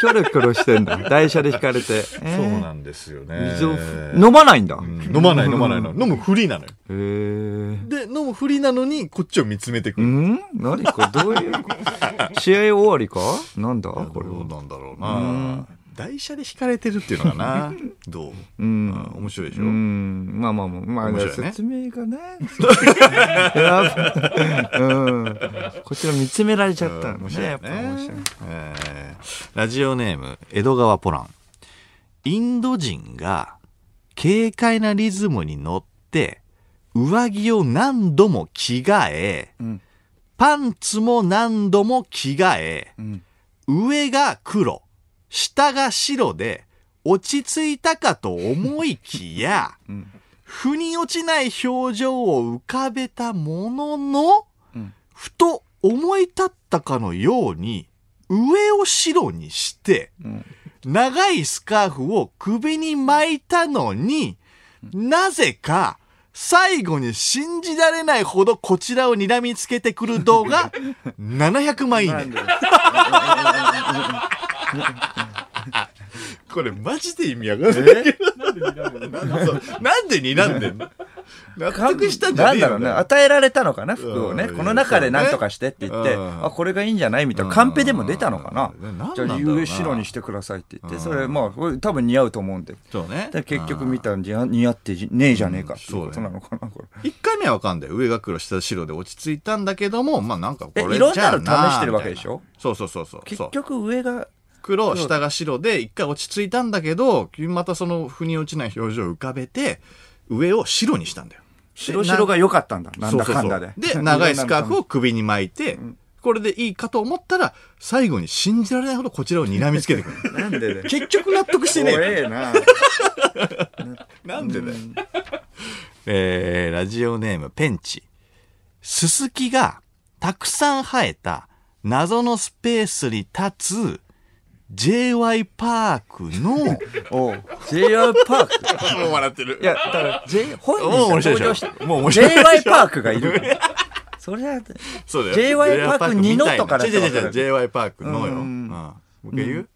Speaker 2: キョロキョロしてんだ台車で引かれて、えー
Speaker 1: なんですよね
Speaker 2: 水を飲まないんだ、
Speaker 1: 飲まない飲まないの。飲むふりなのよ。
Speaker 2: へー
Speaker 1: で、飲むふりなのにこっちを見つめてく
Speaker 2: う
Speaker 1: る。
Speaker 2: ん何これどういう 試合終わりかなんだこ
Speaker 1: これ
Speaker 2: れ
Speaker 1: ど
Speaker 2: は
Speaker 1: うなんだろうな。台車で引かれてるっていうのか な。どう
Speaker 2: うん
Speaker 1: うん面白いでしょ
Speaker 2: うんまあまあまあ、ま
Speaker 1: 面
Speaker 2: あ、
Speaker 1: 白いね
Speaker 2: 説明がね。やばうん。こちら見つめられちゃったのね。やっぱ面白い。
Speaker 1: えーラジオネーム、江戸川ポラン。インド人が軽快なリズムに乗って、上着を何度も着替え、
Speaker 2: うん
Speaker 1: パンツも何度も着替え、
Speaker 2: うん
Speaker 1: 上が黒、下が白で、落ち着いたかと思いきや、
Speaker 2: ん
Speaker 1: 腑に落ちない表情を浮かべたものの、
Speaker 2: うん
Speaker 1: ふと思い立ったかのように、上を白にして、
Speaker 2: うん
Speaker 1: 長いスカーフを首に巻いたのに、なぜか、最後に信じられないほどこちらを睨みつけてくる動画、700枚いい
Speaker 2: な
Speaker 1: ね
Speaker 2: ん。で
Speaker 1: これマジで意味わかんないけど。なんで睨んでんの納得したんじゃ
Speaker 2: な
Speaker 1: ね
Speaker 2: ん
Speaker 1: え
Speaker 2: だ
Speaker 1: よ
Speaker 2: ろうね。与えられたのかな、服を
Speaker 1: う
Speaker 2: ね。
Speaker 1: ん
Speaker 2: この中で何とかしてって言って、
Speaker 1: そうねうん
Speaker 2: あ、これがいいんじゃないみたいな。カンペでも出たのかな
Speaker 1: うんうんなん。
Speaker 2: じゃ
Speaker 1: な
Speaker 2: あ、
Speaker 1: んだろうな
Speaker 2: 上白にしてくださいって言って、
Speaker 1: うん
Speaker 2: それ、まあ、これ多分似合うと思うんで。
Speaker 1: そうね
Speaker 2: で結局見たら似合似合ってねえじゃねえかっていう
Speaker 1: うん
Speaker 2: ことなのかな、これ。
Speaker 1: 一回目はわかんない。上が黒、下が白で落ち着いたんだけども、まあなんかこ
Speaker 2: え
Speaker 1: れ
Speaker 2: いろん
Speaker 1: じゃ
Speaker 2: な
Speaker 1: あ
Speaker 2: の試してるわけでし
Speaker 1: み
Speaker 2: ょ
Speaker 1: たいなそうそうそうそう。
Speaker 2: 結
Speaker 1: そう
Speaker 2: 局上が
Speaker 1: 黒、下が白で一回落ち着いたんだけど、またその腑に落ちない表情を浮かべて、上を白にしたんだよ。
Speaker 2: 白白が良かったんだなんだかんだで
Speaker 1: そう そうそうで、長いスカーフを首に巻いて、これでいいかと思ったら、最後に信じられないほどこちらを睨みつけてくる。
Speaker 2: なんでね
Speaker 1: 結局納得してねえよ
Speaker 2: 怖えな
Speaker 1: なんでだよ。えー、ラジオネーム、ペンチ。ススキがたくさん生えた謎のスペースに立つ JY パーク の、
Speaker 2: おう JR パーク
Speaker 1: もう笑ってる
Speaker 2: いやだから J 本
Speaker 1: もう面
Speaker 2: 人
Speaker 1: 白
Speaker 2: が
Speaker 1: いで
Speaker 2: 登場
Speaker 1: し
Speaker 2: し
Speaker 1: ょ。
Speaker 2: た
Speaker 1: もう面白い。
Speaker 2: JY パークがいるからそりゃ
Speaker 1: そうだよ。
Speaker 2: JY パーク二のとかだ
Speaker 1: 違う
Speaker 2: ったら
Speaker 1: 違う違う、JY パークのよ。
Speaker 2: う
Speaker 1: うんん。もう一回言う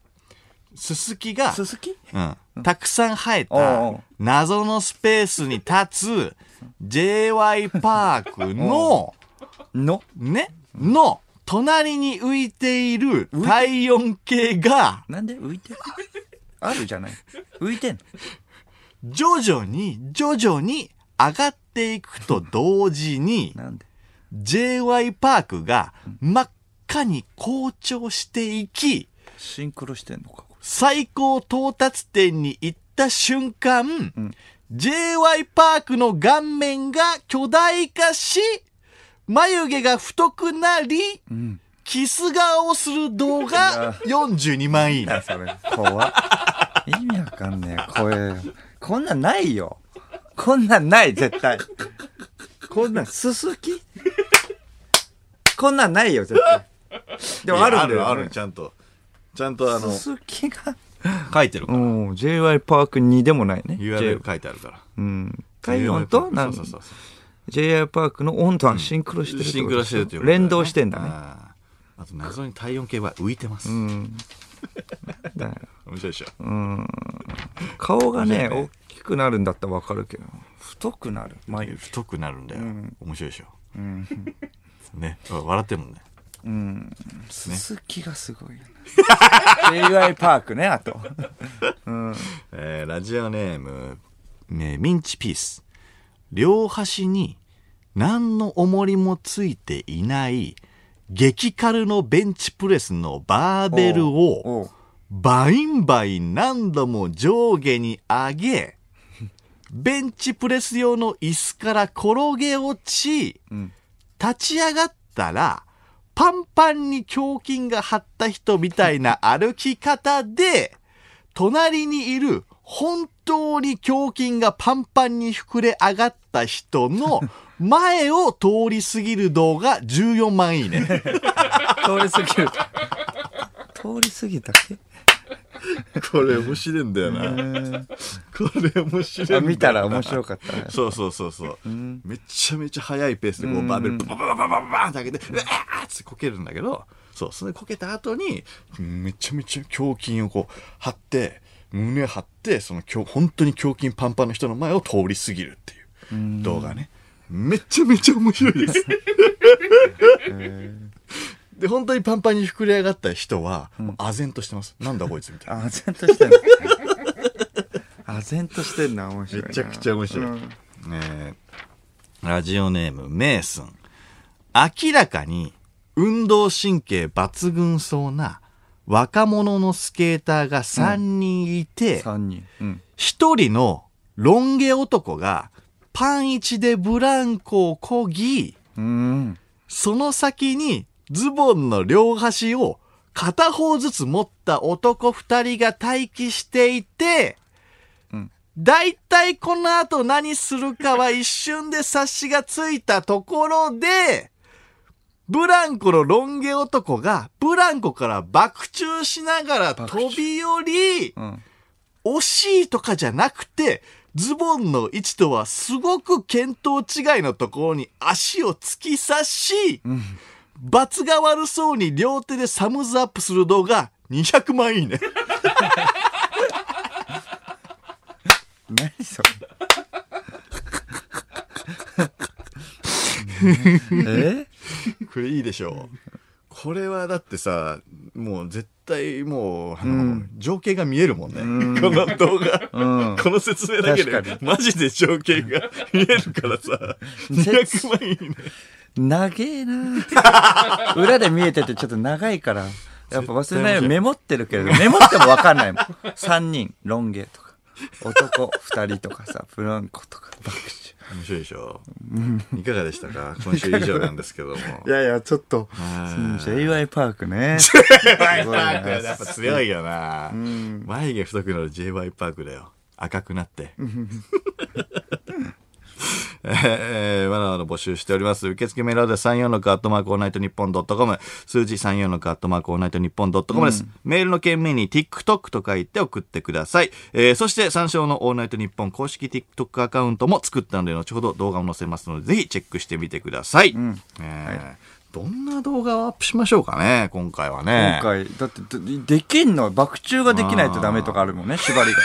Speaker 1: ススキが、
Speaker 2: 鈴木
Speaker 1: うん、たくさん生え
Speaker 2: おうお
Speaker 1: た
Speaker 2: う
Speaker 1: 謎のスペースに立つ JY パークの、
Speaker 2: の
Speaker 1: ね、の隣に浮いている体温計が
Speaker 2: なんで浮いてるあるじゃない浮いてんの
Speaker 1: 徐々に徐々に上がっていくと同時に
Speaker 2: なんで
Speaker 1: JY パークが真っ赤に膨張していき、
Speaker 2: シンクロしてんのかこ
Speaker 1: 最高到達点に行った瞬間、
Speaker 2: ん
Speaker 1: JY パークの顔面が巨大化し、眉毛が太くなり、
Speaker 2: れうん
Speaker 1: キス顔をする動画42万いいね。
Speaker 2: それ怖っ意味わかんねえ声こんなんないよこんなんない絶対こんなんすすきこんなんないよ絶対でもあるんだよ、ね、
Speaker 1: ちゃんと。ちゃんとあ
Speaker 2: すすきが
Speaker 1: 書いてる
Speaker 2: うん JY パーク2でもないね J-
Speaker 1: URL 書いてあるから。
Speaker 2: うん体温となん
Speaker 1: そうそうそう。
Speaker 2: JY パークの温度はシンクロしてるってこと
Speaker 1: シンクロしてるということだよね
Speaker 2: 連動してんだね
Speaker 1: あーあと謎に体温計は浮いてます。
Speaker 2: うんだよ
Speaker 1: 面白いでしょ。
Speaker 2: うん顔が
Speaker 1: 面
Speaker 2: ね
Speaker 1: 白い
Speaker 2: 大きくなるんだったらわかるけど太くなる眉
Speaker 1: 太くなるんだよ。
Speaker 2: ん
Speaker 1: 面白いでしょ。
Speaker 2: うん
Speaker 1: ね。笑ってるもんね。
Speaker 2: うん。鈴木がすごいよな。JY パークね、あと。うん。
Speaker 1: えーラジオネーム、ねミンチピース。両端に何の重りもついていない激軽のベンチプレスのバーベルを
Speaker 2: おう
Speaker 1: バインバイン何度も上下に上 げ、ベンチプレス用の椅子から転げ落ち、立ち上がったら、パンパンに胸筋が張った人みたいな歩き方で、隣にいる本当に胸筋がパンパンに膨れ上がった人 の前を通り過ぎる動画14万いいね。
Speaker 3: 通り過ぎる。通り過ぎたっけ
Speaker 1: これ面白いんだよな。これ面白いんだよな。
Speaker 2: 見たら面白かったね。
Speaker 1: そうそうそうそう。めちゃめちゃ速いペースでこうバーベルババババババーンって上げて、うわーってこけるんだけど、そう、それでこけた後に、めちゃめちゃ胸筋をこう張って、胸張って、その胸、本当に胸筋パンパンの人の前を通り過ぎるっていう動画ね。めちゃめちゃ面白いです。で、本当にパンパンに膨れ上がった人は、もう唖然としてます。なんだこいつみたいな。
Speaker 2: あぜんとしてんの。あぜんとしてんな、面白いな。
Speaker 1: めちゃくちゃ面白い。
Speaker 2: うん
Speaker 1: えーラジオネーム、メイスン。明らかに運動神経抜群そうな若者のスケーターが3人いて、
Speaker 2: 三人。うん。
Speaker 1: 一人のロン毛男がパン一でブランコをこぎ、
Speaker 2: うん。
Speaker 1: その先にズボンの両端を片方ずつ持った男二人が待機していて、
Speaker 2: うん
Speaker 1: だいたいこの後何するかは一瞬で察しがついたところで、ブランコのロン毛男がブランコから爆中しながら飛び降り、
Speaker 2: うん。
Speaker 1: 惜しいとかじゃなくて、ズボンの位置とはすごく見当違いのところに足を突き刺し、罰が悪そうに両手でサムズアップする動画200万いいね。
Speaker 2: 何そ れ。え
Speaker 1: これいいでしょう。これはだってさ、もう絶対もう、あの、
Speaker 2: うん
Speaker 1: 情景が見えるもんね。この動画、
Speaker 2: うん
Speaker 1: この説明だけで
Speaker 2: 確か、
Speaker 1: マジで情景が見えるからさ、200万いいね。
Speaker 2: 長えな裏で見えててちょっと長いから。やっぱ忘れないようにメモってるけれど、メモってもわかんないもん。 三人、ロン毛とか、男二人とかさ、ブランコとか、爆笑。
Speaker 1: 面白いでしょいかがでしたか今週以上なんですけども。
Speaker 2: いやいや、ちょっと、
Speaker 1: はい
Speaker 2: J.Y. パークね。
Speaker 1: パークはやっぱ強いよな。眉毛太くなる J.Y. パークだよ。赤くなって。えー、まだまだ募集しております。受付メールは34のカットマークオールナイトニッポンドットコム。数字34のカットマークオールナイトニッポンドットコムです。メールの件名に TikTok と書いて送ってください。えー、そして三章のオールナイトニッポン公式 TikTok アカウントも作ったので、後ほど動画を載せますので、ぜひチェックしてみてください。えーどんな動画をアップしましょうかね、今回はね
Speaker 2: 今。回、だってど、できんの爆中ができないとダメとかあるもんね、縛りが。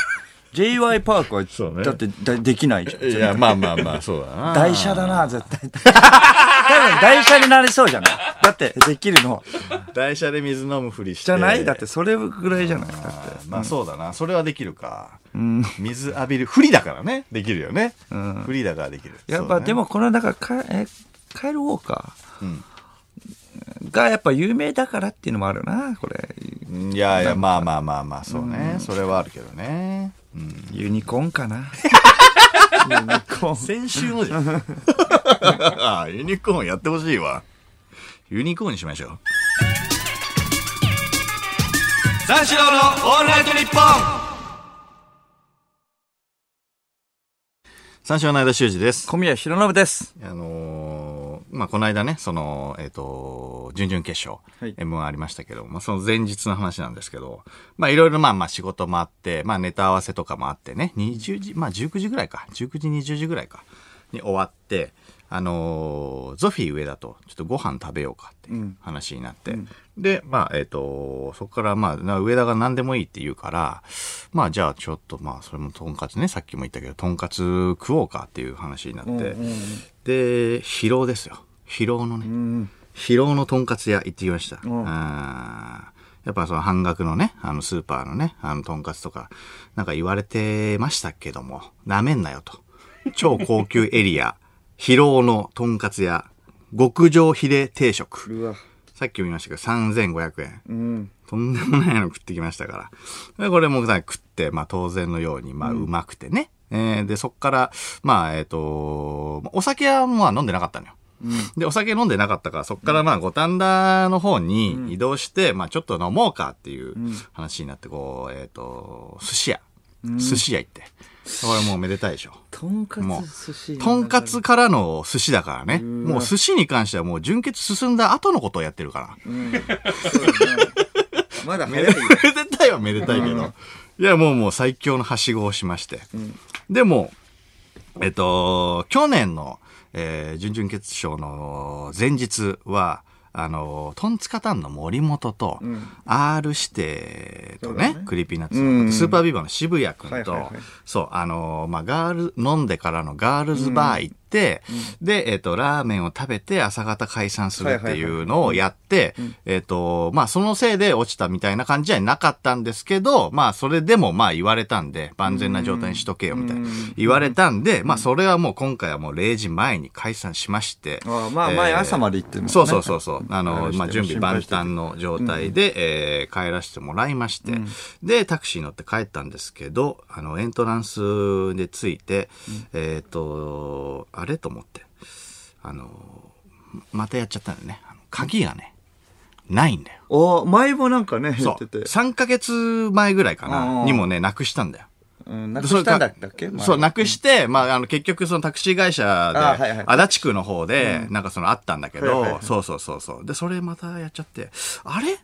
Speaker 2: J.Y. パークは、
Speaker 1: そうね
Speaker 2: だってだできないじゃん。
Speaker 1: いや、まあまあまあ、そうだな。
Speaker 2: 台車だな、絶対。 多分台車になりそうじゃないだって、できるのは。
Speaker 1: 台車で水飲むふりして。
Speaker 2: じゃないだって、それぐらいじゃないだって。
Speaker 1: まあそうだな。それはできるか。水浴びる。不利だからね。できるよね。不利だからできる。
Speaker 2: やっ
Speaker 1: そ
Speaker 2: ぱ、
Speaker 1: うだね
Speaker 2: でも、この、だからか、え、カエルウォーカー、が、やっぱ有名だからっていうのもあるな、これ。
Speaker 1: いやいや、まあまあまあまあ、そうね。それはあるけどね。うん。
Speaker 2: ユニコーン かな。ユニコーン。
Speaker 1: 先週のじゃん。 あユニコーンやってほしいわ。ユニコーンにしましょう。三四郎のオールナイトニッポン三四郎の間修二です。
Speaker 2: 小宮弘信です。
Speaker 1: あのーまあ、この間ね、その、えっ、と、準々決勝、
Speaker 2: はい
Speaker 1: M1 ありましたけど、まあ、その前日の話なんですけど、まあ、いろいろまあまあ仕事もあって、まあ、ネタ合わせとかもあってね、20時、まあ、19時ぐらいか、19時、20時ぐらいか、に終わって、あのーゾフィー上だと、ちょっとご飯食べようかっていう話になって、で、まあ、えっ、と、そこからまあ、な上田が何でもいいって言うから、まあ、じゃあちょっとまあ、それもとんかつね、さっきも言ったけど、とんかつ食おうかっていう話になって、で、疲労ですよ。疲労のね。疲労のとんかつ屋行ってきました。
Speaker 2: ん
Speaker 1: あーやっぱその半額のね、あのスーパーのね、あのとんかつとか、なんか言われてましたけども、なめんなよと。超高級エリア、 疲労のとんかつ屋、極上ヒレ定食。
Speaker 2: うわ。
Speaker 1: さっきも言いましたけど、3500円。
Speaker 2: うん。
Speaker 1: とんでもないの食ってきましたから。でこれもさ食って、まあ当然のように、まあうまくてね。えーで、そっから、まあえっ、と、お酒はまあ飲んでなかったのよ。で、お酒飲んでなかったから、そっからまあ五反田の方に移動して、まあちょっと飲もうかっていう話になって、こう、えっ、と、寿司屋。寿司屋行って。これもうめでたいでしょ。
Speaker 3: とんか
Speaker 1: も
Speaker 3: つ寿司
Speaker 1: う、とんかつからの寿司だからね。もう寿司に関してはもう純血進んだ後のことをやってるから。
Speaker 2: まだ
Speaker 1: め
Speaker 2: 早
Speaker 1: で
Speaker 2: い。
Speaker 1: たいはめでたいけど。いや、もうもう最強のはしごをしまして。でも、えっと、去年の、えー準々決勝の前日は、あの、トンツカタンの森本と、R 指定とね、クリーピーナッツの、
Speaker 2: うん
Speaker 1: スーパービバの渋谷君と、
Speaker 2: はいはいはい
Speaker 1: そう、あのまあ、ガール、飲んでからのガールズバー行って、で、えっ、と、ラーメンを食べて朝方解散するっていうのをやって、えっ、と、まあ、そのせいで落ちたみたいな感じじゃなかったんですけど、まあ、それでもまあ言われたんで、万全な状態にしとけよみたいな、言われたんで、まあ、それはもう今回はもう0時前に解散しまして、
Speaker 2: あ あまあ前朝まで行ってもね
Speaker 1: そうそうそうそう。あの
Speaker 2: あ、れ
Speaker 1: まあ、準備万端の状態で、えー帰らせてもらいまして、で、タクシー乗って帰ったんですけど、あの、エントランスで着いて、えっ、と、あれと思って、あの、またやっちゃったんだよね。あの鍵がね、ないんだよ。
Speaker 2: お前もなんかね、言
Speaker 1: そ
Speaker 2: って
Speaker 1: う。
Speaker 2: て。
Speaker 1: 3ヶ月前ぐらいか
Speaker 2: あ
Speaker 1: な、
Speaker 2: あ
Speaker 1: にもね、なくしたんだよ。
Speaker 2: うん、なくしたんだっけ
Speaker 1: そう、な
Speaker 2: く。
Speaker 1: くして、まあ、あの、結局、そのタクシー会社
Speaker 2: あはいは
Speaker 1: で
Speaker 2: い、
Speaker 1: 足立区の方で、なんかその、あったんだけ
Speaker 2: はいはい
Speaker 1: ど
Speaker 2: は、い
Speaker 1: そうそうそうそう。で、それまたやっちゃって、あれ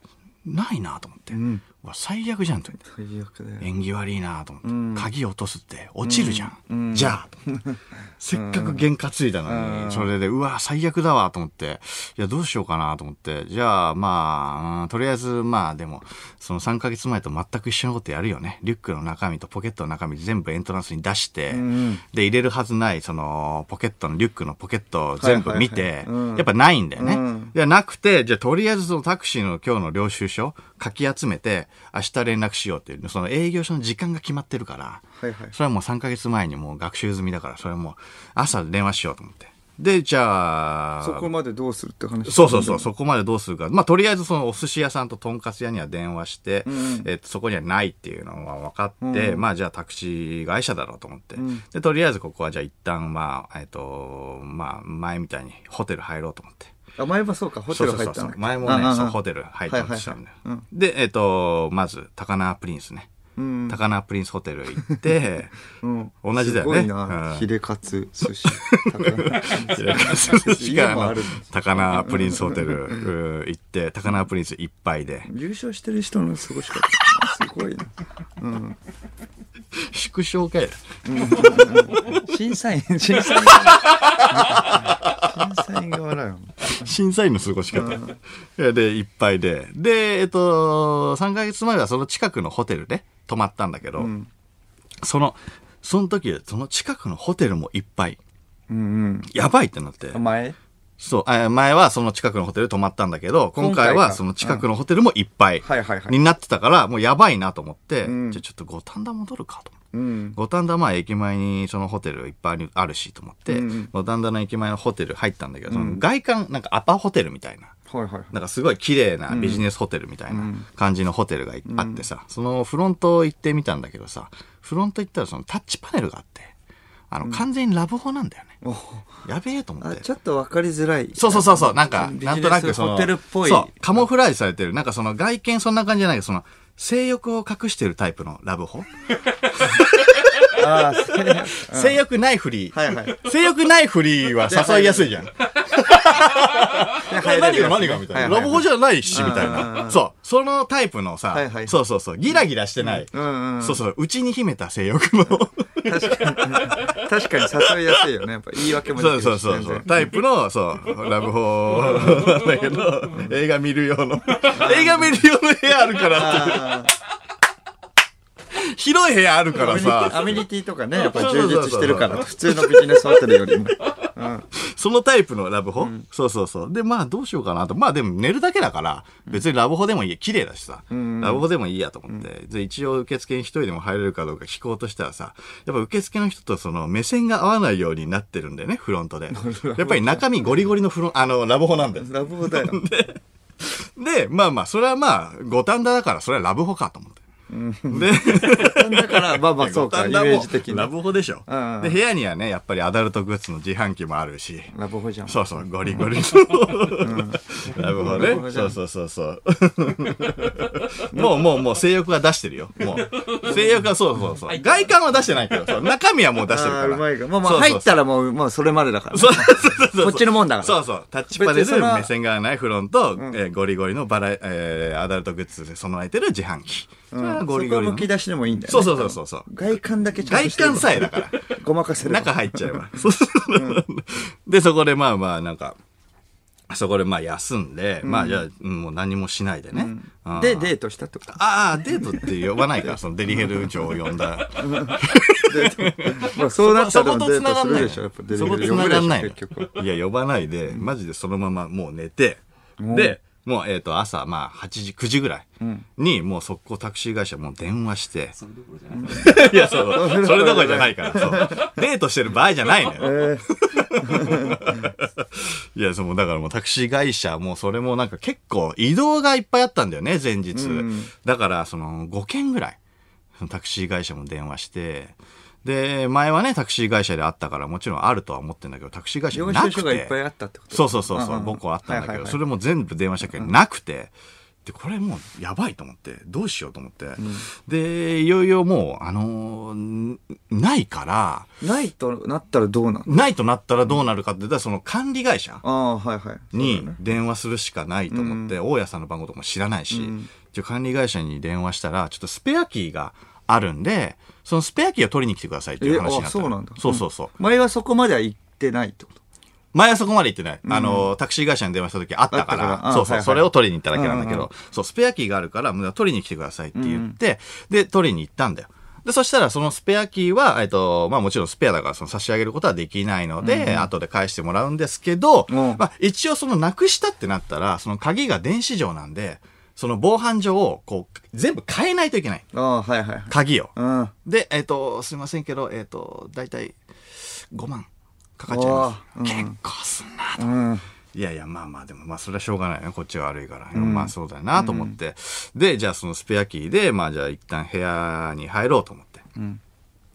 Speaker 1: ないなと思って。
Speaker 2: ん
Speaker 1: うわ最悪じゃんと思って。
Speaker 2: 最悪だよ。
Speaker 1: 縁起悪いなと思
Speaker 2: ん
Speaker 1: って。鍵落とすって、落ちるじゃ
Speaker 2: うん
Speaker 1: ん。じ ゃあ、と思ってせっかく原価ついたの
Speaker 2: うん
Speaker 1: に、それで、うわ、最悪だわと思って、いや、どうしようかなと思って、じゃあ、まあ、うんとりあえず、まあ、でも、その3ヶ月前と全く一緒のことやるよね。リュックの中身とポケットの中身全部エントランスに出して、
Speaker 2: うん。
Speaker 1: で、入れるはずない、その、ポケットのリュックのポケットを全部見て、
Speaker 2: はいはいはいうん
Speaker 1: やっぱないんだよね。
Speaker 2: うん
Speaker 1: じゃなくて、じゃあとりあえずそのタクシーの今日の領収書、書き集めて、明日連絡しようっていう、その営業所の時間が決まってるから、
Speaker 2: はいはい。
Speaker 1: それはもう3ヶ月前にもう学習済みだから、それはもう朝電話しようと思って。で、じゃあ、
Speaker 2: そこまでどうするって話。
Speaker 1: そうそうそう、そこまでどうするか。まあ、とりあえずそのお寿司屋さんととんかつ屋には電話して、
Speaker 2: ん
Speaker 1: えっと、そこにはないっていうのは分かって、
Speaker 2: うん
Speaker 1: まあ、じゃあタクシー会社だろうと思って。
Speaker 2: ん
Speaker 1: で、とりあえずここはじゃあ一旦、まあ、えっと、まあ、前みたいにホテル入ろうと思って。
Speaker 2: あ、前もそうか、ホテル入った
Speaker 1: そうそう
Speaker 2: の
Speaker 1: そう前もね、そうホ
Speaker 2: テ
Speaker 1: テル入ったりしたんだよ
Speaker 2: はいはいはい
Speaker 1: で、えっと、まず、高輪プリンスね。
Speaker 2: ル。うん。
Speaker 1: 高輪プリンスホテル行 って、
Speaker 2: うん
Speaker 1: 同じだよね
Speaker 2: すごいな
Speaker 1: うん。
Speaker 2: ヒレカツ、寿 司。
Speaker 1: しか
Speaker 2: 家もあ
Speaker 1: あ
Speaker 2: る
Speaker 1: の高輪プリンスホテルうん行って、高輪プリンス一杯で。
Speaker 2: 優勝してる人の過ごし方。すごいな。
Speaker 1: 縮小かよ。
Speaker 2: 審査員、 審査員。審査員側だよ。
Speaker 1: 審査員の過ごし方。いやで、いっぱいで。で、えっと、3ヶ月前はその近くのホテルで泊まったんだけど、
Speaker 2: ん
Speaker 1: その、その時、その近くのホテルもいっぱい。
Speaker 2: うん
Speaker 1: やばいってなって
Speaker 2: う。ん。前
Speaker 1: そう、あ前はその近くのホテル泊まったんだけど、今回
Speaker 2: 今回
Speaker 1: は
Speaker 2: か
Speaker 1: その近くのホテルもいっぱい
Speaker 2: はいはいはい
Speaker 1: になってたから、もうやばいなと思って、
Speaker 2: うん
Speaker 1: じゃあちょっと五反田戻るかと思って。
Speaker 2: うん。
Speaker 1: 五反田まあ駅前にそのホテルいっぱいあるしと思って
Speaker 2: うんうん、
Speaker 1: 五反田の駅前のホテル入ったんだけど、その外観、なんかアパホテルみたいな。
Speaker 2: はいはいはい。
Speaker 1: なんかすごい綺麗なビジネスホテルみたいな感じのホテルがあってさ、そのフロント行ってみたんだけどさ、フロント行ったらそのタッチパネルがあって、あの完全にラブホなんだよね。
Speaker 2: お
Speaker 1: やべえと思っ
Speaker 2: あ
Speaker 1: て。
Speaker 2: ちょっと分かりづらい。
Speaker 1: そうそうそうそう、なんか、
Speaker 2: ビジネ
Speaker 1: な
Speaker 2: ス
Speaker 1: んとなくその、
Speaker 2: ホテルっぽい。
Speaker 1: そう、カモフラージュされてる。なんかその外見そんな感じじゃないけど、その、性欲を隠してるタイプのラブホ、
Speaker 2: ああ、せ
Speaker 1: 性欲ないフリー。
Speaker 2: はいはい。
Speaker 1: 性欲ないフリーは誘いやすいじゃん。何が何がみたいな。ラブホ
Speaker 2: じ
Speaker 1: じゃないし、みたい
Speaker 2: うんうんう
Speaker 1: な。
Speaker 2: ん
Speaker 1: そう。そのタイプのさ
Speaker 2: はいはい、
Speaker 1: そうそうそう。ギラギラしてない。
Speaker 2: うんうん。
Speaker 1: そうそう。内に秘めた性欲の。
Speaker 2: 確かに。確かに誘いやすいよね。やっぱ言い訳もで き
Speaker 1: そ
Speaker 2: る
Speaker 1: う
Speaker 2: し
Speaker 1: そうそうそう
Speaker 2: 全。然
Speaker 1: タイプの、そう、ラブホなんだけど、映画見る用の。映画見る用の部屋あるからっていう。
Speaker 2: あ
Speaker 1: 広い部屋あるから
Speaker 2: あ。ア
Speaker 1: さ、
Speaker 2: メニティとかね、やっぱ
Speaker 1: そうそ
Speaker 2: 充
Speaker 1: うそうそう
Speaker 2: 実してるから、普通のビジネスホテルよりも。
Speaker 1: そのタイプのラブホ、そうそうそう。で、まあどうしようかなと。まあでも寝るだけだから、別にラブホでもいいや。綺麗だしさ。
Speaker 2: ん
Speaker 1: ラブホでもいいやと思って。で、一応受付に一人でも入れるかどうか聞こうとしたらさ、やっぱ受付の人とその目線が合わないようになってるんだよね、フロントで。やっぱり中身ゴリゴリのフロン、あの、ラブホなんだよ。
Speaker 2: ラブホだよ。
Speaker 1: で、まあまあ、それはまあ、五反田だから、それはラブホかと思って。で、
Speaker 2: だから、 まあまあ、そ うか、イ
Speaker 1: 五
Speaker 2: メ
Speaker 1: 反田も
Speaker 2: ージ的に。
Speaker 1: ラ
Speaker 2: ラブ
Speaker 1: ブホでしょ
Speaker 2: うんうん。
Speaker 1: で、部屋にはね、やっぱりアダルトグッズの自販機もあるし。
Speaker 2: ホじゃん。
Speaker 1: そうそう、ゴリゴリの。 ラブホ
Speaker 2: ラブホ
Speaker 1: ね。
Speaker 2: じゃ
Speaker 1: そ
Speaker 2: ん
Speaker 1: うそうそうそう。もう もうもう性欲は出してるよ。もう。性欲はそうそうそう。外観は出してないけど、そう中身はもう出してる
Speaker 2: あ
Speaker 1: か
Speaker 2: あ、
Speaker 1: ら。
Speaker 2: うまいか。まあまあ、
Speaker 1: そうそう
Speaker 2: 入ったらもう、もうそれまでだから。
Speaker 1: そうそうそうそう。
Speaker 2: こっちのもんだから
Speaker 1: そうそう。タッチパネ
Speaker 2: 別にそ
Speaker 1: ル、
Speaker 2: の
Speaker 1: 目線がないフロント、えーゴリゴリのバラ、えーアダルトグッズで備えてる自販機。それは
Speaker 2: うん
Speaker 1: ゴリゴリの
Speaker 2: そこむ。き出しでもいいんだよね。
Speaker 1: そうそうそうそうそう。
Speaker 2: 外観だけちゃん
Speaker 1: 外
Speaker 2: としてれば
Speaker 1: 観さえだから。
Speaker 2: ごまかせる。
Speaker 1: 中入っちゃえば。 そうで、そこでまあまあ、なんか、そこでまあ休んで、まあじゃあ、うんもう何もしないでね。うん
Speaker 2: で、デートしたっ てこと
Speaker 1: ああ、デートって呼ばないから、そのデリヘル嬢を呼んだ。
Speaker 2: まあ、そうなった
Speaker 1: そ
Speaker 2: らで
Speaker 1: こ
Speaker 2: も
Speaker 1: と
Speaker 2: デ
Speaker 1: 繋
Speaker 2: ート
Speaker 1: が
Speaker 2: す
Speaker 1: んな
Speaker 2: る
Speaker 1: いの。
Speaker 2: でしょ。
Speaker 1: そ
Speaker 2: やっぱ
Speaker 1: こ
Speaker 2: デリヘル
Speaker 1: 繋がんない
Speaker 2: 呼ぶでしょ結局。
Speaker 1: の。いや、呼ばないで、マジでそのままもう寝て、で、もうえっと朝、まあ8時、9時ぐらいに、もう速攻タクシー会社もう電話して、
Speaker 3: それどころじゃない。
Speaker 1: いや、そう。それどころじゃないから、そう。デートしてる場合じゃないのよ。
Speaker 2: え
Speaker 1: いや、その、だからもうタクシー会社、もうそれもなんか結構移動がいっぱいあったんだよね、前日。だから、その、5件ぐらい、そのタクシー会社も電話して、で、前はね、タクシー会社であったから、もちろんあるとは思ってんだけど、タクシー会社
Speaker 2: ー、領
Speaker 1: な
Speaker 2: 収
Speaker 1: く
Speaker 2: 書がいってぱい。あったってこと
Speaker 1: そうそうそうそう、
Speaker 2: んん
Speaker 1: 僕はあったんだ
Speaker 2: はい
Speaker 1: け
Speaker 2: はい
Speaker 1: ど、
Speaker 2: はい
Speaker 1: それも全部電話したけどなくて、で、これもうやばいと思って、どうしようと思って。で、いよいよもう、あのーんないから、
Speaker 2: ないとなったらどうなの
Speaker 1: ないとなったらどうなるかって言ったら、その管理会社
Speaker 2: ああ、はいはい。
Speaker 1: に電話するしかないと思って、大家さんの番号とかも知らないし、じゃあ管理会社に電話したら、ちょっとスペアキーがあるんで、そのスペアキーを取りに来てくださいっていう話になったの
Speaker 2: えあそうなんだ
Speaker 1: そうそうそう。
Speaker 2: 前はそこまでは行ってないってこと
Speaker 1: 前はそこまで行ってない。あの、タクシー会社に電話した時あったか
Speaker 2: あったから
Speaker 1: ら、
Speaker 2: あ
Speaker 1: そう
Speaker 2: はい
Speaker 1: そ
Speaker 2: は
Speaker 1: う、
Speaker 2: い
Speaker 1: それを取りに行っただけなんだけ
Speaker 2: うんう
Speaker 1: ど、そう、スペアキーがあるから、もう取りに来てくださいって言って、で、取りに行ったんだよ。で、そしたら、そのスペアキーは、えっと、まあもちろんスペアだから、その差し上げることはできないので、後で返してもらうんですけど、
Speaker 2: うん
Speaker 1: まあ一応そのなくしたってなったら、その鍵が電子錠なんで、その防犯上を、こう、全部変えないといけない。
Speaker 2: ああ、はいはいはい。
Speaker 1: 鍵を。
Speaker 2: うん。あ
Speaker 1: で、えっ、と、すいませんけど、えっ、と、だいたい5万かかっちゃいます。結構すんなと、いやいや、まあまあ、でも、まあ、それはしょうがないよね。こっちが悪いから。まあ、そうだよなと思って、で、じゃあ、そのスペアキーで、まあ、じゃあ、一旦部屋に入ろうと思って。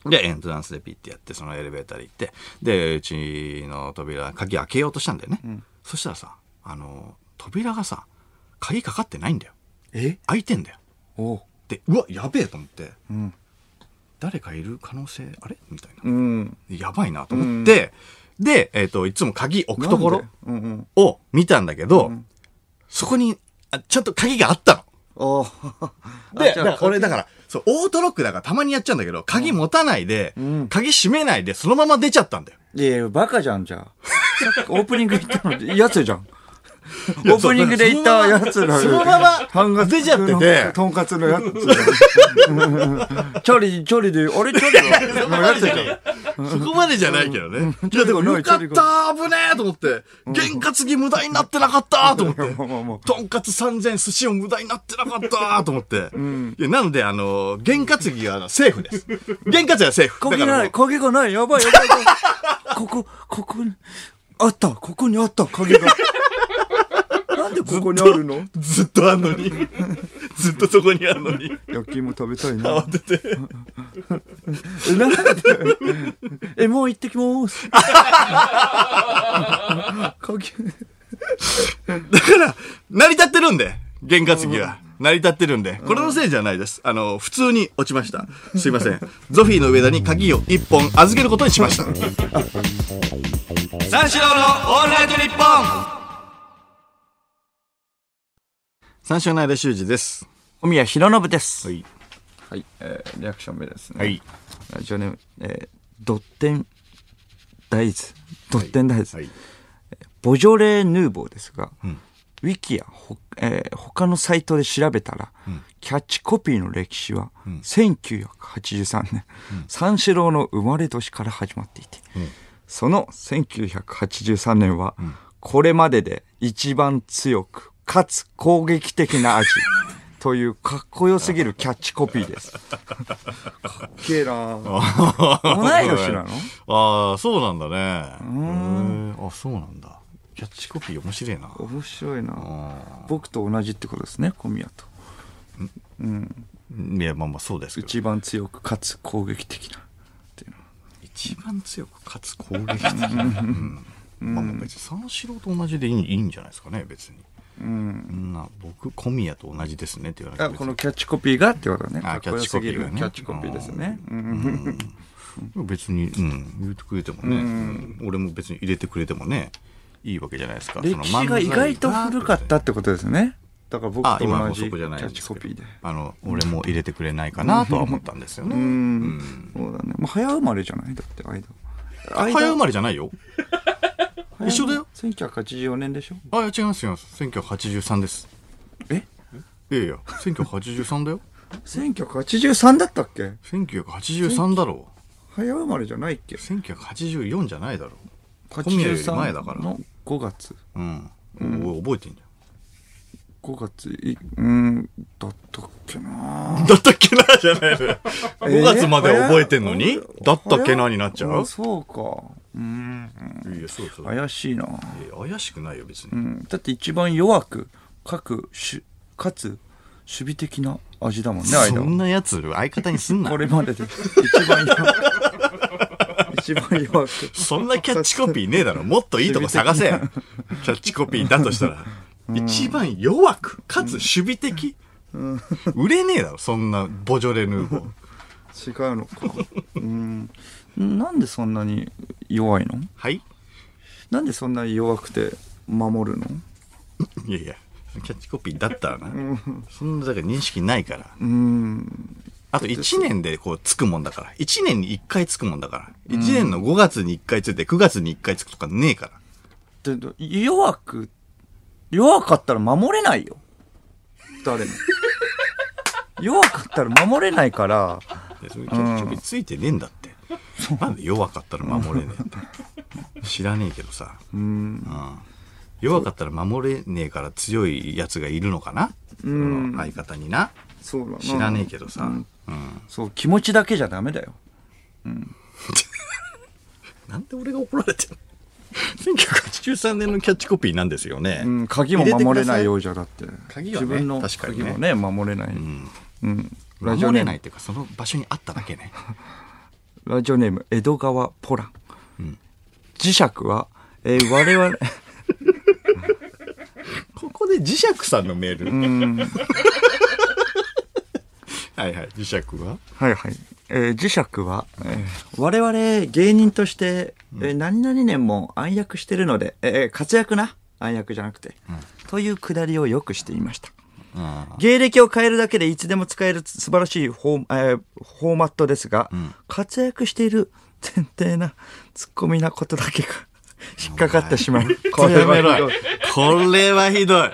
Speaker 1: で、エントランスでピッてやって、そのエレベーターで行って、で、うちの扉、鍵開けようとしたんだよね。そしたらさ、あの、扉がさ、鍵かかってないんだよ。
Speaker 2: え
Speaker 1: 開いてんだよ。
Speaker 2: おう。
Speaker 1: で、うわ、やべえと思って、
Speaker 2: ん
Speaker 1: 誰かいる可能性、あれみたいな。
Speaker 2: うん。
Speaker 1: やばいなと思って、で、えっ、と、いつも鍵置くところ
Speaker 2: なんでうんうん。
Speaker 1: を見たんだけど、そこにあ、ちゃんと鍵があった
Speaker 2: おー
Speaker 1: の。で、
Speaker 2: あじ
Speaker 1: だ
Speaker 2: ゃあ
Speaker 1: から俺だから、そう、オートロックだからたまにやっちゃうんだけど、鍵持たないで、鍵閉めないで、そのまま出ちゃったんだよ。
Speaker 2: いやいや、バカじゃ ん、じゃあ。さっきオープニング行ったの、やつじゃん。オ
Speaker 1: や
Speaker 2: ープニングで行ったやつの。
Speaker 1: そのまま
Speaker 2: 半額
Speaker 1: 出ちゃってて
Speaker 2: とんかつの やつじゃん。チャリ、チャリで、あれ、チャリののやつじゃん。
Speaker 1: そこまでじゃないけどね。いや、でもよかった、危ねえと思って、験担ぎ無駄になってなかったと思って。
Speaker 2: もうもうも
Speaker 1: とんかつ3000寿司を無駄になってなかったと思って。いやなので、あの、験担ぎはセーフです。験担ぎはセーフ。
Speaker 2: う。
Speaker 1: だか
Speaker 2: 鍵
Speaker 1: ら
Speaker 2: な
Speaker 1: も
Speaker 2: い、
Speaker 1: う
Speaker 2: 鍵がない、やばい、やばい。やばいここ、ここに、あった、ここにあった、鍵 が。なんでここにあるの
Speaker 1: ずっとあんの に。ずっとそこにあんのに。
Speaker 2: 焼き芋食べたいな。
Speaker 1: 慌てて。
Speaker 2: え、なんで え、もう行ってきます。 鍵。
Speaker 1: だから、成り立ってるんで、験担ぎは。成り立ってるんで、これのせいじゃないです。あの、普通に落ちました。すいません。ゾフィーの上田に鍵を一本預けることにしました。三四郎のオールナイトニッポン三四郎の間修二です。
Speaker 2: 小宮弘信です。
Speaker 1: はい。
Speaker 2: はい、えーリアクション目ですね。
Speaker 1: はい。
Speaker 2: ラジオネーム、えードッテン大豆。ドッテン大豆。
Speaker 1: はい。
Speaker 2: ボジョレーヌーボーですが、ウィキやほ、えー他のサイトで調べたら、キャッチコピーの歴史は、1983年、三四郎の生まれ年から始まっていて、その1983年は、これまでで一番強く、かつ攻撃的な味 というかっこよすぎるキャッチコピーです。かっけえな同い年なの
Speaker 1: ああ、そうなんだね。へーあ、そうなんだ。キャッチコピー面白いな。
Speaker 2: 面白いな僕と同じってことですね小宮と
Speaker 1: いや、まあまあそうですけど。
Speaker 2: 一番強くかつ攻撃的なっていうのは
Speaker 1: 一番強くかつ攻撃的。うんまあまあ別に三四郎と同じでいいいいんじゃないですかね、別に。
Speaker 2: うん
Speaker 1: そんな、僕、小宮と同じですねって言われ
Speaker 2: あ
Speaker 1: て。
Speaker 2: このキャッチコピーがってことね
Speaker 1: あ
Speaker 2: かっこよすぎる
Speaker 1: キ
Speaker 2: キ
Speaker 1: ャ
Speaker 2: ャ
Speaker 1: ッ
Speaker 2: ッ
Speaker 1: チ
Speaker 2: チ
Speaker 1: コ
Speaker 2: コ
Speaker 1: ピ
Speaker 2: ピ
Speaker 1: ー
Speaker 2: ー
Speaker 1: ね
Speaker 2: ですね
Speaker 1: 別に、うん、言ってくれてもね、うん俺も別に入れてくれてもね、いいわけじゃないですか。
Speaker 2: 歴史が意外と古かった
Speaker 1: っ
Speaker 2: ってことですねだから僕
Speaker 1: あ、
Speaker 2: と
Speaker 1: 今は
Speaker 2: 同
Speaker 1: もう
Speaker 2: じ
Speaker 1: そ
Speaker 2: キ
Speaker 1: こじゃ
Speaker 2: ャ
Speaker 1: ないん
Speaker 2: ッ
Speaker 1: で
Speaker 2: チ
Speaker 1: す
Speaker 2: コ
Speaker 1: け
Speaker 2: ピ
Speaker 1: ど
Speaker 2: ーで
Speaker 1: あの、俺も入れてくれないかなとは思ったんですよね。
Speaker 2: うんそうだねもう早生まれじゃないだって間
Speaker 1: 早生まれじゃないよ。
Speaker 2: れ
Speaker 1: 一緒だよ
Speaker 2: 1984年でしょ
Speaker 1: あ、いや違います違います。1983です。
Speaker 2: え
Speaker 1: いやいや、1983だよ。
Speaker 2: 1983だったっけ
Speaker 1: 1983だろ
Speaker 2: 早生まれじゃないっけ
Speaker 1: う。1984じゃないだろ小宮より前だから
Speaker 2: 83の5月
Speaker 1: う。うん。お覚えてんじゃ。
Speaker 2: 5月いうんだったっけなん
Speaker 1: だったっけなじゃないのよ。
Speaker 2: えー
Speaker 1: 5月までは覚えてんのに、だったっけなになっちゃ
Speaker 2: あ
Speaker 1: う
Speaker 2: そうかうん
Speaker 1: いや、そうそう。い
Speaker 2: 怪しいな、
Speaker 1: や怪しくないよ、別
Speaker 2: う
Speaker 1: に。
Speaker 2: ん、だって一番弱くかくしかつ守備的な味だもんね
Speaker 1: そ
Speaker 2: 間
Speaker 1: ん
Speaker 2: は
Speaker 1: なやつ、相方にすんな
Speaker 2: こ。れまでで一番弱く一番弱く
Speaker 1: そんなキャッチコピーねえだろ。もっといいとこ探 せ。キャッチコピーだとしたら。一番弱く、かつ守備的。売れねえだろ、そんなボジョレ・ヌーボー。
Speaker 2: 違うのかうんなんでそんなに弱いの
Speaker 1: はい
Speaker 2: なんでそんなに弱くて守るの
Speaker 1: いやいや、キャッチコピーだったらな。そんな、だから認識ないから。
Speaker 2: うん
Speaker 1: あと1年でこうつくもんだから。1年に1回つくもんだから。1年の5月に1回ついて9月に1回つくとかねえから。
Speaker 2: でど弱く弱かったら守れないよ誰 も弱かったら守れないから
Speaker 1: でそれキャッチコピーついてねえんだって。なんで弱かったら守れねえって。知らねえけどさ。
Speaker 2: うん
Speaker 1: うん弱かったら守れねえから強いやつがいるのかな、
Speaker 2: うん
Speaker 1: その相方にな。
Speaker 2: そうだな
Speaker 1: 知らねえけどさ。
Speaker 2: うん
Speaker 1: うん
Speaker 2: そう気持ちだけじゃダメだよ
Speaker 1: なんで俺が怒られてる 1983年のキャッチコピーなんですよね。
Speaker 2: うん、鍵も守れないようじゃだって
Speaker 1: 鍵はね
Speaker 2: 自分の
Speaker 1: 確かに
Speaker 2: 鍵
Speaker 1: ね
Speaker 2: もね守れない、うんラジオ
Speaker 1: 守
Speaker 2: ネ
Speaker 1: れ
Speaker 2: ー
Speaker 1: ないっ
Speaker 2: ム
Speaker 1: ていうかその場所にあっただけね
Speaker 2: ラジオネーム江戸川ポラン、磁石は、えー我 々
Speaker 1: ここで磁石さんのメール、
Speaker 2: うん
Speaker 1: はいはい磁石は
Speaker 2: はいはい。えー磁石は、えー我々芸人として、えー何々年も暗躍してるので、えー活躍な、暗躍じゃなくて、というくだりをよくしていました。
Speaker 1: あ
Speaker 2: 芸歴を変えるだけでいつでも使える素晴らしいフォ,、えーフォーマットですが、活躍している 前提なツッコミなことだけが引っかかってし まう。
Speaker 1: これはひ
Speaker 2: ひ
Speaker 1: ど
Speaker 2: ど
Speaker 1: いこれはひどい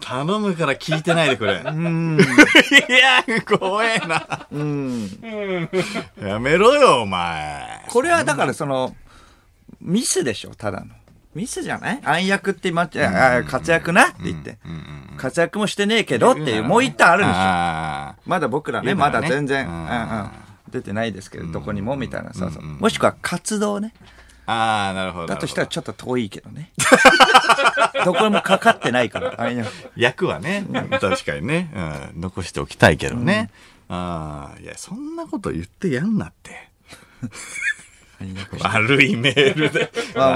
Speaker 1: 頼むから聞いてないでくれ
Speaker 2: うん。
Speaker 1: いや怖えな
Speaker 2: うん。
Speaker 1: やめろよお前
Speaker 2: これはだからその、ミスでしょ、ただの。ミスじゃない暗躍ってまっちゃ、あ活躍なって言って。活躍もしてねえけどっていう、もう一旦あるんでしょ。
Speaker 1: あ
Speaker 2: まだ僕らね、
Speaker 1: 言うな
Speaker 2: ま
Speaker 1: らね
Speaker 2: だ全然、
Speaker 1: う
Speaker 2: うんんうん出てないですけど、どこにもみたいなさ、そうもしくは活動ね。
Speaker 1: ーあーなるほど
Speaker 2: だとしたら
Speaker 1: なる
Speaker 2: ちょっと遠いけどね。 どこにもかかってないから、暗躍。
Speaker 1: ほど役はね確かにね、うん、残しておきたいけどね、ああいやそんなこと言ってやんなって
Speaker 2: 暗躍
Speaker 1: 悪いメールだ。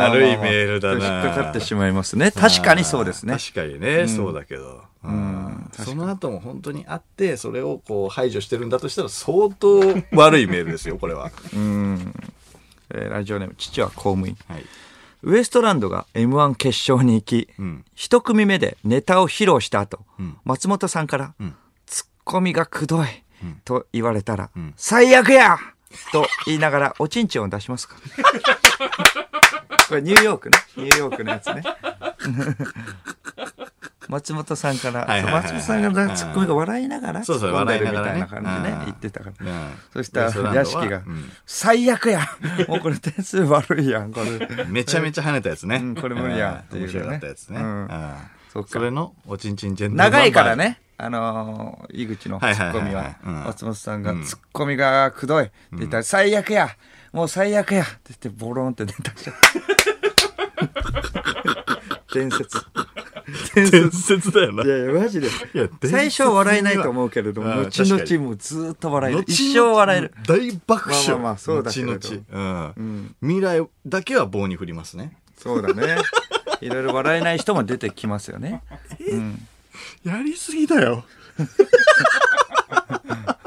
Speaker 1: 悪いメールだな。
Speaker 2: 引っかかってしまいますね。確かにそうですね。
Speaker 1: 確かにね、そうだけど。うんその後も本当にあって、それをこう排除してるんだとしたら相当悪いメールですよ、これは。
Speaker 2: うん。えーラジオネーム、父 は公務員。
Speaker 1: はい。
Speaker 2: ウエストランドが M1 決勝に行き、
Speaker 1: うん。
Speaker 2: 一組目でネタを披露した後、
Speaker 1: うん
Speaker 2: 松本さんから、
Speaker 1: ん
Speaker 2: ツッコミがくどい、
Speaker 1: ん
Speaker 2: と言われたら、
Speaker 1: ん
Speaker 2: 最悪やと言いながら、おちんちんを出しますか これニューヨークね。ニューヨークのやつね。 松本さんから、
Speaker 1: はいはいはいはい
Speaker 2: 松本さんがツッコミが笑いながら、
Speaker 1: そうそう
Speaker 2: 突っ込んでる
Speaker 1: 笑いながらね
Speaker 2: みたいな感じ
Speaker 1: う
Speaker 2: で
Speaker 1: ん
Speaker 2: ね、言ってたから。
Speaker 1: うん
Speaker 2: そした
Speaker 1: ウエストラン
Speaker 2: ら、
Speaker 1: ドは
Speaker 2: 屋敷が、
Speaker 1: うん
Speaker 2: 最悪やもうこれ点数悪いやん、これ。
Speaker 1: めちゃめちゃ跳ねたやつね。
Speaker 2: うんこれ無理やって
Speaker 1: うん
Speaker 2: い
Speaker 1: 面
Speaker 2: うね
Speaker 1: 白かったやつね。
Speaker 2: うん
Speaker 1: うん
Speaker 2: そうか
Speaker 1: それの、おちんちんジェンダー
Speaker 2: 長いから。ね、あのー井口のツッコミ
Speaker 1: はいはいは
Speaker 2: は
Speaker 1: いはいうん、
Speaker 2: 松本さんが、ツッコミがくどいって言ったら、最悪やもう最悪やって言って、ボロンって出たじゃん。伝説。。
Speaker 1: 伝説だよない
Speaker 2: やいや、マジで
Speaker 1: いや伝。説
Speaker 2: 最初は笑えないと思うけれども、
Speaker 1: にはうん
Speaker 2: 後
Speaker 1: 確か
Speaker 2: 々もうずーっと笑える。
Speaker 1: 後々
Speaker 2: 一生笑える。
Speaker 1: 大爆笑。
Speaker 2: まあまあまあそうだけれど
Speaker 1: 後々うん未来だけは棒に振りますね。
Speaker 2: そうだね。いろいろ笑えない人も出てきますよね。うん。
Speaker 1: やりすぎだよ。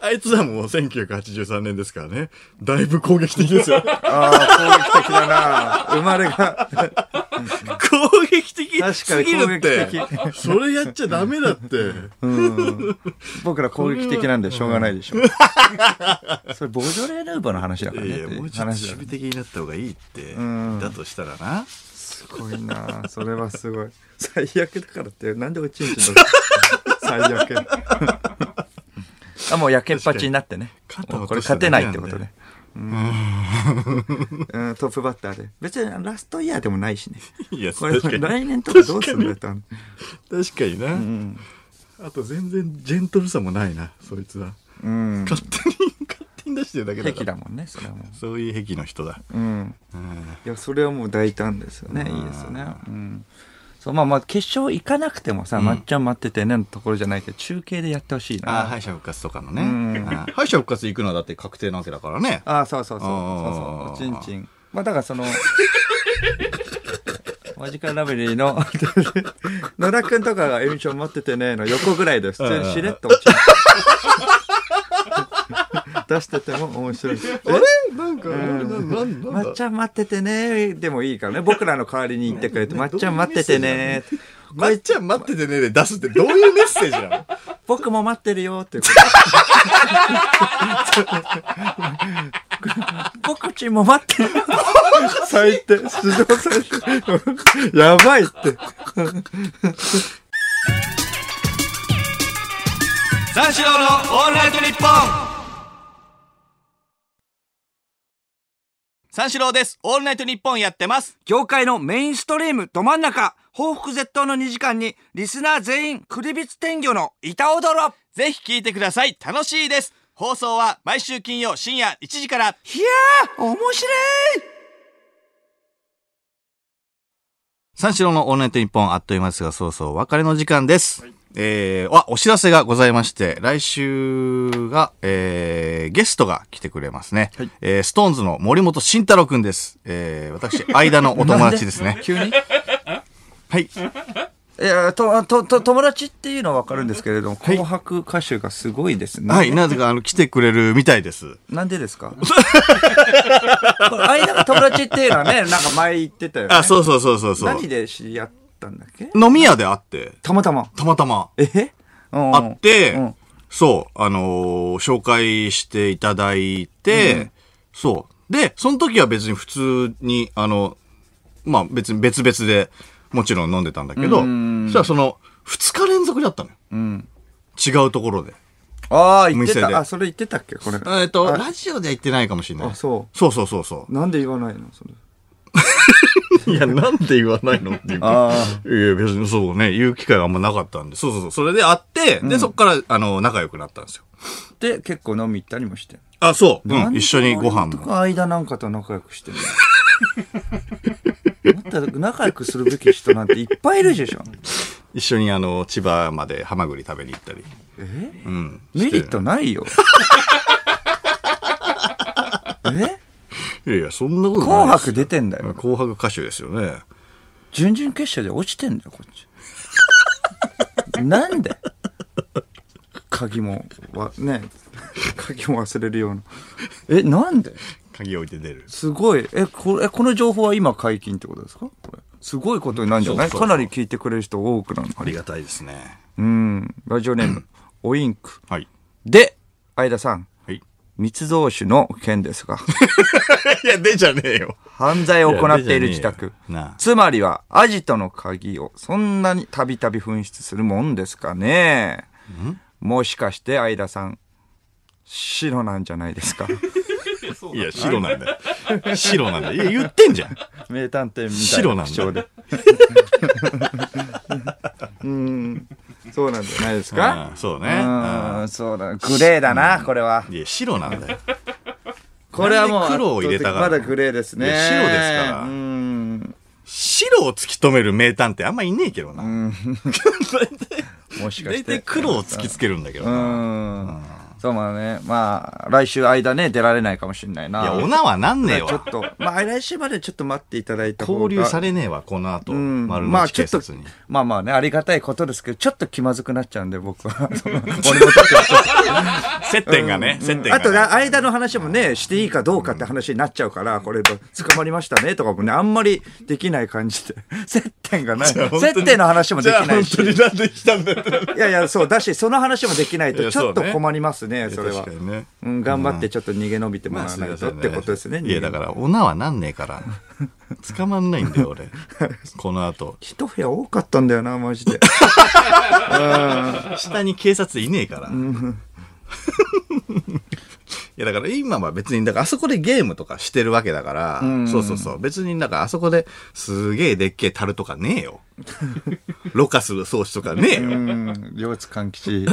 Speaker 1: あいつはもう1983年ですからね。だいぶ攻撃的です よ。
Speaker 2: ああ、攻撃的だな。生まれが。
Speaker 1: 攻撃的
Speaker 2: 確か
Speaker 1: す
Speaker 2: に
Speaker 1: ぎるって
Speaker 2: 攻撃。
Speaker 1: それやっちゃダメだって。
Speaker 2: うん僕ら攻撃的なんでしょうがないでしょ。それ、ボジョレ・ヌーボーの話だから
Speaker 1: いや
Speaker 2: ね。
Speaker 1: いや、もうちょっと守
Speaker 2: 話だよ
Speaker 1: 備
Speaker 2: ね
Speaker 1: 的になった方がいいって。
Speaker 2: ん
Speaker 1: だとしたらな。
Speaker 2: すごいなそれはすごい。最悪だからって、なんでおちんちんだ 最悪。あ、もうやけっぱちになってね。
Speaker 1: 肩
Speaker 2: もう
Speaker 1: 落
Speaker 2: ことれ
Speaker 1: した
Speaker 2: 勝
Speaker 1: ら
Speaker 2: てないってこと
Speaker 1: 嫌なんだよ
Speaker 2: ね。うん、うんトップバッターで。別にラストイヤーでもないしね。
Speaker 1: いや、
Speaker 2: これ、
Speaker 1: 確かに。
Speaker 2: 来年とかどうするんだよ、多分
Speaker 1: 確かにな、あと全然ジェントルさもないなそいつは、
Speaker 2: うん。
Speaker 1: 勝手に勝手に出してるだけだから
Speaker 2: 敵だもんね、それはもう。
Speaker 1: そういう癖の人だ
Speaker 2: うん。いや、それはもう大胆ですよね。いいですよね。うん。そう、まあまあ、決勝行かなくてもさ、まっちゃん待っててねのところじゃないけど、中継でやってほしい
Speaker 1: ああ
Speaker 2: な。
Speaker 1: 敗者復活とかのね
Speaker 2: うん
Speaker 1: あ ー敗者復活行くのはだって確定なわけだからね
Speaker 2: ああ、そうそうそう。
Speaker 1: あ
Speaker 2: そ
Speaker 1: ー
Speaker 2: うそう。おちんちん。まあ、だからそ の、マジカルラブリーの、 野田くんとかがエミション待っててねの横ぐらいで、普通にしれっとおちん ちん。出してても面 白いし。え
Speaker 1: なんかなんなん
Speaker 2: まっちゃん待っててねでもいいからね。僕らの代わりに言ってくれて、まっちゃん待っててね
Speaker 1: まっちゃん待っててねで出すってどういうメッセージなの
Speaker 2: 僕も待ってるよ っていうこと。僕ちんも待ってるよ。最低、指導されて。やばいって。三四郎のオールナイトニッポン
Speaker 4: 三四郎です。オールナイトニッポンやってます。
Speaker 2: 業界のメインストリームど真ん中、報復絶倒の2時間に、リスナー全員、クリビツ天魚の板踊ろ
Speaker 4: ぜひ聞いてください。楽しいです。放送は毎週金曜深夜1時から。
Speaker 2: いやー面白い
Speaker 1: 三四郎のオールナイトニッポンあっという間ですがそうそうお別れの時間です、えー、あお知らせがございまして来週が、えー、ゲストが来てくれますね、えー、ストーンズの森本慎太郎くんです、えー、私間のお友達ですね
Speaker 2: 急にい
Speaker 1: はい
Speaker 2: や、と、と、と、友達っていうのはわかるんですけれども、紅白歌手がすごいですね。
Speaker 1: はい、なぜかあの来てくれるみたいです。
Speaker 2: なんでですかこれ間が友達っていうのはね、なんか前言ってたよね。
Speaker 1: あ、そうそうそうそうそう。
Speaker 2: 何で知り合ったんだっけ
Speaker 1: 飲み屋で会って、
Speaker 2: たまたま。
Speaker 1: たまたま
Speaker 2: え会
Speaker 1: 会っ、て、
Speaker 2: うん
Speaker 1: そう、あのー紹介していただいて、そう。で、その時は別に普通に、あの、まあ別に別々でもちろん飲んでたんだけど、そしたらその、2日連続だったのよ。
Speaker 2: うん。
Speaker 1: 違うところで。
Speaker 2: ああ、言って
Speaker 1: お店で
Speaker 2: た。あ、それ言ってたっけこれ。
Speaker 1: えっと、
Speaker 2: あ
Speaker 1: ラジオでは言ってないかもしれない。
Speaker 2: あそ
Speaker 1: そうそうそうそ
Speaker 2: なんで言わないのそれ。
Speaker 1: う。 いや、なんで言わないの っていうかい
Speaker 2: あ
Speaker 1: や、別にそうね、言う機会があんまなかったんで、そうそうそう、それで会って、で、そっから、あの、仲良くなったんですよ。
Speaker 2: あ。で、結構飲み行ったりもして。
Speaker 1: あ、そう。
Speaker 2: な
Speaker 1: うんん、
Speaker 2: で
Speaker 1: 一緒にご飯
Speaker 2: 俺と
Speaker 1: も。
Speaker 2: か間なんかと仲良くしてるの もっと仲良くするべき人なんていっぱいいるでしょ。
Speaker 1: 一緒に、あの、千葉までハマグリ食べに行ったり。
Speaker 2: え
Speaker 1: うん。
Speaker 2: メリットな いよ。え
Speaker 1: いやいや、そんなことない。
Speaker 2: 紅白出てんだよ。
Speaker 1: 紅白歌手ですよね。
Speaker 2: 準々決勝で落ちてんだよ、こっち。 なんで鍵も、わ、ね、鍵も忘れるような。え、なんで
Speaker 1: 鍵置いて出る。
Speaker 2: すごい。え、これ、えこの情報は今解禁ってことですかこれすごいことになるんじゃない
Speaker 1: そうそう
Speaker 2: かなり聞いてくれる人多くなるの
Speaker 1: ありがたいですね。
Speaker 2: うん。ラジオネーム、おインク。
Speaker 1: はい。
Speaker 2: で、相田さん、
Speaker 1: はい。
Speaker 2: 密造酒の件ですが、
Speaker 1: いや、出じゃねえよ。
Speaker 2: 犯罪を行っている自
Speaker 1: い
Speaker 2: 宅
Speaker 1: や出てねえよなあ。
Speaker 2: つまりは、アジトの鍵をそんなにたびたび紛失するもんですかね。もしかして相田さん、白なんじゃな いですか。
Speaker 1: いや、白なんだよ。白なんだよ。いや、言ってんじゃん。
Speaker 2: 名探偵みた
Speaker 1: 白
Speaker 2: い
Speaker 1: なんだ
Speaker 2: な口調で。うん、そうなんじゃないですか
Speaker 1: うんそう
Speaker 2: う
Speaker 1: ね。
Speaker 2: ん、そうだ。グレーだな、これは
Speaker 1: うん。いや、白なんだよ。
Speaker 2: これはもう、
Speaker 1: なんで黒を入れたか
Speaker 2: まだグレーですね。
Speaker 1: いや白ですから
Speaker 2: うん。
Speaker 1: 白を突き止める名探偵あんまいねえけどな。
Speaker 2: もしか
Speaker 1: 大
Speaker 2: して。
Speaker 1: 体黒を突きつけるんだけど
Speaker 2: う
Speaker 1: な。
Speaker 2: ん。そうだね。まあ、来週間ね、出られないかもしれないな。
Speaker 1: いや、おなはなんねえ
Speaker 2: ちょっ
Speaker 1: わ。
Speaker 2: と、まあ、来週までちょっと待っていただいた方が。
Speaker 1: 交流されねえわ、この後。
Speaker 2: うん
Speaker 1: 丸の
Speaker 2: まあ
Speaker 1: 内
Speaker 2: ち
Speaker 1: 警
Speaker 2: ょっと
Speaker 1: 察に。、
Speaker 2: まあまあね、ありがたいことですけど、ちょっと気まずくなっちゃうんで、僕は。その俺もちょっと
Speaker 1: 接点がね、接点がね。
Speaker 2: あとね、間の話もね、していいかどうかって話になっちゃうから、これ、捕まりましたねとかもね、あんまりできない感じで、 接点がない。接点の話もできないし。
Speaker 1: になんで来たんだよ。
Speaker 2: いやいや、そう、だし、その話もできない
Speaker 1: い
Speaker 2: と、
Speaker 1: や
Speaker 2: ちょっと
Speaker 1: そうね
Speaker 2: 困りますね、それ は
Speaker 1: 確か。にね。
Speaker 2: うん、頑張ってちょっと逃げ延びてもら
Speaker 1: まあ、
Speaker 2: わ
Speaker 1: すい
Speaker 2: ない
Speaker 1: ませ
Speaker 2: とっ
Speaker 1: んね。
Speaker 2: てことですね。
Speaker 1: いや、だから、おなはなんねえから。捕まんないんだよ、俺。この後。
Speaker 2: 一部屋多かったんだよな、マジで。
Speaker 1: 下に警察いねえから。いやだから今は別に、だからあそこでゲームとかしてるわけだから、そうそうそう。別になんかあそこですげえでっけえ樽とかねえよ。ろ過する装置とかねえ
Speaker 2: う
Speaker 1: よ。
Speaker 2: ん、両津勘吉。 や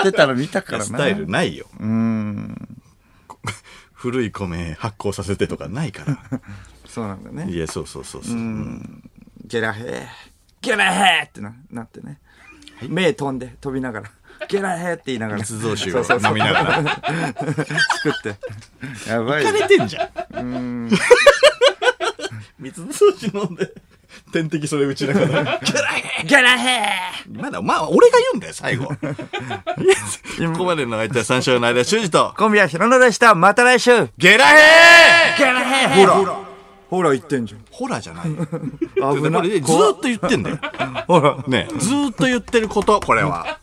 Speaker 2: ってたの見たからな。
Speaker 1: スタイルないよ。
Speaker 2: うん、
Speaker 1: 古い米発酵させてとかないか
Speaker 2: そうなんだ
Speaker 1: ら。
Speaker 2: ね。
Speaker 1: いや、そうそうそうそう。
Speaker 2: ゲラヘー、ゲラヘーってななってね。目飛んで、飛びながら。ゲラヘーって言いながら。
Speaker 1: 密造酒
Speaker 2: そ
Speaker 1: を
Speaker 2: うそうそ
Speaker 1: 飲
Speaker 2: う
Speaker 1: みながら。
Speaker 2: 作って。やばいよ。
Speaker 1: 疲れてんじゃん。密造酒飲んで、点滴それ打ちなが ら。
Speaker 2: ゲラヘ
Speaker 1: まだ、まあ、俺が言うんだよ、最後。ここまでの相手は三章の間、修二と
Speaker 2: ー、小宮弘野でした。また来週
Speaker 1: ゲラヘー
Speaker 2: ゲラヘーほら、ほら言ってんじゃん。
Speaker 1: ホラーじゃないよ。
Speaker 2: 危
Speaker 1: こ
Speaker 2: な
Speaker 1: れね
Speaker 2: い。
Speaker 1: ずーっと言ってんだよ。
Speaker 2: ほら。
Speaker 1: ねずーっと言ってること、これは。